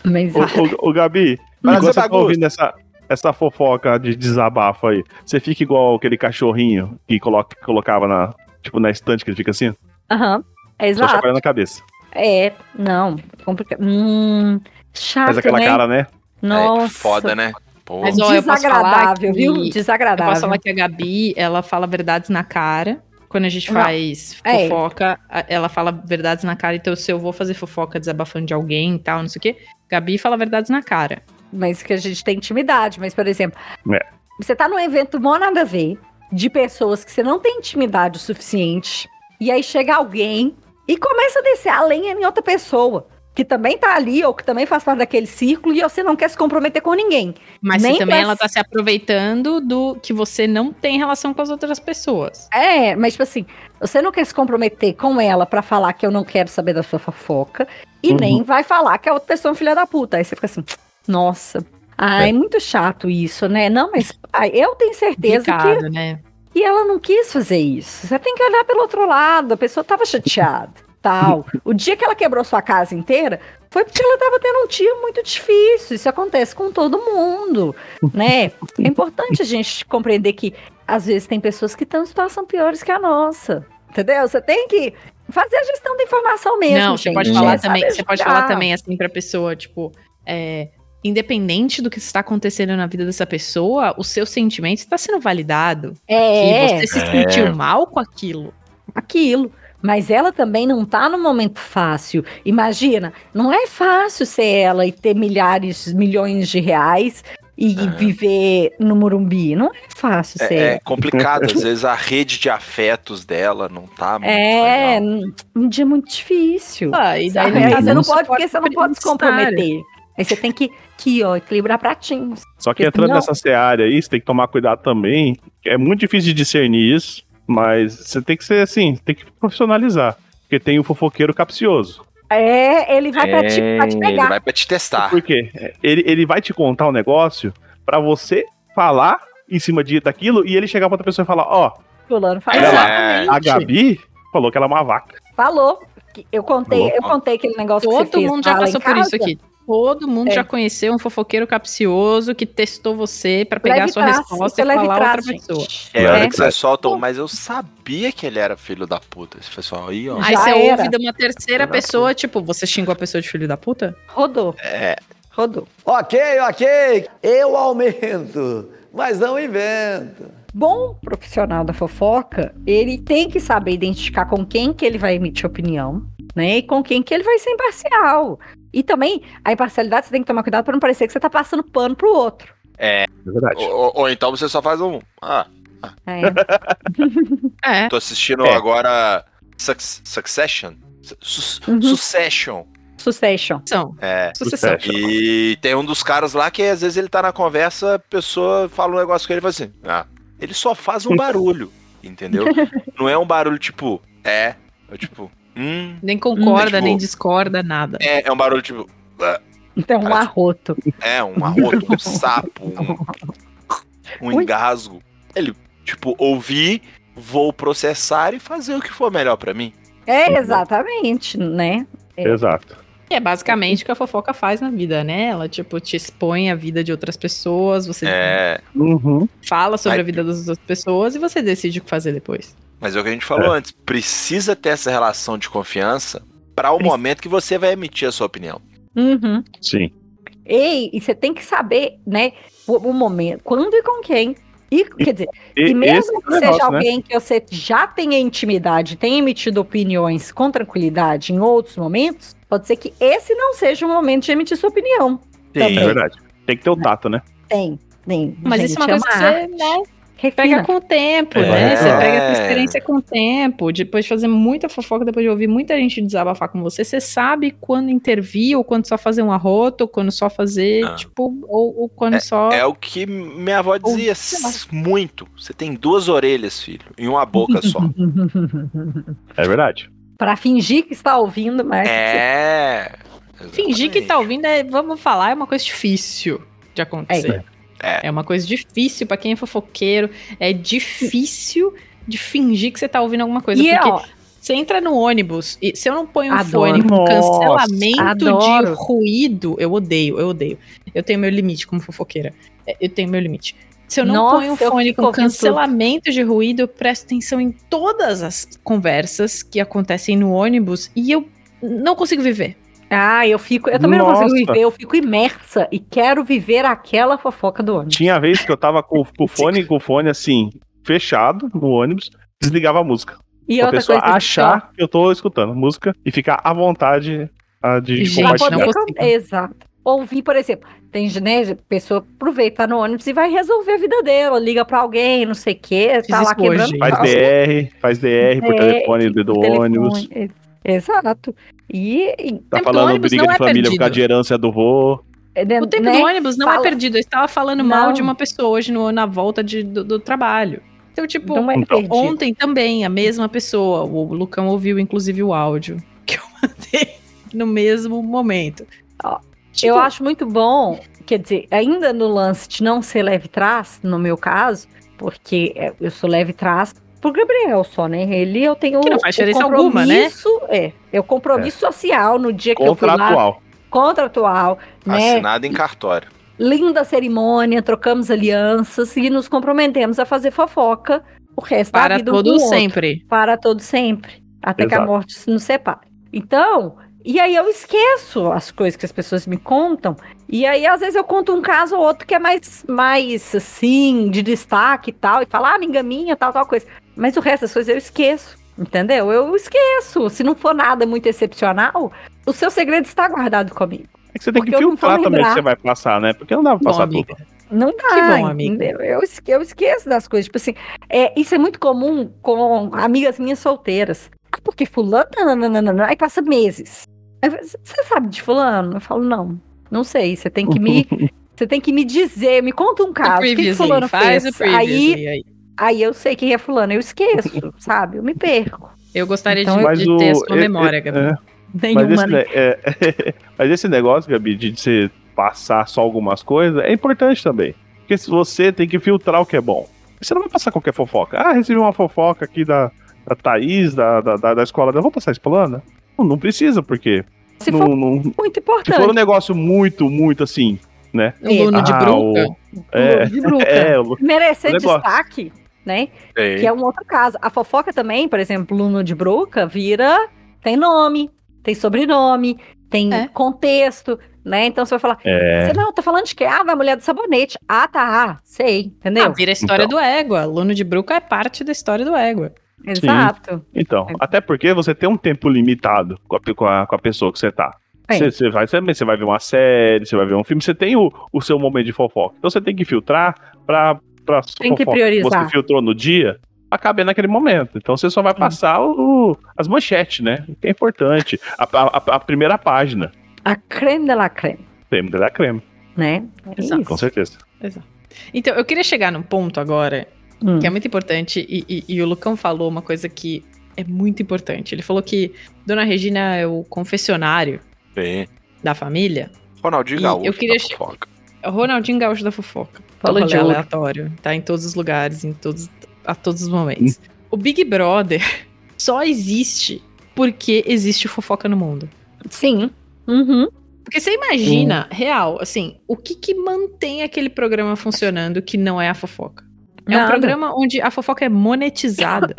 Speaker 2: Mas
Speaker 1: Ô, ô, ô, Gabi,
Speaker 4: Mas
Speaker 1: enquanto
Speaker 4: é
Speaker 1: você tá
Speaker 4: bagunça.
Speaker 1: ouvindo essa, essa fofoca de desabafo aí, você fica igual aquele cachorrinho que coloca, colocava na, tipo, na estante que ele fica assim?
Speaker 2: Aham. é
Speaker 1: Só
Speaker 2: Exato.
Speaker 1: chacoalhando na cabeça.
Speaker 2: É, não. Complicado. Hum, chato,
Speaker 1: Faz aquela
Speaker 2: né?
Speaker 1: cara, né?
Speaker 2: Nossa.
Speaker 4: É, foda, né? Pô,
Speaker 3: Mas, ó, eu posso falar
Speaker 2: Desagradável,
Speaker 3: que-
Speaker 2: viu?
Speaker 3: Eu posso
Speaker 2: Desagradável.
Speaker 3: falar que a Gabi, ela fala verdades na cara. Quando a gente
Speaker 2: Não.
Speaker 3: faz
Speaker 2: É.
Speaker 3: fofoca, a- ela fala verdades na cara. Então, se eu vou fazer fofoca desabafando de alguém e tal, não sei o quê, Gabi fala verdades na cara.
Speaker 2: Mas que a gente tem intimidade. Mas, por exemplo,
Speaker 1: É.
Speaker 2: você tá num evento mó nada a ver, de pessoas que você não tem intimidade o suficiente, e aí chega alguém e começa a descer a lenha em outra pessoa. Que também tá ali, ou que também faz parte daquele círculo, e você não quer se comprometer com ninguém.
Speaker 3: Mas
Speaker 2: Nem
Speaker 3: você também
Speaker 2: pra-
Speaker 3: ela tá se aproveitando do que você não tem relação com as outras pessoas.
Speaker 2: É, mas tipo assim, você não quer se comprometer com ela pra falar que eu não quero saber da sua fofoca e
Speaker 1: Uhum.
Speaker 2: nem vai falar que a outra pessoa é um filho da puta. Aí você fica assim, nossa. Ah, é. muito chato isso, né? Não, mas ah, eu tenho certeza que,
Speaker 3: Complicado, né?
Speaker 2: que ela não quis fazer isso. Você tem que olhar pelo outro lado, a pessoa tava chateada, tal. O dia que ela quebrou sua casa inteira foi porque ela tava tendo um tiro muito difícil. Isso acontece com todo mundo, né? É importante a gente compreender que às vezes tem pessoas que estão em situação piores que a nossa. Entendeu? Você tem que fazer a gestão da informação mesmo.
Speaker 3: não, você
Speaker 2: gente.
Speaker 3: pode
Speaker 2: É
Speaker 3: falar
Speaker 2: saber
Speaker 3: também. Você pode
Speaker 2: julgar.
Speaker 3: falar também assim pra pessoa, tipo, é, independente do que está acontecendo na vida dessa pessoa, o seu sentimento está sendo validado.
Speaker 2: É,
Speaker 3: que você se
Speaker 4: É.
Speaker 3: sentiu mal com aquilo.
Speaker 2: aquilo. Mas ela também não tá num momento fácil. Imagina, não é fácil ser ela e ter milhares, milhões de reais e
Speaker 4: É.
Speaker 2: viver no Morumbi. Não é fácil ser
Speaker 4: é,
Speaker 2: ela.
Speaker 4: é complicado. Às vezes a rede de afetos dela não tá muito
Speaker 2: É,
Speaker 4: legal.
Speaker 2: um- um dia muito difícil.
Speaker 3: Ah, e daí
Speaker 2: Sabe? Aí você
Speaker 3: dá um
Speaker 2: não pode,
Speaker 3: suporte
Speaker 2: porque você não pode se
Speaker 3: necessário.
Speaker 2: comprometer. Aí você tem que, que ó, equilibrar pratinhos.
Speaker 1: Só que entrando
Speaker 2: Tipo, Não.
Speaker 1: nessa seara aí, você tem que tomar cuidado também. É muito difícil de discernir isso, mas você tem que ser assim, tem que profissionalizar. Porque tem o fofoqueiro capcioso.
Speaker 2: É, ele vai pra, te, pra te
Speaker 4: Ele
Speaker 2: pegar.
Speaker 4: vai pra te testar.
Speaker 1: Por quê? é, Ele, ele vai te contar um negócio pra você falar em cima de, daquilo e ele chegar pra outra pessoa e falar: Ó,
Speaker 2: Fulano assim,
Speaker 1: Olha
Speaker 2: falou.
Speaker 1: lá.
Speaker 3: Exatamente.
Speaker 1: a Gabi falou que ela é uma vaca.
Speaker 2: Falou. que Eu contei,
Speaker 4: Boa.
Speaker 2: eu contei aquele negócio que você
Speaker 3: Todo
Speaker 2: fez
Speaker 3: mundo já
Speaker 2: lá em
Speaker 3: passou por
Speaker 2: casa.
Speaker 3: isso aqui. Todo mundo
Speaker 2: É.
Speaker 3: já conheceu um fofoqueiro capcioso que testou você pra pegar a
Speaker 2: Leve
Speaker 3: sua
Speaker 2: traço,
Speaker 3: resposta e
Speaker 2: isso é leve
Speaker 3: falar outra
Speaker 2: traço, gente.
Speaker 3: pessoa.
Speaker 4: É, a hora
Speaker 2: Né?
Speaker 1: É.
Speaker 4: que você solta um, mas eu sabia que ele era filho da puta. Esse pessoal aí, ó.
Speaker 3: Aí
Speaker 2: Já
Speaker 3: você
Speaker 2: era.
Speaker 3: ouve de uma terceira
Speaker 4: Filho da
Speaker 3: pessoa, tipo, você xingou a pessoa de filho da puta?
Speaker 2: Rodou,
Speaker 4: É,
Speaker 2: rodou.
Speaker 6: Ok, ok. Eu aumento, mas não invento.
Speaker 2: Bom profissional da fofoca, ele tem que saber identificar com quem que ele vai emitir opinião, né? E com quem que ele vai ser imparcial. E também, a imparcialidade você tem que tomar cuidado pra não parecer que você tá passando pano pro outro.
Speaker 1: É verdade.
Speaker 4: ou, ou- ou então você só faz um. Ah,
Speaker 2: É.
Speaker 3: É.
Speaker 4: tô assistindo
Speaker 1: É.
Speaker 4: agora Suc- Succession. Su-
Speaker 2: Uhum.
Speaker 4: Succession.
Speaker 2: Succession.
Speaker 3: São.
Speaker 4: É.
Speaker 3: Sucessão.
Speaker 1: Sucesso.
Speaker 4: E tem um dos caras lá que às vezes ele tá na conversa, a pessoa fala um negócio com ele e fala assim: Ah, ele só faz um barulho, entendeu? Não é um barulho tipo, é, é tipo, hum.
Speaker 3: Nem concorda,
Speaker 4: Hum.
Speaker 3: nem
Speaker 1: tipo
Speaker 3: discorda, nada.
Speaker 4: É, é um barulho tipo,
Speaker 2: Então, um
Speaker 4: Parece-
Speaker 2: arroto.
Speaker 4: é, um arroto, um sapo, um, um
Speaker 2: Ui.
Speaker 4: engasgo. Ele, tipo, ouvi, vou processar e fazer o que for melhor pra mim.
Speaker 2: É, exatamente, né?
Speaker 1: Exato.
Speaker 3: É basicamente o que a fofoca faz na vida, né? Ela, tipo, te expõe a vida de outras pessoas, você
Speaker 4: É.
Speaker 1: Uhum.
Speaker 3: fala sobre
Speaker 4: Ai,
Speaker 3: a vida das outras pessoas e você decide o que fazer depois.
Speaker 4: Mas é o que a gente falou antes, precisa ter essa relação de confiança para o
Speaker 3: Precisa.
Speaker 4: momento que você vai emitir a sua opinião.
Speaker 2: Uhum.
Speaker 1: Sim.
Speaker 2: Ei, e você tem que saber, né, o, o momento, quando e com quem. E, quer dizer,
Speaker 1: E,
Speaker 2: e
Speaker 1: esse é
Speaker 2: mesmo
Speaker 1: o
Speaker 2: que seja
Speaker 1: negócio, né?
Speaker 2: alguém que você já tenha intimidade, tenha emitido opiniões com tranquilidade em outros momentos, pode ser que esse não seja o momento de emitir sua opinião.
Speaker 1: É verdade. Tem que ter o tato, né?
Speaker 2: Tem, tem.
Speaker 3: Mas
Speaker 2: gente,
Speaker 3: isso é uma
Speaker 2: é
Speaker 3: coisa que
Speaker 2: arte.
Speaker 3: você né, pega
Speaker 2: Refina.
Speaker 3: com o tempo,
Speaker 1: É.
Speaker 3: né? Você pega a
Speaker 4: É.
Speaker 3: sua experiência com o tempo. Depois de fazer muita fofoca, depois de ouvir muita gente desabafar com você, você sabe quando intervir, ou quando só fazer um arroto, ou quando só fazer,
Speaker 4: Ah.
Speaker 3: tipo, ou, ou quando só.
Speaker 4: É o que minha avó dizia
Speaker 3: sei lá.
Speaker 4: muito. Você tem duas orelhas, filho, e uma boca só.
Speaker 1: É verdade.
Speaker 2: Pra fingir que está ouvindo, mas
Speaker 4: é.
Speaker 3: Fingir que tá ouvindo é, vamos falar, é uma coisa difícil de acontecer.
Speaker 4: É.
Speaker 3: É, uma coisa difícil pra quem é fofoqueiro. É difícil de fingir que você tá ouvindo alguma
Speaker 4: é
Speaker 3: coisa.
Speaker 2: E
Speaker 3: porque
Speaker 2: ó,
Speaker 3: Você entra no ônibus e se eu não ponho um
Speaker 2: Adoro.
Speaker 3: fone com
Speaker 1: Nossa,
Speaker 3: cancelamento de
Speaker 2: adoro.
Speaker 3: ruído, eu odeio, eu odeio. Eu tenho meu limite como fofoqueira. É, Eu tenho meu limite. Se eu não
Speaker 2: Nossa,
Speaker 3: ponho um
Speaker 2: eu
Speaker 3: fone
Speaker 2: fico
Speaker 3: com
Speaker 2: ouvindo
Speaker 3: cancelamento de ruído, eu presto atenção em todas as conversas que acontecem no ônibus e eu não consigo viver.
Speaker 2: ah, eu fico, eu também não consigo
Speaker 1: Nossa.
Speaker 2: viver, eu fico imersa e quero viver aquela fofoca do ônibus.
Speaker 1: Tinha vez que eu tava com, com o fone, com o fone assim, fechado no ônibus, desligava a música.
Speaker 2: E
Speaker 1: a
Speaker 2: outra
Speaker 1: pessoa
Speaker 2: coisa que eu-
Speaker 1: achar que eu tô escutando música e ficar à vontade ah, de
Speaker 3: Gente,
Speaker 2: Pra
Speaker 1: compartilhar.
Speaker 3: não é
Speaker 2: poder-
Speaker 3: consigo.
Speaker 2: Exato. Ouvir, por exemplo, tem né, pessoa aproveita no ônibus e vai resolver a vida dela, liga pra alguém, não sei o quê, tá
Speaker 3: Fiz
Speaker 2: lá
Speaker 3: isso hoje.
Speaker 2: quebrando
Speaker 1: Faz
Speaker 2: pau.
Speaker 1: DR, faz DR por
Speaker 2: É,
Speaker 1: telefone do, do
Speaker 2: Telefone, Então,
Speaker 1: ônibus.
Speaker 2: é- Exato. E, e
Speaker 1: Tá
Speaker 3: Tempo do
Speaker 1: falando
Speaker 3: ônibus
Speaker 1: briga
Speaker 3: não
Speaker 1: de
Speaker 3: é
Speaker 1: família por causa
Speaker 3: perdido.
Speaker 1: de herança do vô.
Speaker 2: é, né,
Speaker 3: O tempo
Speaker 2: né,
Speaker 3: do ônibus não é
Speaker 2: fala-
Speaker 3: perdido. Eu estava falando mal
Speaker 2: Não.
Speaker 3: de uma pessoa hoje no- na volta de- do, do trabalho. Então, tipo,
Speaker 2: não é
Speaker 1: Então,
Speaker 2: perdido.
Speaker 3: Ontem também, a mesma pessoa. O Lucão ouviu, inclusive, o áudio que eu mandei no mesmo momento.
Speaker 2: Ó,
Speaker 3: Tipo,
Speaker 2: Eu acho muito bom, quer dizer, ainda no lance de não ser leve trás, no meu caso, porque é, eu sou leve trás pro Gabriel só, né? Ele eu tenho
Speaker 3: Que não faz diferença alguma, né?
Speaker 2: compromisso, É, é o compromisso social no dia que eu fui lá,
Speaker 1: Contratual.
Speaker 2: contratual, né?
Speaker 4: Assinado em cartório.
Speaker 2: linda cerimônia, trocamos alianças e nos comprometemos a fazer fofoca o resto da
Speaker 3: para
Speaker 2: vida um com o
Speaker 3: todo
Speaker 2: outro.
Speaker 3: sempre.
Speaker 2: Para todo sempre, até que a
Speaker 1: Exato.
Speaker 2: morte se nos separe. Então, e aí eu esqueço as coisas que as pessoas me contam, e aí às vezes eu conto um caso ou outro que é mais, mais assim, de destaque e tal, e falo, ah, amiga minha, tal, tal coisa. Mas o resto das coisas eu esqueço, entendeu? Eu esqueço. Se não for nada muito excepcional, o seu segredo está guardado comigo.
Speaker 1: É que você tem que
Speaker 2: Porque eu não vou
Speaker 1: filtrar também o que
Speaker 2: lembrar.
Speaker 1: você vai passar, né? Porque não dá pra passar
Speaker 3: Bom, amiga.
Speaker 1: tudo.
Speaker 2: Não
Speaker 3: Que
Speaker 2: dá,
Speaker 3: bom, amiga.
Speaker 2: entendeu? Eu, esque- eu esqueço das coisas. Tipo assim, é, isso é muito comum com amigas minhas solteiras. Ah, porque fulano, nananana, aí passa meses. Aí eu falo, Você sabe de fulano? Eu falo, não, não sei. Você tem que me, você tem que me dizer, me conta um caso. O que, que
Speaker 3: Previously,
Speaker 2: fulano
Speaker 3: faz o
Speaker 2: fez?
Speaker 3: previously
Speaker 2: Aí,
Speaker 3: aí.
Speaker 2: aí eu sei quem é fulano, eu esqueço, sabe? Eu me perco.
Speaker 3: Eu gostaria de-
Speaker 2: Então,
Speaker 3: de,
Speaker 1: Mas o.
Speaker 3: ter a sua
Speaker 1: é-
Speaker 3: memória, né?
Speaker 1: é-
Speaker 3: Gabi.
Speaker 1: é. Mas
Speaker 2: Nenhuma.
Speaker 1: esse,
Speaker 2: né?
Speaker 1: ne- é, mas esse negócio, Gabi, de você passar só algumas coisas, é importante também. Porque se você tem que filtrar o que é bom. Você não vai passar qualquer fofoca. Ah, recebi uma fofoca aqui da, da Thaís, da, da, da, da escola dela. Vou passar espolana? Não, não precisa, porque.
Speaker 2: Se
Speaker 1: não-
Speaker 2: for
Speaker 1: não-
Speaker 2: muito
Speaker 1: se for um
Speaker 2: importante.
Speaker 1: negócio muito, muito assim.
Speaker 2: é-
Speaker 3: O Luno de
Speaker 1: Ah,
Speaker 3: Bruca.
Speaker 1: É,
Speaker 3: Luno de Bruca.
Speaker 1: é, o-
Speaker 2: Merecer
Speaker 1: negócio.
Speaker 2: destaque, né? Que é um outro caso. A fofoca também, por exemplo, Luno de Bruca vira. Tem nome, tem sobrenome, tem
Speaker 3: É.
Speaker 2: contexto, né? Então você vai falar.
Speaker 1: é,
Speaker 2: Você, não, tá falando de quê? Ah, da mulher do sabonete. Ah, tá. ah, Sei,
Speaker 3: Ah,
Speaker 2: entendeu?
Speaker 3: vira a história do Égua. Luno de Bruca é parte da história do Égua.
Speaker 2: Exato.
Speaker 1: Então, até porque você tem um tempo limitado com a, pe- com a, com a pessoa que você tá.
Speaker 2: Tem.
Speaker 1: Você, você vai, você, você vai ver uma série, você vai ver um filme, você tem o, o seu momento de fofoca. Então você tem que filtrar pra, pra
Speaker 2: Tem que
Speaker 1: fofoca
Speaker 2: priorizar.
Speaker 1: você filtrou no dia, pra caber naquele momento. Então você só vai passar o- as manchetes, né? O Que é importante. A, a- a- a primeira página.
Speaker 2: A creme de la creme,
Speaker 1: Creme da creme,
Speaker 2: né? É
Speaker 3: Exato.
Speaker 1: com
Speaker 2: isso.
Speaker 1: certeza.
Speaker 3: Então, eu queria chegar num ponto agora
Speaker 2: Hum.
Speaker 3: que é muito importante, e, e- e o Lucão falou uma coisa que é muito importante. Ele falou que Dona Regina é o confessionário
Speaker 4: Bem,
Speaker 3: da família,
Speaker 4: Ronaldinho
Speaker 3: E
Speaker 4: Gaúcho.
Speaker 3: eu queria
Speaker 4: da
Speaker 3: che-
Speaker 4: fofoca.
Speaker 3: é o Ronaldinho Gaúcho da fofoca.
Speaker 2: Bola
Speaker 3: Falou
Speaker 2: de
Speaker 3: de
Speaker 2: ouro.
Speaker 3: aleatório, tá em todos os lugares, em todos, a todos os momentos. O Big Brother só existe porque existe fofoca no mundo.
Speaker 2: Sim.
Speaker 3: É
Speaker 2: Uhum.
Speaker 3: Porque você imagina, real, assim, o que que mantém aquele programa funcionando que não é a fofoca? É um
Speaker 2: Nada.
Speaker 3: programa onde a fofoca é monetizada.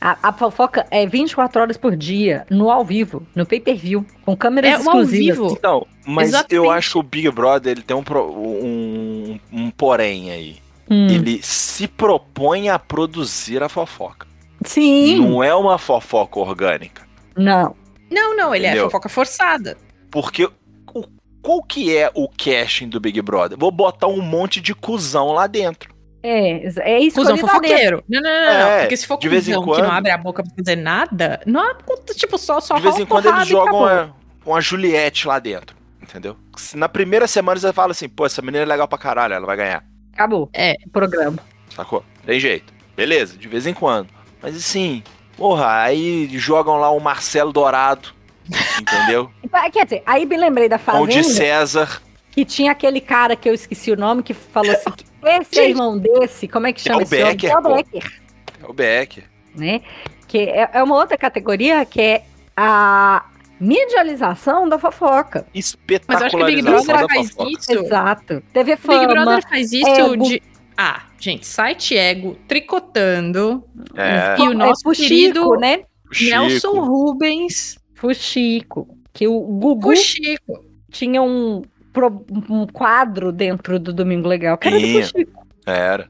Speaker 2: A, a fofoca é 24 horas por dia, no ao vivo, no pay-per-view, com câmeras
Speaker 3: é um ao
Speaker 2: exclusivas.
Speaker 3: vivo.
Speaker 4: Não, Então, mas eu
Speaker 3: Exatamente.
Speaker 4: acho que o Big Brother ele tem um, pro- um, um porém aí.
Speaker 2: Hum.
Speaker 4: Ele se propõe a produzir a fofoca.
Speaker 2: Sim.
Speaker 4: Não é uma fofoca orgânica.
Speaker 2: Não.
Speaker 3: Não, não, ele é
Speaker 4: Entendeu?
Speaker 3: fofoca forçada.
Speaker 4: Porque o- qual que é o casting do Big Brother? Vou botar um monte de cuzão lá dentro.
Speaker 2: É, ex- é isso
Speaker 3: Cusão
Speaker 2: que eu lhe falei.
Speaker 3: fofoqueiro. Não, não, não, não.
Speaker 4: É,
Speaker 3: porque se for
Speaker 4: de vez em
Speaker 3: cuzão que
Speaker 4: quando-
Speaker 3: não abre a boca pra fazer nada, não há, tipo, só, só
Speaker 4: de vez
Speaker 3: rola
Speaker 4: em quando
Speaker 3: porrada
Speaker 4: eles
Speaker 3: e
Speaker 4: jogam
Speaker 3: acabou.
Speaker 4: uma, uma Juliette lá dentro. Entendeu? Se Na primeira semana você fala assim, pô, essa menina é legal pra caralho, ela vai ganhar.
Speaker 2: Acabou.
Speaker 3: É.
Speaker 2: O programa.
Speaker 4: Sacou? Tem jeito. Beleza, de vez em quando. Mas assim, porra, aí jogam lá o Marcelo Dourado. entendeu?
Speaker 2: Então, Quer dizer, aí me lembrei da
Speaker 4: Com o de
Speaker 2: Fazenda,
Speaker 4: César.
Speaker 2: que tinha aquele cara que eu esqueci o nome, que falou assim, que esse é
Speaker 3: Gente.
Speaker 2: irmão desse, como é que chama
Speaker 4: É o
Speaker 2: esse homem?
Speaker 4: Becker,
Speaker 2: É o
Speaker 4: pô.
Speaker 2: Becker.
Speaker 4: É o Beck.
Speaker 2: né? Que é, é uma outra categoria que é a medialização da fofoca.
Speaker 3: Mas eu acho que o Big
Speaker 4: Espetacularização
Speaker 3: Brother
Speaker 4: da
Speaker 3: faz
Speaker 4: fofoca.
Speaker 3: isso.
Speaker 2: Exato. TV
Speaker 3: O Big
Speaker 2: Fama. é
Speaker 3: Brother faz isso
Speaker 2: ego.
Speaker 3: de. Ah, gente, site ego, tricotando.
Speaker 4: É,
Speaker 3: E o nosso
Speaker 2: Fuxico,
Speaker 3: querido
Speaker 2: né?
Speaker 4: o Chico.
Speaker 3: Nelson Rubens.
Speaker 2: Fuxico. Que o Gugu
Speaker 3: O Chico.
Speaker 2: tinha um, pro- um quadro dentro do Domingo Legal. Cara do
Speaker 4: Tinha.
Speaker 2: Fuxico.
Speaker 4: Era.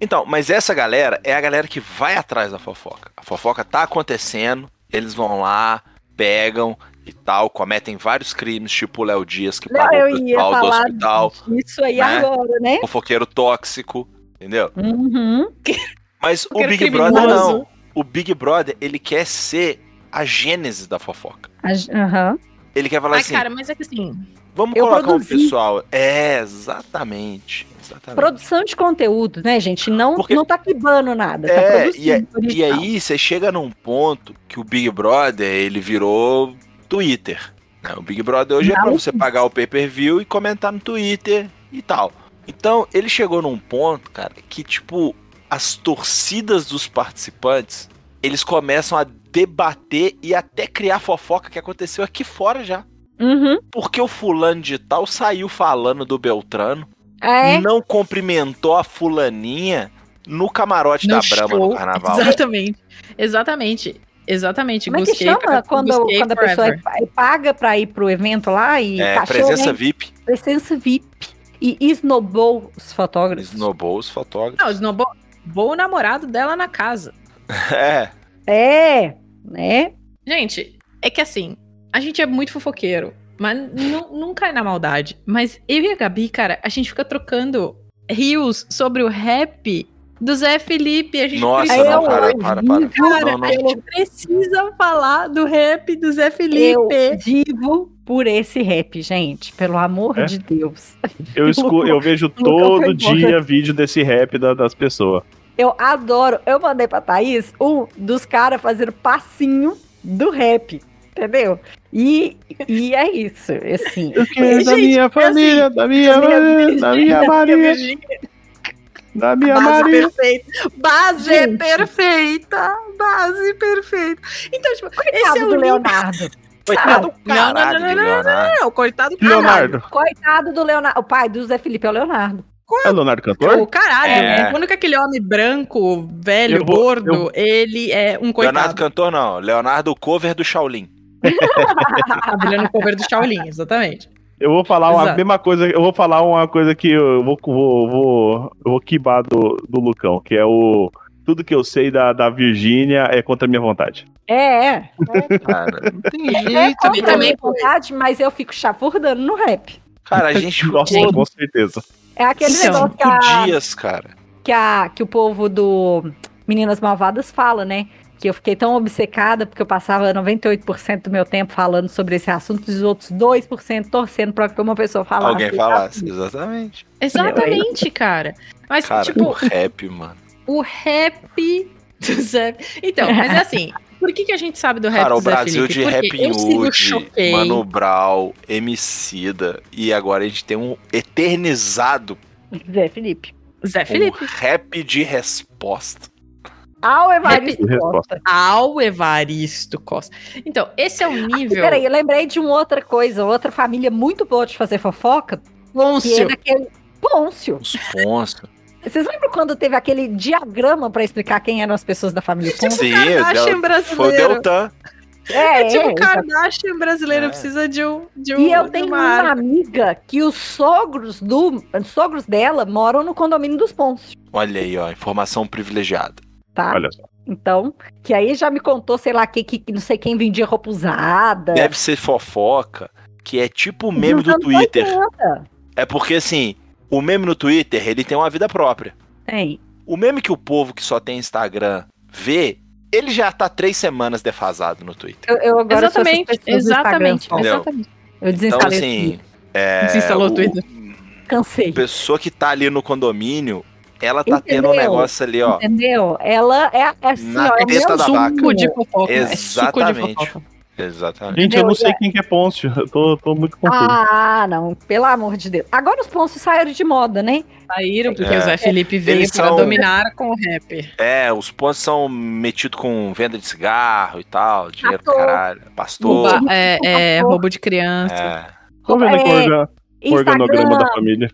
Speaker 4: Então, mas essa galera é a galera que vai atrás da fofoca. A fofoca tá acontecendo, eles vão lá, pegam e tal, cometem vários crimes, tipo o Léo Dias que
Speaker 2: Não,
Speaker 4: pagou
Speaker 2: né? eu
Speaker 4: o
Speaker 2: ia
Speaker 4: pessoal do
Speaker 2: falar
Speaker 4: hospital,
Speaker 2: Isso aí
Speaker 4: né?
Speaker 2: agora, né?
Speaker 4: fofoqueiro tóxico, entendeu?
Speaker 2: Uhum.
Speaker 4: Mas o
Speaker 3: Fofoqueiro
Speaker 4: Big
Speaker 3: criminoso.
Speaker 4: Brother não. O Big Brother, ele quer ser a gênese da fofoca.
Speaker 2: A gen- aham.
Speaker 4: Ele quer falar
Speaker 3: Ai,
Speaker 4: assim,
Speaker 3: cara, mas é que assim.
Speaker 4: vamos
Speaker 2: eu
Speaker 4: colocar o
Speaker 2: produzi.
Speaker 4: pessoal. É, exatamente. exatamente.
Speaker 2: Produção de conteúdo, né, gente? Não,
Speaker 4: Porque-
Speaker 2: não tá quibando nada.
Speaker 4: É,
Speaker 2: tá
Speaker 4: e é-
Speaker 2: produzindo.
Speaker 4: E
Speaker 3: Então.
Speaker 2: original.
Speaker 4: aí você chega num ponto que o Big Brother, ele virou Twitter. né? O Big Brother hoje é pra você pagar o pay-per-view e comentar no Twitter e tal. Então, ele chegou num ponto, cara, que tipo, as torcidas dos participantes, eles começam a debater e até criar fofoca que aconteceu aqui fora já.
Speaker 2: Uhum.
Speaker 4: Porque o fulano de tal saiu falando do Beltrano,
Speaker 2: É.
Speaker 4: não cumprimentou a fulaninha no camarote
Speaker 3: No
Speaker 4: da Brama
Speaker 3: show,
Speaker 4: no carnaval.
Speaker 3: Exatamente. Exatamente. Exatamente.
Speaker 2: Como é que
Speaker 3: Gusquei
Speaker 2: chama
Speaker 3: pra-
Speaker 2: quando,
Speaker 3: Gusquei
Speaker 2: quando a
Speaker 3: forever.
Speaker 2: pessoa é- é paga pra ir pro evento lá e
Speaker 4: É,
Speaker 2: cachorro,
Speaker 4: presença
Speaker 2: né?
Speaker 4: VIP.
Speaker 2: presença VIP e esnobou os fotógrafos?
Speaker 4: Snowball, os fotógrafos.
Speaker 3: Não, esnobou esnobou o namorado dela na casa.
Speaker 4: É.
Speaker 2: É, né?
Speaker 3: Gente, é que assim, a gente é muito fofoqueiro, mas nu- não cai na maldade. Mas eu e a Gabi, cara, a gente fica trocando rios sobre o rap do Zé Felipe. A gente
Speaker 4: Nossa,
Speaker 2: eu
Speaker 3: precisa
Speaker 4: não, para,
Speaker 2: ouvi,
Speaker 4: para, para.
Speaker 3: Cara,
Speaker 4: não, não.
Speaker 3: a gente precisa falar do rap do Zé
Speaker 2: Eu
Speaker 3: Felipe.
Speaker 2: digo por esse rap, gente, pelo amor
Speaker 1: É?
Speaker 2: de Deus.
Speaker 1: Eu, escu- eu vejo todo
Speaker 2: foi
Speaker 1: dia vídeo desse rap da- das pessoas.
Speaker 2: Eu adoro. Eu mandei pra Thaís um dos caras fazendo passinho do rap, entendeu? E, e é isso, assim.
Speaker 1: Eu quero da
Speaker 3: Gente,
Speaker 1: minha
Speaker 3: assim,
Speaker 1: família, da minha
Speaker 2: da minha
Speaker 1: mãe, da minha Maria, da minha
Speaker 3: Base
Speaker 1: Maria.
Speaker 3: perfeita. Base
Speaker 2: Gente.
Speaker 3: perfeita. Base perfeita. Então, tipo, esse
Speaker 2: Coitado
Speaker 3: é o
Speaker 2: do
Speaker 3: livro.
Speaker 2: Leonardo.
Speaker 4: Coitado do
Speaker 3: Não, não,
Speaker 4: caralho
Speaker 3: não, não,
Speaker 4: de
Speaker 3: não,
Speaker 4: Leonardo.
Speaker 3: Não, coitado do caralho.
Speaker 1: Leonardo.
Speaker 2: Coitado do Leonardo. O pai do Zé Felipe é o Leonardo.
Speaker 1: É o Leonardo Cantor?
Speaker 3: Pô, Tipo, caralho,
Speaker 4: É.
Speaker 3: né? Quando que aquele homem branco, velho,
Speaker 1: Eu vou-
Speaker 3: gordo, ele é um
Speaker 4: Leonardo
Speaker 3: coitado.
Speaker 4: Cantor, não. Leonardo cover do Shaolin.
Speaker 3: Ele é no cover do Shaolin, exatamente.
Speaker 1: Eu vou falar uma
Speaker 3: Exato.
Speaker 1: mesma coisa, eu vou falar uma coisa que eu vou, vou, vou, eu vou quibar do, do Lucão, que é o. Tudo que eu sei da, da Virgínia é contra a minha vontade.
Speaker 2: É, é.
Speaker 4: Cara, não tem
Speaker 2: É
Speaker 4: jeito,
Speaker 2: contra a
Speaker 4: né?
Speaker 2: minha vontade, mas eu fico chafurdando no rap.
Speaker 4: Cara, a gente.
Speaker 1: Nossa,
Speaker 4: Gente,
Speaker 1: com certeza.
Speaker 2: É aquele
Speaker 3: Então,
Speaker 2: negócio que,
Speaker 4: cinco
Speaker 2: a-
Speaker 4: dias, cara.
Speaker 2: que a- que o povo do Meninas Malvadas fala, né? Que eu fiquei tão obcecada porque eu passava 98% do meu tempo falando sobre esse assunto e os outros 2% torcendo pra que uma pessoa falasse.
Speaker 4: Alguém falasse, exatamente.
Speaker 3: Exatamente, cara. Mas,
Speaker 4: Cara, o
Speaker 3: tipo,
Speaker 4: rap, mano.
Speaker 3: o rap do Zé. Então, mas é assim, por que, que a gente sabe do rap
Speaker 4: Cara,
Speaker 3: do
Speaker 4: o
Speaker 3: Zé
Speaker 4: Brasil
Speaker 3: Felipe?
Speaker 4: de
Speaker 3: Porque
Speaker 4: rap
Speaker 3: eu sigo
Speaker 4: nude,
Speaker 3: Choquei.
Speaker 4: Mano Brau, Emicida, e agora a gente tem um eternizado
Speaker 2: Zé Felipe.
Speaker 3: Zé
Speaker 4: um
Speaker 3: Felipe.
Speaker 4: rap de resposta.
Speaker 2: Ao Evaristo
Speaker 1: Rep-
Speaker 2: Costa.
Speaker 3: Ao Evaristo Costa. Então, esse é o nível.
Speaker 2: Peraí, eu lembrei de uma outra coisa, outra família muito boa de fazer fofoca, que é
Speaker 3: Pôncio.
Speaker 2: daquele Pôncio.
Speaker 4: Os Ponço.
Speaker 2: Vocês lembram quando teve aquele diagrama pra explicar quem eram as pessoas da família Pôncio?
Speaker 4: Sim, Del-
Speaker 3: Kardashian
Speaker 4: foi o
Speaker 3: brasileiro.
Speaker 4: Deltan.
Speaker 2: É,
Speaker 3: É tipo,
Speaker 2: é,
Speaker 3: o Kardashian brasileiro
Speaker 4: É.
Speaker 3: precisa de um. De um
Speaker 2: E eu
Speaker 3: de
Speaker 2: tenho
Speaker 3: uma
Speaker 2: uma
Speaker 3: arca.
Speaker 2: amiga que os sogros do os sogros dela moram no condomínio dos Pôncio,
Speaker 4: Olha aí, ó, informação privilegiada.
Speaker 2: tá?
Speaker 1: Olha só.
Speaker 2: Então, que aí já me contou, sei lá, que, que que não sei quem vendia roupa usada.
Speaker 4: Deve ser fofoca, que é tipo o meme
Speaker 2: Dos
Speaker 4: do
Speaker 2: anos
Speaker 4: Twitter.
Speaker 2: 80.
Speaker 4: É porque assim, o meme no Twitter, ele tem uma vida própria.
Speaker 2: Tem.
Speaker 4: O meme que o povo que só tem Instagram vê, ele já tá três semanas defasado no Twitter.
Speaker 2: Eu, eu agora sou essas
Speaker 3: Exatamente,
Speaker 2: pessoas do Instagram
Speaker 3: exatamente,
Speaker 2: só.
Speaker 4: Entendeu?
Speaker 3: exatamente.
Speaker 2: Eu
Speaker 4: Então,
Speaker 2: desinstalei, o
Speaker 4: assim.
Speaker 2: Twitter,
Speaker 4: É,
Speaker 3: Desinstalou o Twitter.
Speaker 2: cansei.
Speaker 4: Pessoa que tá ali no condomínio, ela tá tendo um
Speaker 2: Entendeu?
Speaker 4: negócio ali, ó.
Speaker 2: Entendeu? Ela é, é assim,
Speaker 4: Na
Speaker 2: ó, é o
Speaker 4: testa
Speaker 2: meu
Speaker 4: da
Speaker 2: suco.
Speaker 4: vaca.
Speaker 3: um Suco de fofoca. é suco de
Speaker 4: Exatamente.
Speaker 3: fofoca.
Speaker 4: Exatamente.
Speaker 1: Gente, eu
Speaker 2: Meu,
Speaker 1: não sei quem que é Pôncio. Eu tô, tô muito
Speaker 3: Uhum.
Speaker 1: confuso.
Speaker 2: Ah, não, pelo amor de Deus. Agora os Pôncios saíram de moda, né?
Speaker 3: Saíram porque
Speaker 4: É.
Speaker 3: o Zé Felipe veio
Speaker 4: Eles
Speaker 3: pra
Speaker 4: são-
Speaker 3: dominar com o rap.
Speaker 4: É, os pontos são metidos com venda de cigarro e tal, dinheiro do
Speaker 2: Pastor.
Speaker 4: caralho,
Speaker 2: Oba.
Speaker 4: pastor.
Speaker 3: Rouba- é, é, roubo de criança.
Speaker 4: É,
Speaker 1: tô vendo aqui o
Speaker 2: É,
Speaker 1: orga- o organograma
Speaker 2: Instagram,
Speaker 1: da família.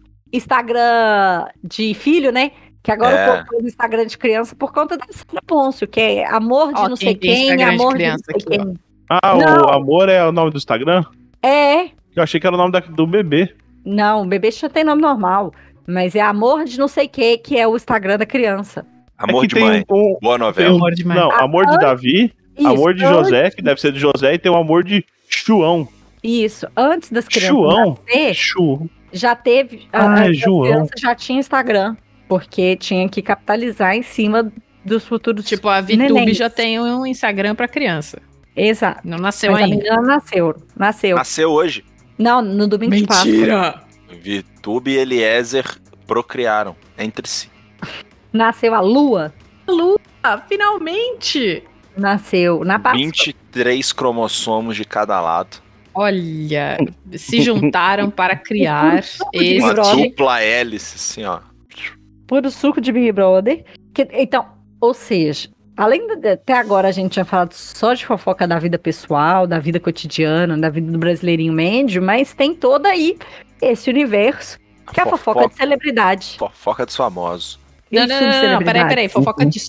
Speaker 2: Instagram de filho, né? Que agora
Speaker 4: É.
Speaker 2: o povo faz Instagram de criança por conta da Sara Pôncio, que é amor de
Speaker 3: Ó,
Speaker 2: não
Speaker 3: quem
Speaker 2: sei
Speaker 3: tem
Speaker 2: quem,
Speaker 3: Instagram de
Speaker 2: amor de não
Speaker 3: criança
Speaker 2: sei
Speaker 3: aqui,
Speaker 2: quem.
Speaker 1: Ah,
Speaker 2: Não.
Speaker 1: o amor é o nome do Instagram?
Speaker 2: É,
Speaker 1: Eu achei que era o nome da- do bebê.
Speaker 2: não, o bebê já tem nome normal, mas é amor de não sei quem, que é o Instagram da criança.
Speaker 4: amor
Speaker 1: é que
Speaker 4: de
Speaker 1: tem
Speaker 4: mãe.
Speaker 1: um-
Speaker 4: Boa
Speaker 1: tem
Speaker 4: novela.
Speaker 1: um-
Speaker 3: Amor de mãe.
Speaker 1: não, amor de Davi,
Speaker 2: Isso,
Speaker 1: amor de
Speaker 2: an-
Speaker 1: José, que deve ser de José, e tem o amor de João.
Speaker 2: Isso, antes das crianças
Speaker 1: João?
Speaker 2: nascer,
Speaker 1: Chu.
Speaker 2: já teve.
Speaker 1: Ah, é
Speaker 2: as
Speaker 1: João.
Speaker 2: crianças já tinha Instagram, porque tinha que capitalizar em cima dos futuros.
Speaker 3: Tipo, a VTube
Speaker 2: Nenéns.
Speaker 3: já tem um Instagram pra criança.
Speaker 2: Exato.
Speaker 3: Não nasceu
Speaker 2: Mas a
Speaker 3: ainda. Ah.
Speaker 2: menina nasceu. Nasceu.
Speaker 4: Nasceu hoje.
Speaker 2: Não, no domingo de Páscoa.
Speaker 4: Vitube e Eliezer procriaram entre si.
Speaker 2: Nasceu a lua.
Speaker 3: Ah, finalmente!
Speaker 2: Nasceu na Páscoa.
Speaker 4: 23 cromossomos de cada lado.
Speaker 3: Olha, se juntaram para criar
Speaker 2: Big
Speaker 4: Uma
Speaker 3: esse.
Speaker 2: Brother.
Speaker 4: dupla hélice, assim, ó.
Speaker 2: Puro suco de Big Brother. Que- então, ou seja, além de, até agora a gente tinha falado só de fofoca da vida pessoal, da vida cotidiana, da vida do brasileirinho médio, mas tem todo aí esse universo que é a fofoca, de celebridade.
Speaker 4: fofoca dos famosos.
Speaker 3: Não,
Speaker 2: E
Speaker 3: não, não, não,
Speaker 2: subcelebridade.
Speaker 3: peraí, peraí. Fofoca de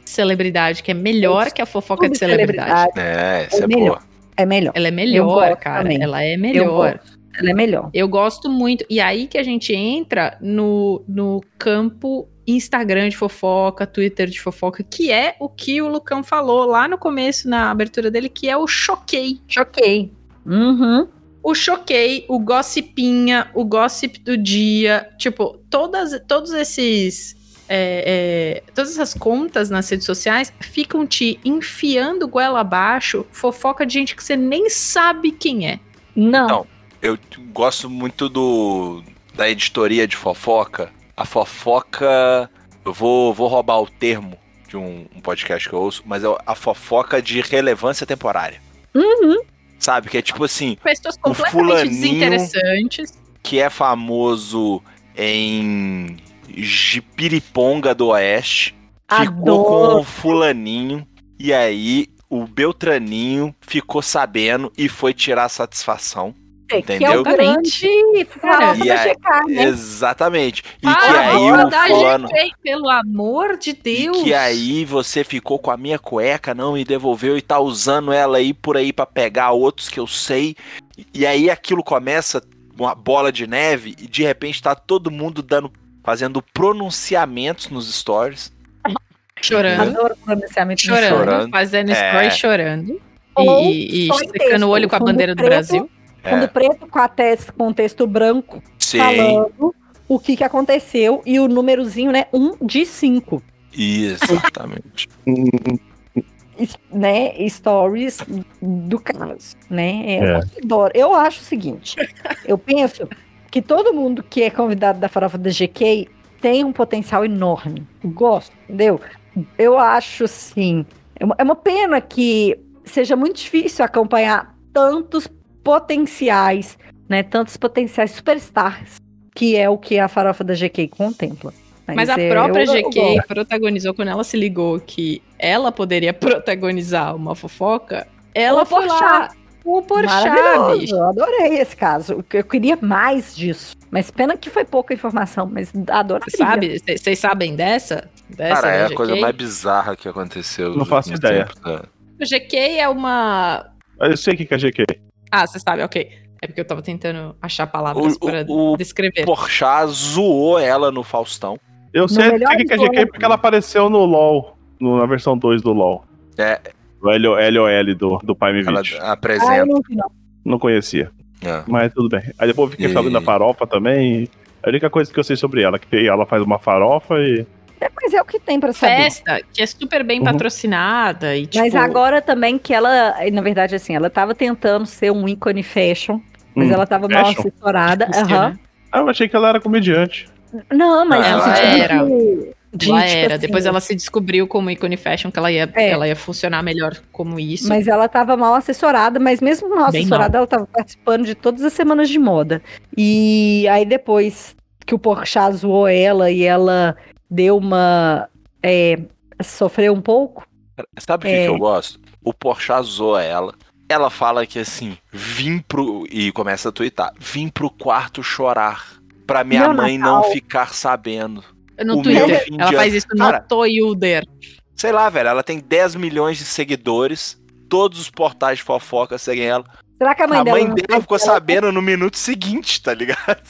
Speaker 3: subcelebridade, que é melhor que a fofoca de celebridade.
Speaker 2: Subcelebridade
Speaker 4: É, essa é
Speaker 2: melhor.
Speaker 4: boa.
Speaker 2: É melhor.
Speaker 3: Ela é
Speaker 2: Eu
Speaker 3: melhor,
Speaker 2: gosto
Speaker 3: cara.
Speaker 2: também.
Speaker 3: Ela é
Speaker 2: Eu
Speaker 3: melhor.
Speaker 2: gosto. Ela é melhor.
Speaker 3: Eu gosto muito. E aí que a gente entra no, no campo Instagram de fofoca, Twitter de fofoca, que é o que o Lucão falou lá no começo, na abertura dele, que é o choquei.
Speaker 2: Choquei. Uhum.
Speaker 3: O choquei, o gossipinha, o gossip do dia. Tipo, todas, todos esses. é, é, todas essas contas nas redes sociais ficam te enfiando goela abaixo fofoca de gente que você nem sabe quem é.
Speaker 2: Não.
Speaker 4: Então, Eu t- gosto muito do da editoria de fofoca. A fofoca. Eu vou, vou roubar o termo de um, um podcast que eu ouço, mas é a fofoca de relevância temporária.
Speaker 2: Uhum.
Speaker 4: Sabe? Que é tipo assim.
Speaker 3: Pessoas
Speaker 4: O
Speaker 3: completamente
Speaker 4: fulaninho-
Speaker 3: desinteressantes.
Speaker 4: que é famoso em Jipiriponga do Oeste. Ficou com
Speaker 2: Adoro.
Speaker 4: o fulaninho. E aí o Beltraninho ficou sabendo e foi tirar a satisfação.
Speaker 2: Que é
Speaker 4: Então, entendeu?
Speaker 2: o grande
Speaker 3: Cara,
Speaker 2: farofa
Speaker 4: e
Speaker 2: da
Speaker 4: aí-
Speaker 2: GK, né?
Speaker 4: Exatamente. E
Speaker 3: Ah,
Speaker 4: que aí
Speaker 3: vou
Speaker 4: o
Speaker 2: tá,
Speaker 3: dar
Speaker 4: fulano.
Speaker 3: GK, pelo amor de
Speaker 4: E
Speaker 3: Deus.
Speaker 4: que aí você ficou com a minha cueca, não me devolveu e tá usando ela aí por aí pra pegar outros que eu sei. E aí aquilo começa uma bola de neve e de repente tá todo mundo dando fazendo pronunciamentos nos stories. é.
Speaker 3: Chorando.
Speaker 2: Adoro o pronunciamento do
Speaker 3: Chorando,
Speaker 2: choro.
Speaker 4: Chorando. É.
Speaker 3: fazendo spray chorando.
Speaker 2: Ou
Speaker 3: E, e
Speaker 2: só em texto,
Speaker 3: secando o olho com a
Speaker 2: fundo
Speaker 3: bandeira do
Speaker 2: preto,
Speaker 3: Brasil.
Speaker 2: Fundo preto com, a tes- com texto branco
Speaker 4: Sim.
Speaker 2: falando o que, que aconteceu e o númerozinho, né? Um de cinco.
Speaker 4: Exatamente.
Speaker 2: is- né, stories do caso, né? É,
Speaker 1: É.
Speaker 2: um outdoor. Eu acho o seguinte, eu penso que todo mundo que é convidado da farofa da GK tem um potencial enorme. Gosto, entendeu? Eu acho assim, é uma, é uma pena que seja muito difícil acompanhar tantos potenciais, né? Tantos potenciais superstars, que é o que a farofa da GK contempla.
Speaker 3: Mas a
Speaker 2: é,
Speaker 3: própria
Speaker 2: eu- eu gosto.
Speaker 3: GK protagonizou quando ela se ligou que ela poderia protagonizar uma fofoca. Ela
Speaker 2: O
Speaker 3: foi lá.
Speaker 2: Porchat.
Speaker 3: O Porchat,
Speaker 2: Maravilhoso,
Speaker 3: bicho.
Speaker 2: Eu adorei esse caso. Eu queria mais disso. Mas pena que foi pouca informação, mas adoraria.
Speaker 3: Sabe? Vocês vocês sabem dessa? dessa
Speaker 4: Cara,
Speaker 3: da
Speaker 4: é a
Speaker 3: GK?
Speaker 4: coisa mais bizarra que aconteceu.
Speaker 1: Não
Speaker 4: nos
Speaker 1: faço
Speaker 4: últimos
Speaker 1: ideia.
Speaker 4: tempos, né?
Speaker 3: O GK é uma.
Speaker 1: Mas Eu sei o que que é GQ.
Speaker 3: Ah, você sabe, ok. É porque eu tava tentando achar palavras
Speaker 4: O- o-
Speaker 3: pra
Speaker 4: o
Speaker 3: descrever.
Speaker 4: Porchat zoou ela no Faustão.
Speaker 1: Eu sei sei
Speaker 2: melhor
Speaker 1: o que que é GQ
Speaker 2: jogo.
Speaker 1: porque ela apareceu no LoL, no- na versão 2 do LoL.
Speaker 4: É.
Speaker 1: O LOL, LOL do, do Prime
Speaker 4: Ela
Speaker 1: Video.
Speaker 2: Ah, eu
Speaker 4: apresenta.
Speaker 2: não vi, não.
Speaker 1: Não conhecia,
Speaker 4: É.
Speaker 1: mas tudo bem. Aí depois eu fiquei
Speaker 4: E-
Speaker 1: sabendo da farofa também. A única coisa que eu sei sobre ela, é que ela faz uma farofa e.
Speaker 2: É, mas é o que tem pra saber.
Speaker 3: festa que é super bem
Speaker 1: Uhum.
Speaker 3: patrocinada e tipo,
Speaker 2: Mas agora também que ela, na verdade, assim, ela tava tentando ser um ícone fashion, mas
Speaker 1: Hum,
Speaker 2: ela tava mal
Speaker 1: fashion?
Speaker 2: assessorada.
Speaker 3: Difícil,
Speaker 2: aham.
Speaker 3: né?
Speaker 1: Ah, eu achei que ela era comediante.
Speaker 2: Não, mas
Speaker 4: Ela
Speaker 2: no sentido
Speaker 3: era.
Speaker 2: de- de,
Speaker 3: ela
Speaker 2: tipo
Speaker 3: era.
Speaker 2: assim,
Speaker 3: Depois ela se descobriu como ícone fashion que ela ia,
Speaker 2: É.
Speaker 3: ela ia funcionar melhor como isso.
Speaker 2: Mas ela tava mal assessorada, mas mesmo mal
Speaker 3: Bem
Speaker 2: assessorada, ela tava participando de todas as semanas de moda. E aí depois que o Porchat zoou ela e ela deu uma... é, sofreu um pouco.
Speaker 4: Sabe o que,
Speaker 2: É.
Speaker 4: que eu gosto? O Porchat zoa ela. Ela fala que assim, vim pro. E começa a twittar. Vim pro quarto chorar. Pra minha
Speaker 2: Meu
Speaker 4: mãe não
Speaker 2: Natal.
Speaker 4: ficar sabendo.
Speaker 3: no
Speaker 4: o meu
Speaker 3: Twitter.
Speaker 4: fim de
Speaker 3: Ela
Speaker 4: ano-
Speaker 3: faz isso
Speaker 4: Cara,
Speaker 3: no Toyuder.
Speaker 4: Sei lá, velho. Ela tem 10 milhões de seguidores. Todos os portais de fofoca seguem ela.
Speaker 2: Será que a
Speaker 4: A
Speaker 2: mãe
Speaker 4: mãe,
Speaker 2: dela... não
Speaker 4: dela
Speaker 2: sabe
Speaker 4: ficou
Speaker 2: que ela-
Speaker 4: sabendo no minuto seguinte, tá ligado?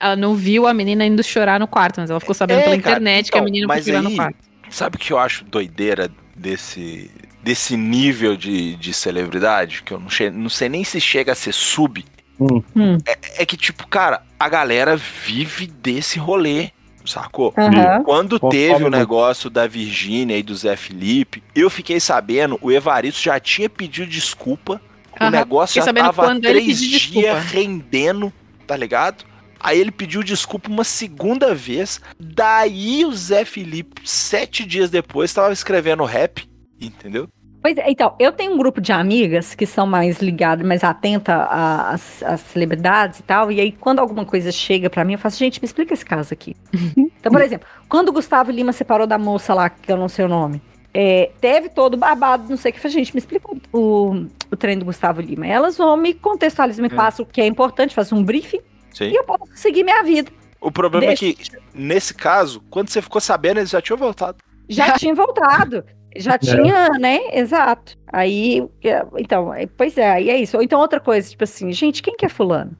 Speaker 3: Ela não viu a menina indo chorar no quarto, mas ela ficou sabendo
Speaker 4: É,
Speaker 3: pela
Speaker 4: cara,
Speaker 3: internet que a
Speaker 4: então,
Speaker 3: menina foi
Speaker 4: mas
Speaker 3: chorar no
Speaker 4: aí-
Speaker 3: quarto.
Speaker 4: Sabe o que eu acho doideira desse, desse nível de, de celebridade? Que eu não, che- não sei nem se chega a ser sub.
Speaker 2: Hum.
Speaker 4: É, é que, tipo, cara, a galera vive desse rolê, sacou?
Speaker 2: Aham.
Speaker 4: Quando
Speaker 1: Conforme
Speaker 4: teve o
Speaker 1: muito.
Speaker 4: negócio da Virgínia e do Zé Felipe, eu fiquei sabendo, o Evaristo já tinha pedido desculpa, o
Speaker 3: Aham,
Speaker 4: negócio
Speaker 3: fiquei
Speaker 4: já
Speaker 3: sabendo
Speaker 4: tava há
Speaker 3: quando ele
Speaker 4: três
Speaker 3: pediu
Speaker 4: dias
Speaker 3: desculpa.
Speaker 4: rendendo, tá ligado? Aí ele pediu desculpa uma segunda vez, daí o Zé Felipe, sete dias depois, tava escrevendo rap, entendeu?
Speaker 2: Pois é, então, eu tenho um grupo de amigas que são mais ligadas, mais atentas a- às às celebridades e tal, e aí quando alguma coisa chega pra mim, eu faço, gente, me explica esse caso aqui. então, por exemplo, quando o Gustavo Lima separou da moça lá, que eu não sei o nome, é, teve todo o babado, não sei o que, eu falei, gente, me explica o, o, o trem do Gustavo Lima. Elas vão me contextualizam, me passam o que é importante, fazem um briefing,
Speaker 4: Sim.
Speaker 2: e eu posso seguir minha vida.
Speaker 4: O problema é que,
Speaker 2: Deixa-
Speaker 4: nesse caso, quando você ficou sabendo, eles já tinham voltado.
Speaker 2: já tinha voltado. Já tinha, né? Exato. Aí, é, então, é, pois é, aí é isso. Ou então outra coisa, tipo assim, gente, quem que é fulano?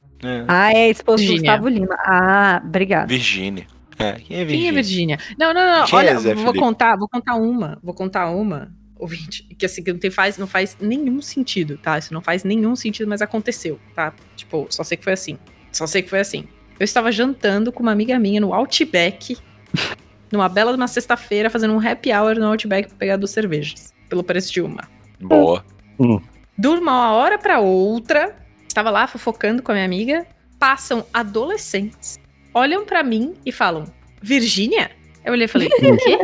Speaker 2: Ah, é a esposa do
Speaker 3: Virgínia.
Speaker 2: Gustavo Lima. Ah, obrigada.
Speaker 4: Virgínia. É, quem é
Speaker 3: Quem é
Speaker 4: Virgínia?
Speaker 3: Virgínia? Não, não, não.
Speaker 4: Quem é
Speaker 3: Olha,
Speaker 4: Zé
Speaker 3: vou
Speaker 4: Felipe?
Speaker 3: contar, vou contar uma. Vou contar uma, ouvinte. Que assim, que não, tem, faz, não faz nenhum sentido, tá? Isso não faz nenhum sentido, mas aconteceu, tá? Tipo, só sei que foi assim. Só sei que foi assim. Eu estava jantando com uma amiga minha no Outback, numa bela de uma sexta-feira, fazendo um happy hour no Outback pra pegar duas cervejas. Pelo preço de uma.
Speaker 4: Boa.
Speaker 3: De uma hora pra outra, estava lá fofocando com a minha amiga, passam adolescentes, olham pra mim e falam: Virgínia? Eu olhei e falei: o quê?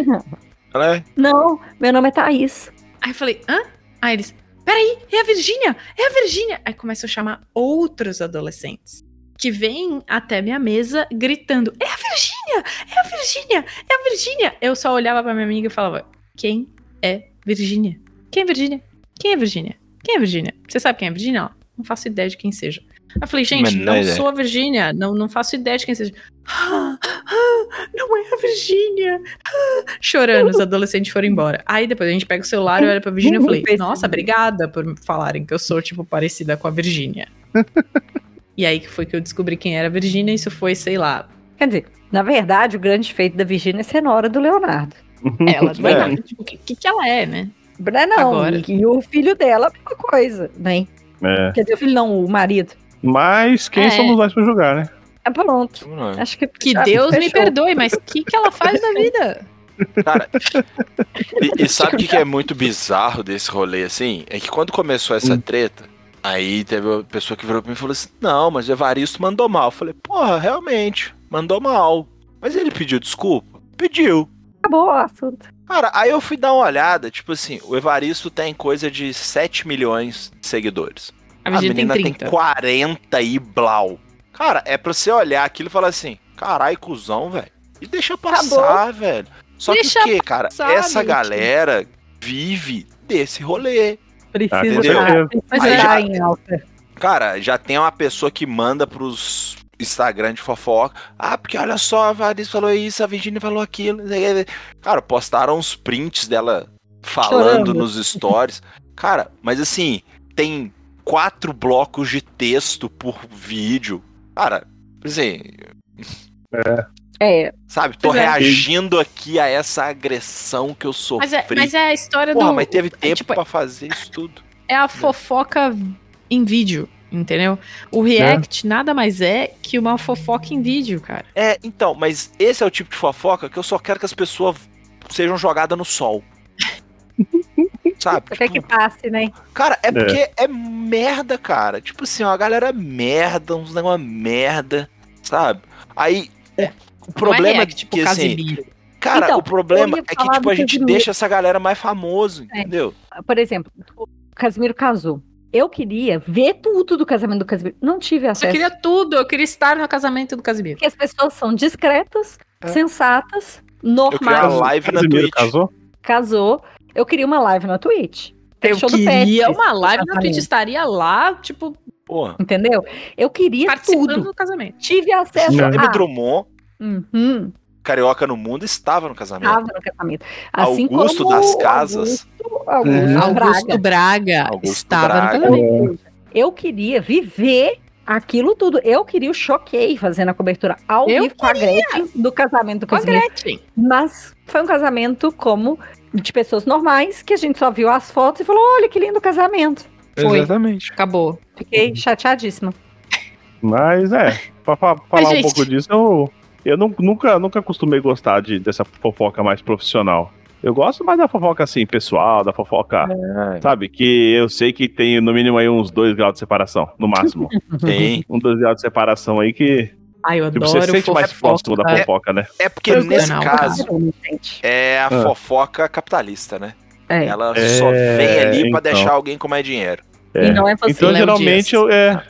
Speaker 4: Ela é
Speaker 2: Não, meu nome é Thaís.
Speaker 3: Aí eu falei: hã? Aí eles: peraí, é a Virgínia! É a Virgínia! Aí começam a chamar outros adolescentes. Que vêm até minha mesa gritando: É a Virgínia! É a Virgínia! É a Virgínia! Eu só olhava pra minha amiga e falava: Quem é Virgínia? Quem é Virgínia? Quem é Virgínia? Quem é Virgínia? Você sabe quem é Virgínia? Ela, Não faço ideia de quem seja. Eu falei, gente,
Speaker 4: Menor
Speaker 3: não
Speaker 4: ideia.
Speaker 3: sou a Virgínia, não, não faço ideia de quem seja. Ah, ah, não é a Virgínia. Ah, Chorando, os adolescentes foram embora. Aí depois a gente pega o celular, eu olho pra Virgínia e falei, nossa, obrigada por me falarem que eu sou, tipo, parecida com a Virgínia. e aí que foi que eu descobri quem era a Virgínia, isso foi, sei lá,
Speaker 2: Quer dizer, na verdade, o grande feito da Virgínia é ser nora do Leonardo.
Speaker 3: ela.
Speaker 4: É.
Speaker 3: Mas, tipo, o que, que que ela é, né?
Speaker 2: Não, é não.
Speaker 3: Agora.
Speaker 2: E, e o filho dela, a mesma coisa, né?
Speaker 1: É.
Speaker 2: Quer dizer, o filho não, o marido.
Speaker 1: Mas quem
Speaker 3: É.
Speaker 1: somos nós pra julgar, né?
Speaker 2: É pronto.
Speaker 4: Não é.
Speaker 2: Acho que.
Speaker 3: Que
Speaker 2: acho
Speaker 3: Deus
Speaker 2: que
Speaker 3: me
Speaker 2: fechou.
Speaker 3: perdoe, mas o que, que ela faz da vida?
Speaker 4: Cara, e, e sabe o que, que é muito bizarro desse rolê, assim? É que quando começou essa treta, aí teve uma pessoa que virou pra mim e falou assim: Não, mas o Evaristo mandou mal. Eu falei, porra, realmente, mandou mal. Mas ele pediu desculpa? Pediu.
Speaker 2: Acabou o assunto.
Speaker 4: Cara, aí eu fui dar uma olhada, tipo assim, o Evaristo tem coisa de 7 milhões de seguidores.
Speaker 3: A Virgínia tem 30.
Speaker 4: 40 e blau. Cara, é pra você olhar aquilo e falar assim, carai, cuzão, velho. E deixa passar, velho. Só
Speaker 3: Deixa
Speaker 4: que o quê, cara?
Speaker 3: passar,
Speaker 4: Essa
Speaker 3: gente.
Speaker 4: galera vive desse rolê.
Speaker 2: Precisa
Speaker 4: entendeu?
Speaker 2: estar precisa
Speaker 4: Aí
Speaker 2: estar
Speaker 4: já-
Speaker 2: em alta.
Speaker 4: Cara, já tem uma pessoa que manda pros Instagram de fofoca. Ah, porque olha só, a Varis falou isso, a Virginia falou aquilo. não sei o quê. Cara, postaram uns prints dela falando
Speaker 2: Chorando.
Speaker 4: nos stories. Cara, mas assim, tem quatro blocos de texto por vídeo. Cara, assim,
Speaker 2: É,
Speaker 4: sabe, tô
Speaker 3: Pois é.
Speaker 4: reagindo aqui a essa agressão que eu sofri.
Speaker 3: Mas é, mas é a história
Speaker 4: Porra,
Speaker 3: do.
Speaker 4: mas teve tempo
Speaker 3: tipo,
Speaker 4: pra fazer isso tudo.
Speaker 3: É a fofoca em vídeo, entendeu? O react nada mais é que uma fofoca em vídeo, cara.
Speaker 4: É, então, mas esse é o tipo de fofoca que eu só quero que as pessoas sejam jogadas no sol. Sabe?
Speaker 2: até que
Speaker 4: Tipo,
Speaker 2: passe, né?
Speaker 4: Cara, é porque é merda, cara. Tipo assim, uma galera merda, uns negócio merda, sabe? Aí, o, o
Speaker 3: Não é
Speaker 4: problema é
Speaker 3: react,
Speaker 4: que,
Speaker 3: tipo,
Speaker 4: assim,
Speaker 3: Casimiro.
Speaker 4: cara,
Speaker 2: Então,
Speaker 4: o problema
Speaker 2: eu
Speaker 4: é
Speaker 2: ia
Speaker 4: que,
Speaker 2: falar
Speaker 4: tipo,
Speaker 2: do É.
Speaker 4: a gente
Speaker 2: Casimiro.
Speaker 4: deixa essa galera mais famoso, entendeu?
Speaker 2: Por exemplo, o Casimiro casou. Eu queria ver tudo do casamento do Casimiro. Não tive
Speaker 3: Eu
Speaker 2: acesso.
Speaker 3: queria tudo, eu queria estar no casamento do Casimiro.
Speaker 2: Porque as pessoas são discretas, sensatas,
Speaker 4: Eu queria uma
Speaker 2: normais.
Speaker 4: live na
Speaker 1: Casimiro
Speaker 4: Twitch.
Speaker 1: casou?
Speaker 2: Casou. Eu queria uma live na Twitch.
Speaker 3: Eu
Speaker 2: Show do Pet,
Speaker 3: queria uma live na
Speaker 2: casamento.
Speaker 3: Twitch, estaria lá, tipo,
Speaker 4: Porra.
Speaker 2: Entendeu? Eu queria
Speaker 3: participando
Speaker 2: tudo.
Speaker 3: do casamento.
Speaker 2: Tive acesso
Speaker 1: Não.
Speaker 4: Lembra
Speaker 2: a.
Speaker 4: Drummond,
Speaker 2: Uhum,
Speaker 4: carioca no mundo, estava no casamento.
Speaker 2: tava no casamento. Assim
Speaker 4: Augusto
Speaker 2: como
Speaker 4: das
Speaker 2: o
Speaker 4: Casas.
Speaker 2: Augusto, Augusto
Speaker 3: Augusto
Speaker 2: Braga.
Speaker 3: Braga
Speaker 4: Augusto
Speaker 3: estava
Speaker 4: Braga.
Speaker 3: no casamento.
Speaker 1: É.
Speaker 2: Eu queria viver aquilo tudo. Eu queria o choquei fazendo a cobertura ao
Speaker 3: Eu
Speaker 2: vivo com a Gretchen do casamento do
Speaker 3: Com a
Speaker 2: Casimiro.
Speaker 3: Gretchen.
Speaker 2: Mas foi um casamento como de pessoas normais, que a gente só viu as fotos e falou: olha que lindo casamento.
Speaker 3: Foi.
Speaker 4: Exatamente.
Speaker 3: Acabou.
Speaker 2: Fiquei chateadíssima.
Speaker 1: Mas é, pra fa- falar um
Speaker 3: gente.
Speaker 1: pouco disso, eu, eu nu- nunca, nunca costumei gostar de, dessa fofoca mais profissional. Eu gosto mais da fofoca assim, pessoal, da fofoca,
Speaker 4: É.
Speaker 1: sabe? Que eu sei que tem no mínimo aí uns dois graus de separação, no máximo.
Speaker 4: Sim.
Speaker 1: um dois graus de separação aí que
Speaker 3: Ai, eu
Speaker 1: tipo,
Speaker 3: adoro
Speaker 1: você sente mais
Speaker 3: fofoca.
Speaker 1: próximo da fofoca, né?
Speaker 4: É porque
Speaker 3: Pois é,
Speaker 4: nesse
Speaker 3: não,
Speaker 4: caso
Speaker 2: Tá Gente.
Speaker 4: é a
Speaker 1: Ah.
Speaker 4: fofoca capitalista, né?
Speaker 2: É.
Speaker 4: Ela
Speaker 1: É,
Speaker 4: só vem ali pra
Speaker 1: então.
Speaker 4: deixar alguém com mais dinheiro.
Speaker 1: É.
Speaker 2: E não é você.
Speaker 1: Então,
Speaker 3: Léo
Speaker 1: geralmente,
Speaker 3: Dias.
Speaker 1: eu, é,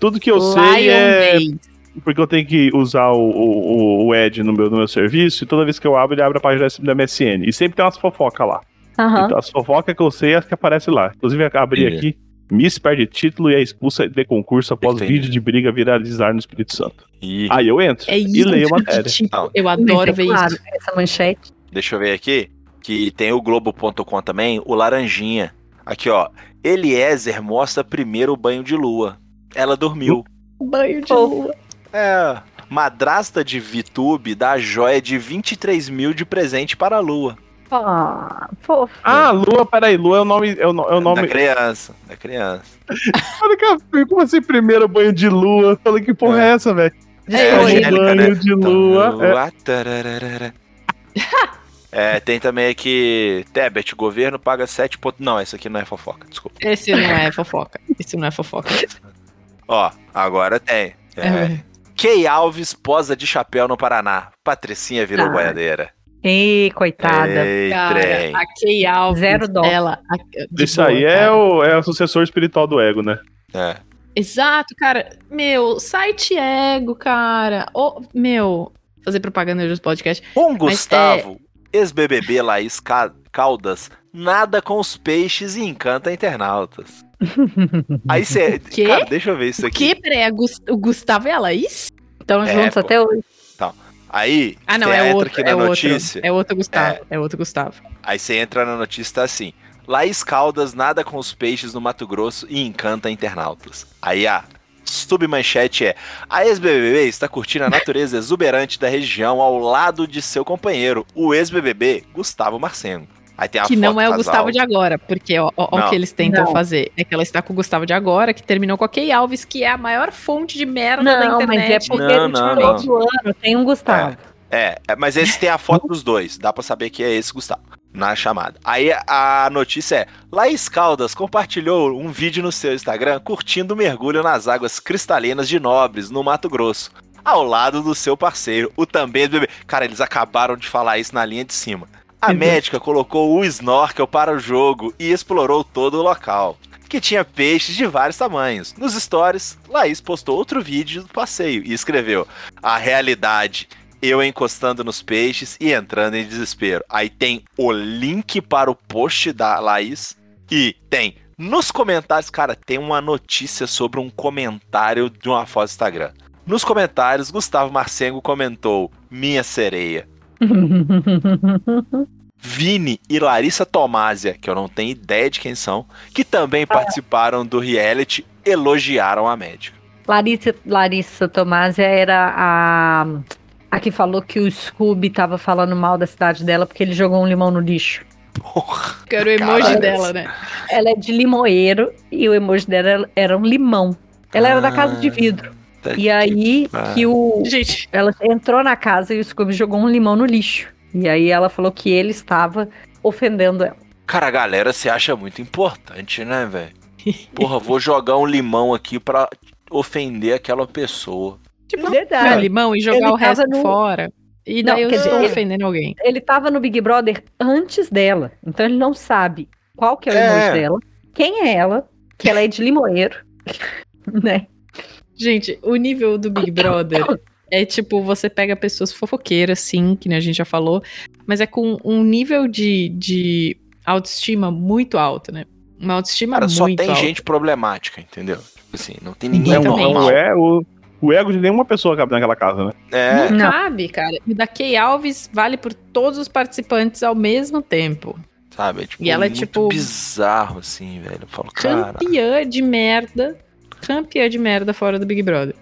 Speaker 1: tudo que eu sei
Speaker 3: Lion
Speaker 1: é
Speaker 3: Day.
Speaker 1: porque eu tenho que usar o, o, o- o Ed no meu, no meu serviço e toda vez que eu abro, ele abre a página da MSN. E sempre tem umas fofocas lá.
Speaker 2: Aham.
Speaker 1: Então, as fofocas que eu sei é as que aparecem lá. Inclusive, eu abri
Speaker 4: Entendi.
Speaker 1: aqui. Miss perde título e é expulsa de concurso após
Speaker 4: Entendi.
Speaker 1: vídeo de briga viralizar no Espírito Santo.
Speaker 4: E
Speaker 1: Aí eu entro
Speaker 3: É
Speaker 1: e
Speaker 3: isso.
Speaker 1: leio a
Speaker 3: que,
Speaker 1: matéria.
Speaker 3: tipo,
Speaker 4: Não.
Speaker 3: eu adoro ver
Speaker 2: é claro,
Speaker 3: isso.
Speaker 2: essa manchete.
Speaker 4: deixa eu ver aqui, que tem o Globo.com também, o Laranjinha. Aqui, ó. Eliezer mostra primeiro o banho de lua. Ela dormiu.
Speaker 3: Banho de
Speaker 2: Pô.
Speaker 3: lua.
Speaker 4: É. Madrasta de VTube dá joia de 23 mil de presente para a lua.
Speaker 2: Ah, fofo.
Speaker 1: Ah, Lua, peraí, Lua é o nome. É o, no- é o
Speaker 4: Da
Speaker 1: nome.
Speaker 4: criança. Da criança.
Speaker 1: Olha que eu fico, como assim, primeiro banho de Lua? Falei, que porra é, essa, velho?
Speaker 2: É,
Speaker 1: Primeiro
Speaker 4: Angélica,
Speaker 1: banho
Speaker 4: né?
Speaker 1: de Lua. É.
Speaker 4: tarararara. É, tem também aqui. Tebet, governo paga 7 pontos. Não, essa aqui não é fofoca, desculpa.
Speaker 3: Esse não é fofoca. Esse não é fofoca.
Speaker 4: Ó, agora tem. É.
Speaker 3: É.
Speaker 4: Key Alves posa de chapéu no Paraná. Patricinha virou
Speaker 2: Ah,
Speaker 4: boiadeira.
Speaker 2: Ih, coitada.
Speaker 4: Ei, trem.
Speaker 3: Cara, a Key Alves.
Speaker 2: Zero dó.
Speaker 3: Ela, a- de
Speaker 1: Isso
Speaker 3: boa,
Speaker 1: aí é
Speaker 3: cara.
Speaker 1: o, é o sucessor espiritual do ego, né?
Speaker 4: É.
Speaker 3: Exato, cara. Meu, site ego, cara. Ô, meu, fazer propaganda dos podcasts.
Speaker 4: Com
Speaker 3: Mas
Speaker 4: Um
Speaker 3: é-
Speaker 4: Gustavo, ex-BBB Laís Ca- Caldas, nada com os peixes e encanta internautas. Aí você...
Speaker 3: Quê?
Speaker 4: Cara, deixa eu ver isso
Speaker 3: O
Speaker 4: aqui.
Speaker 3: que? Peraí, a Gus- o Gustavo é e a Laís?
Speaker 2: Estão
Speaker 4: É,
Speaker 2: então, juntos
Speaker 4: pô.
Speaker 2: até hoje.
Speaker 4: Aí,
Speaker 3: Ah, não,
Speaker 4: você
Speaker 3: é
Speaker 4: entra
Speaker 3: outro.
Speaker 4: aqui na
Speaker 3: É outro,
Speaker 4: notícia.
Speaker 3: é outro Gustavo. É outro Gustavo.
Speaker 4: Aí você entra na notícia e tá assim. Laís Caldas nada com os peixes no Mato Grosso e encanta internautas. Aí a submanchete é: A ex-BBB está curtindo a natureza exuberante da região ao lado de seu companheiro, o ex-BBB Gustavo Marceno. Aí tem a
Speaker 3: que
Speaker 4: foto
Speaker 3: não
Speaker 4: do
Speaker 3: é o
Speaker 4: casal.
Speaker 3: Gustavo de agora, porque ó, ó- ó
Speaker 4: Não.
Speaker 3: o que eles tentam
Speaker 2: Não.
Speaker 3: fazer. É que ela está com o Gustavo de agora, que terminou com a Key Alves, que é a maior fonte de merda da
Speaker 2: Não, mas é
Speaker 3: internet.
Speaker 2: porque
Speaker 4: Não, não,
Speaker 2: todo ano tem um Gustavo.
Speaker 4: É, é, mas esse tem a foto dos dois. Dá pra saber que é esse Gustavo. Na chamada. Aí a notícia é: Laís Caldas compartilhou um vídeo no seu Instagram curtindo o mergulho nas águas cristalinas de Nobres, no Mato Grosso, ao lado do seu parceiro, o também bebê. Cara, eles acabaram de falar isso na linha de cima. A
Speaker 3: Meu Deus.
Speaker 4: médica colocou o snorkel para o jogo e explorou todo o local, que tinha peixes de vários tamanhos. Nos stories, Laís postou outro vídeo do passeio e escreveu: A realidade eu encostando nos peixes e entrando em desespero. Aí tem o link para o post da Laís e tem nos comentários, cara, tem uma notícia sobre um comentário de uma foto do Instagram. Nos comentários, Gustavo Marcengo comentou: Minha sereia. Vini e Larissa Tomásia, que eu não tenho ideia de quem são, que também participaram do reality, elogiaram a médica.
Speaker 2: Larissa, Larissa Tomásia era a, a que falou que o Scooby tava falando mal da cidade dela porque ele jogou um limão no lixo.
Speaker 4: Porra.
Speaker 3: Quero o emoji
Speaker 4: Caralho.
Speaker 3: dela, né?
Speaker 2: Ela é de limoeiro e o emoji dela era- era um limão. Ela era da casa de vidro. E aí que o,
Speaker 3: Gente,
Speaker 2: Ela entrou na casa e o Scooby jogou um limão no lixo. E aí ela falou que ele estava ofendendo ela.
Speaker 4: Cara, a galera se acha muito importante, né, velho? Porra, vou jogar um limão aqui pra ofender aquela pessoa.
Speaker 2: Tipo,
Speaker 3: pegar
Speaker 2: detalhe,
Speaker 3: limão e jogar
Speaker 2: ele
Speaker 3: o resto
Speaker 2: tava no-
Speaker 3: fora. E
Speaker 2: Não,
Speaker 3: daí eu
Speaker 2: quer dizer,
Speaker 3: estou
Speaker 2: ele-
Speaker 3: ofendendo alguém.
Speaker 2: ele estava no Big Brother antes dela. Então ele não sabe qual que é o
Speaker 4: É.
Speaker 2: emoji dela, quem é ela, que ela é de limoeiro, né?
Speaker 3: Gente, o nível do Big Brother é tipo, você pega pessoas fofoqueiras, sim, que nem a gente já falou, mas é com um nível de, de autoestima muito alto, né? Uma autoestima
Speaker 4: Cara,
Speaker 3: muito
Speaker 4: só tem
Speaker 3: alta.
Speaker 4: gente problemática, entendeu? Tipo assim, não tem ninguém
Speaker 1: É, um-
Speaker 3: Exatamente.
Speaker 4: normal.
Speaker 1: não é o, o ego de nenhuma pessoa cabe naquela casa, né?
Speaker 4: É,
Speaker 3: Não
Speaker 2: Não.
Speaker 3: cabe, cara. E da Kay Alves vale por todos os participantes ao mesmo tempo.
Speaker 4: sabe? É, tipo,
Speaker 3: E ela é,
Speaker 4: muito
Speaker 3: tipo,
Speaker 4: bizarro, assim, velho. Eu falo, cara...
Speaker 3: Campeã de merda. Campeã de merda fora do Big Brother.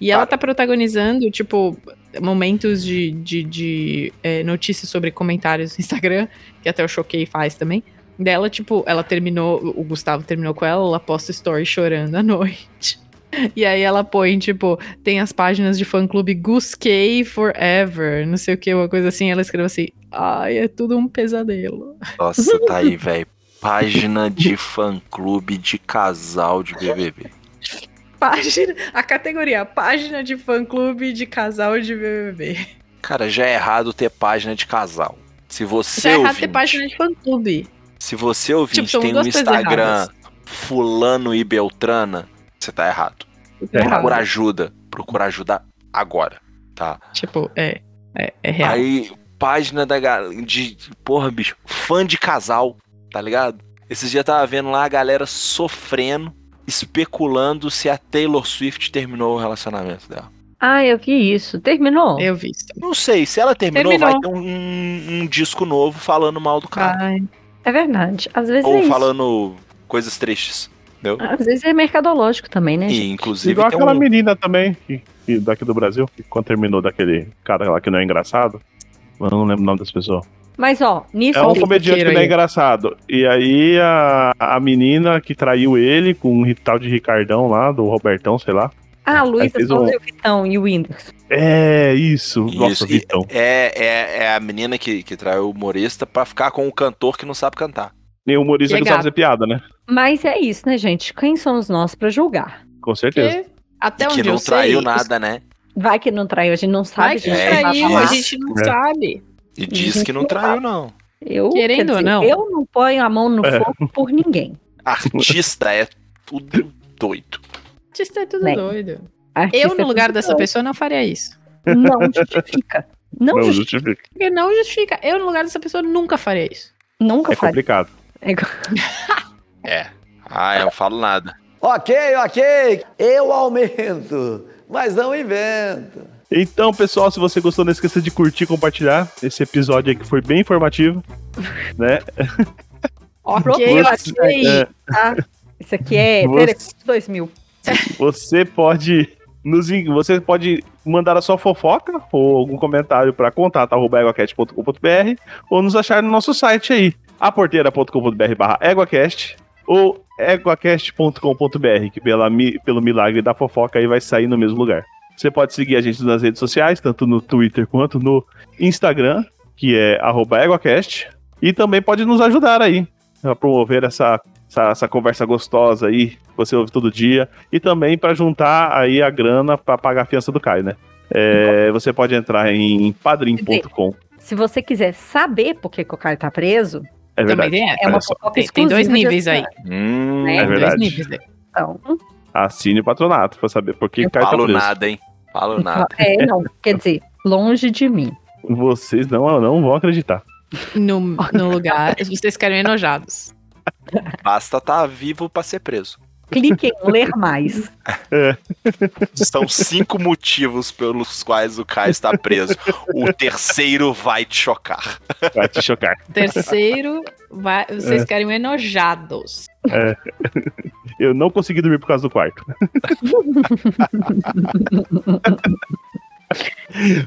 Speaker 3: E ela
Speaker 4: Cara.
Speaker 3: tá protagonizando, tipo, momentos de, de, de, é, notícias sobre comentários no Instagram, que até o Choquei faz também. Dela, tipo, ela terminou, o Gustavo terminou com ela, ela posta story chorando à noite. E aí ela põe, tipo, tem as páginas de fã clube Gusquei Forever, não sei o que, uma coisa assim. Ela escreveu assim: Ai, é tudo um pesadelo.
Speaker 4: Nossa, tá aí, velho. Página de fã-clube de casal de BBB.
Speaker 3: Página, a categoria, página de fã clube de casal de BBB.
Speaker 4: Cara, já é errado ter página de casal. Se você
Speaker 3: Já é errado ter
Speaker 4: ouvinte-
Speaker 3: página de fã clube.
Speaker 4: Se você ouvinte
Speaker 3: Tipo, são
Speaker 4: tem um
Speaker 3: duas coisas
Speaker 4: Instagram
Speaker 3: erradas.
Speaker 4: fulano e beltrana, você tá errado.
Speaker 1: É errado.
Speaker 4: Procura ajuda. Procura ajuda agora, tá?
Speaker 3: Tipo, é, é, é real.
Speaker 4: Aí, página da galera de, porra, bicho, fã de casal, tá ligado? Esses dias eu tava vendo lá a galera sofrendo, especulando se a Taylor Swift terminou o relacionamento dela.
Speaker 2: Ah, eu vi isso. Terminou?
Speaker 3: Eu vi isso. também.
Speaker 4: Não sei, se ela terminou,
Speaker 3: Terminou.
Speaker 4: vai
Speaker 3: Ah,
Speaker 4: ter um, um- um disco novo falando mal do cara.
Speaker 3: Ai,
Speaker 2: É verdade. Às vezes é
Speaker 4: ou
Speaker 2: isso.
Speaker 4: falando coisas tristes.
Speaker 2: Às vezes é mercadológico também, né? gente?
Speaker 4: E, inclusive,
Speaker 1: Igual
Speaker 4: tem
Speaker 1: aquela
Speaker 4: um...
Speaker 1: menina também, que, que daqui do Brasil, que quando terminou daquele cara lá que não é engraçado. Eu não lembro o nome das pessoas.
Speaker 2: Mas, ó, nisso
Speaker 1: É um
Speaker 3: Sim,
Speaker 1: comediante que
Speaker 3: fofoqueiro
Speaker 1: não é
Speaker 3: aí.
Speaker 1: engraçado. E aí a, a menina que traiu ele com um tal de Ricardão lá, do Robertão, sei lá.
Speaker 2: Ah, a Luísa
Speaker 1: fez
Speaker 2: Sonza
Speaker 1: um-
Speaker 2: e o Vitão e o Whindersson.
Speaker 1: É, isso. Nossa,
Speaker 4: e-
Speaker 1: Vitão.
Speaker 4: É, é, é a menina que, que traiu o humorista pra ficar com o cantor que não sabe cantar.
Speaker 1: Nem humorista
Speaker 3: E é
Speaker 1: que sabe
Speaker 3: gato.
Speaker 1: fazer piada, né?
Speaker 2: Mas é isso, né, gente? Quem somos nós pra julgar?
Speaker 1: Com certeza.
Speaker 3: porque até
Speaker 4: e
Speaker 3: onde
Speaker 4: que
Speaker 3: eu
Speaker 4: não
Speaker 3: sei,
Speaker 4: traiu
Speaker 3: os-
Speaker 4: nada, né?
Speaker 2: Vai que não traiu, a gente não sabe.
Speaker 3: Vai
Speaker 2: a
Speaker 3: que
Speaker 2: gente
Speaker 4: É,
Speaker 2: não vai
Speaker 3: traiu,
Speaker 2: falar.
Speaker 3: a gente não
Speaker 1: É.
Speaker 3: sabe.
Speaker 4: E diz que não traiu, não.
Speaker 2: Eu,
Speaker 3: Querendo
Speaker 2: quer
Speaker 3: ou
Speaker 2: dizer,
Speaker 3: não.
Speaker 2: Eu não ponho a mão no
Speaker 1: É.
Speaker 2: fogo por ninguém.
Speaker 4: Artista é tudo doido.
Speaker 3: Artista é tudo
Speaker 2: Bem.
Speaker 3: doido.
Speaker 2: Artista é
Speaker 3: Eu, no lugar dessa
Speaker 2: não-
Speaker 3: pessoa, não faria isso.
Speaker 2: Não justifica. Não,
Speaker 1: Não, é
Speaker 2: justi-
Speaker 1: justifica.
Speaker 3: Porque não justifica. Eu, no lugar dessa pessoa, nunca faria isso.
Speaker 2: Nunca
Speaker 1: É
Speaker 2: faria.
Speaker 1: complicado.
Speaker 2: É co-
Speaker 4: É. Ah, eu não falo nada.
Speaker 6: Ok, ok. Eu aumento, mas não invento.
Speaker 1: Então, pessoal, se você gostou, não esqueça de curtir e compartilhar esse episódio aí que foi bem informativo. né?
Speaker 3: Ok,
Speaker 1: Você-
Speaker 3: ok.
Speaker 1: é,
Speaker 2: Isso aqui é
Speaker 1: Você-
Speaker 2: Telecurso 2000.
Speaker 1: Você pode nos en- você pode mandar a sua fofoca ou algum comentário para contato@eguacast.com.br ou nos achar no nosso site aí, aporteira.com.br/eguacast ou eguacast.com.br, que pela mi- pelo milagre da fofoca aí vai sair no mesmo lugar. Você pode seguir a gente nas redes sociais, tanto no Twitter quanto no Instagram, que é arroba EgoCast. E também pode nos ajudar aí a promover essa, essa, essa conversa gostosa aí que você ouve todo dia. E também para juntar aí a grana para pagar a fiança do Caio, né? É, você pode entrar em padrim.com.
Speaker 2: Se você quiser saber por que, que o Caio tá preso,
Speaker 1: É
Speaker 3: Também
Speaker 1: verdade.
Speaker 3: tem essa.
Speaker 2: é uma
Speaker 1: Olha só.
Speaker 2: fofoca
Speaker 3: Tem- tem dois
Speaker 2: exclusiva de
Speaker 3: níveis aí.
Speaker 2: assinante.
Speaker 4: Hum,
Speaker 2: É
Speaker 1: É verdade.
Speaker 3: Dois níveis aí.
Speaker 2: Então,
Speaker 1: Assine o patronato para saber por que que o Caio tá
Speaker 4: falo
Speaker 1: preso.
Speaker 4: nada, hein? Falo nada.
Speaker 2: é, não, quer dizer, longe de mim.
Speaker 1: Vocês não, não vão acreditar.
Speaker 3: No, no lugar. Vocês querem enojados.
Speaker 4: Basta tá vivo pra ser preso.
Speaker 2: Clique em ler mais.
Speaker 4: São cinco motivos pelos quais o Caio está preso. O terceiro vai te chocar.
Speaker 1: Vai te chocar.
Speaker 3: Terceiro, vai- vocês querem um enojados.
Speaker 1: Eu não consegui dormir por causa do quarto.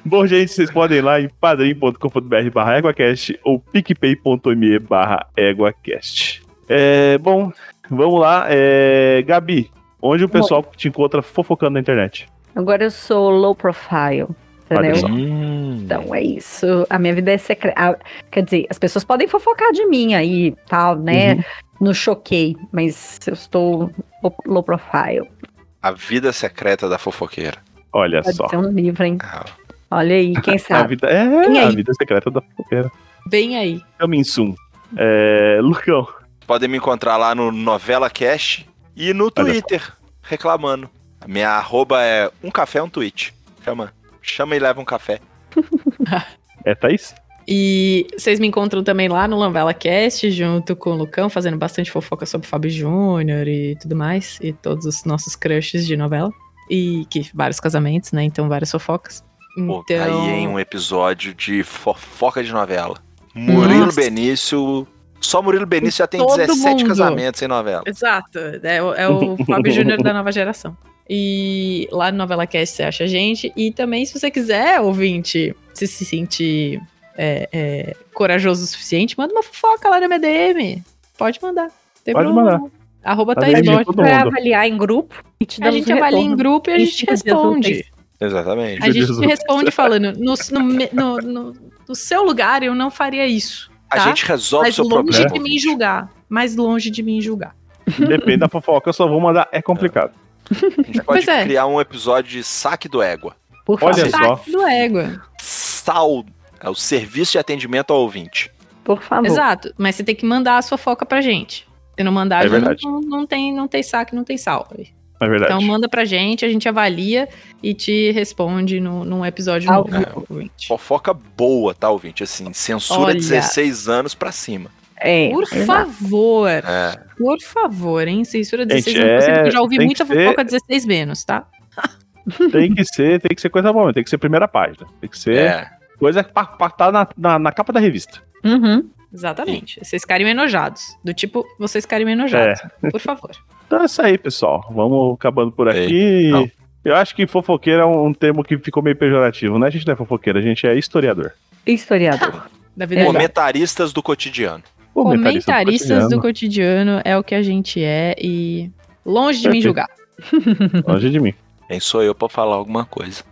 Speaker 1: Bom, gente, vocês podem ir lá em padrim.com.br barra EguaCast ou picpay.me barra EguaCast. É, bom, vamos lá. É, Gabi, onde o pessoal te encontra fofocando na internet?
Speaker 2: Agora eu sou low profile, entendeu?
Speaker 1: Olha só.
Speaker 4: Hum.
Speaker 2: Então é isso. A minha vida é secreta. Quer dizer, as pessoas podem fofocar de mim aí e tal, né?
Speaker 1: Uhum.
Speaker 2: No choquei, mas eu estou low- low profile.
Speaker 4: A vida secreta da fofoqueira.
Speaker 1: Olha
Speaker 2: Pode
Speaker 1: só.
Speaker 2: ser um livro, hein?
Speaker 4: Ah,
Speaker 2: Olha aí, quem
Speaker 1: A
Speaker 2: sabe.
Speaker 1: vida, é,
Speaker 2: aí?
Speaker 1: a vida secreta da fofoqueira.
Speaker 3: Bem aí.
Speaker 1: Caminho Sum. É, Lucão,
Speaker 4: Podem me encontrar lá no Novela Cash e no
Speaker 1: só.
Speaker 4: Twitter, reclamando. A minha arroba é um café, um tweet. Chama. Chama e leva um café.
Speaker 1: é Thaís?
Speaker 3: E vocês me encontram também lá no Lambela Cast, junto com o Lucão, fazendo bastante fofoca sobre o Fábio Júnior e tudo mais, e todos os nossos crushes de novela. E que vários casamentos, né? Então, várias fofocas.
Speaker 4: Pô,
Speaker 3: Então,
Speaker 4: Aí em um episódio de fofoca de novela. Murilo
Speaker 3: Nossa.
Speaker 4: Benício. Só Murilo Benício já tem
Speaker 3: Todo
Speaker 4: 17
Speaker 3: mundo.
Speaker 4: casamentos em novela.
Speaker 3: Exato, é, o- é o Fábio Júnior da nova geração. E lá no Novela Cast você acha a gente. E também, se você quiser, ouvinte, se se sentir é, é, corajoso o suficiente, manda uma fofoca lá na MDM. Pode mandar. não tem
Speaker 1: Pode
Speaker 3: problema
Speaker 1: mandar.
Speaker 3: não. Arroba
Speaker 1: Tá
Speaker 3: Thaís
Speaker 1: bem,
Speaker 3: Borges.
Speaker 1: todo
Speaker 2: Pra
Speaker 1: mundo.
Speaker 2: avaliar em grupo e te
Speaker 3: A
Speaker 2: damos um
Speaker 3: gente avalia em
Speaker 2: retorno.
Speaker 3: grupo e a
Speaker 2: Em
Speaker 3: gente
Speaker 2: cinco dias úteis.
Speaker 3: responde.
Speaker 4: Exatamente.
Speaker 3: A gente
Speaker 1: Jesus.
Speaker 3: te responde falando, no, no me- no- no- no seu lugar eu não faria isso.
Speaker 4: A
Speaker 3: Tá?
Speaker 4: gente resolve o
Speaker 3: Mas
Speaker 4: seu
Speaker 3: longe
Speaker 4: problema.
Speaker 3: de me julgar. Mais longe de me julgar.
Speaker 1: Depende da fofoca, eu só vou mandar. É complicado.
Speaker 4: A gente pode
Speaker 3: Pois é.
Speaker 4: criar um episódio de saque do égua.
Speaker 2: Por
Speaker 1: Olha
Speaker 2: favor.
Speaker 1: só.
Speaker 3: Saque do égua.
Speaker 4: Sal é o serviço de atendimento ao ouvinte.
Speaker 2: Por favor.
Speaker 3: Exato. Mas você tem que mandar a sua fofoca pra gente. Se não mandar,
Speaker 1: É
Speaker 3: a gente
Speaker 1: verdade.
Speaker 3: não, não tem, não tem saque, não tem sal.
Speaker 1: É verdade.
Speaker 3: Então manda pra gente, a gente avalia e te responde no, num episódio
Speaker 2: Ao
Speaker 3: novo. ouvinte.
Speaker 4: Fofoca boa, tá, ouvinte? Assim, censura
Speaker 3: Olha.
Speaker 4: 16 anos pra cima.
Speaker 2: É,
Speaker 3: Por
Speaker 2: exato.
Speaker 3: favor,
Speaker 4: É.
Speaker 3: por favor, hein? Censura 16
Speaker 1: Gente,
Speaker 3: não consigo, porque
Speaker 1: é,
Speaker 3: eu já ouvi
Speaker 1: tem que
Speaker 3: muita
Speaker 1: ser-
Speaker 3: fofoca 16 menos, tá?
Speaker 1: Tem que ser, tem que ser coisa boa, tem que ser primeira página. Tem que ser
Speaker 4: É.
Speaker 1: coisa pra estar tá na, na, na capa da revista.
Speaker 2: Uhum.
Speaker 3: Exatamente. Vocês ficarem enojados. Do tipo, vocês ficarem enojados. Por favor.
Speaker 1: Então é isso aí, pessoal. Vamos acabando por
Speaker 4: Ei,
Speaker 1: aqui.
Speaker 4: não.
Speaker 1: Eu acho que fofoqueiro é um, um termo que ficou meio pejorativo, né? A gente não é fofoqueiro, a gente é historiador.
Speaker 2: Historiador.
Speaker 3: Da vida real.
Speaker 4: Comentaristas do cotidiano.
Speaker 1: Comentarista
Speaker 3: Comentaristas do
Speaker 1: cotidiano.
Speaker 3: cotidiano é o que a gente é e longe de me
Speaker 1: Perfeito.
Speaker 3: julgar.
Speaker 1: Longe de mim.
Speaker 4: Quem sou eu pra falar alguma coisa?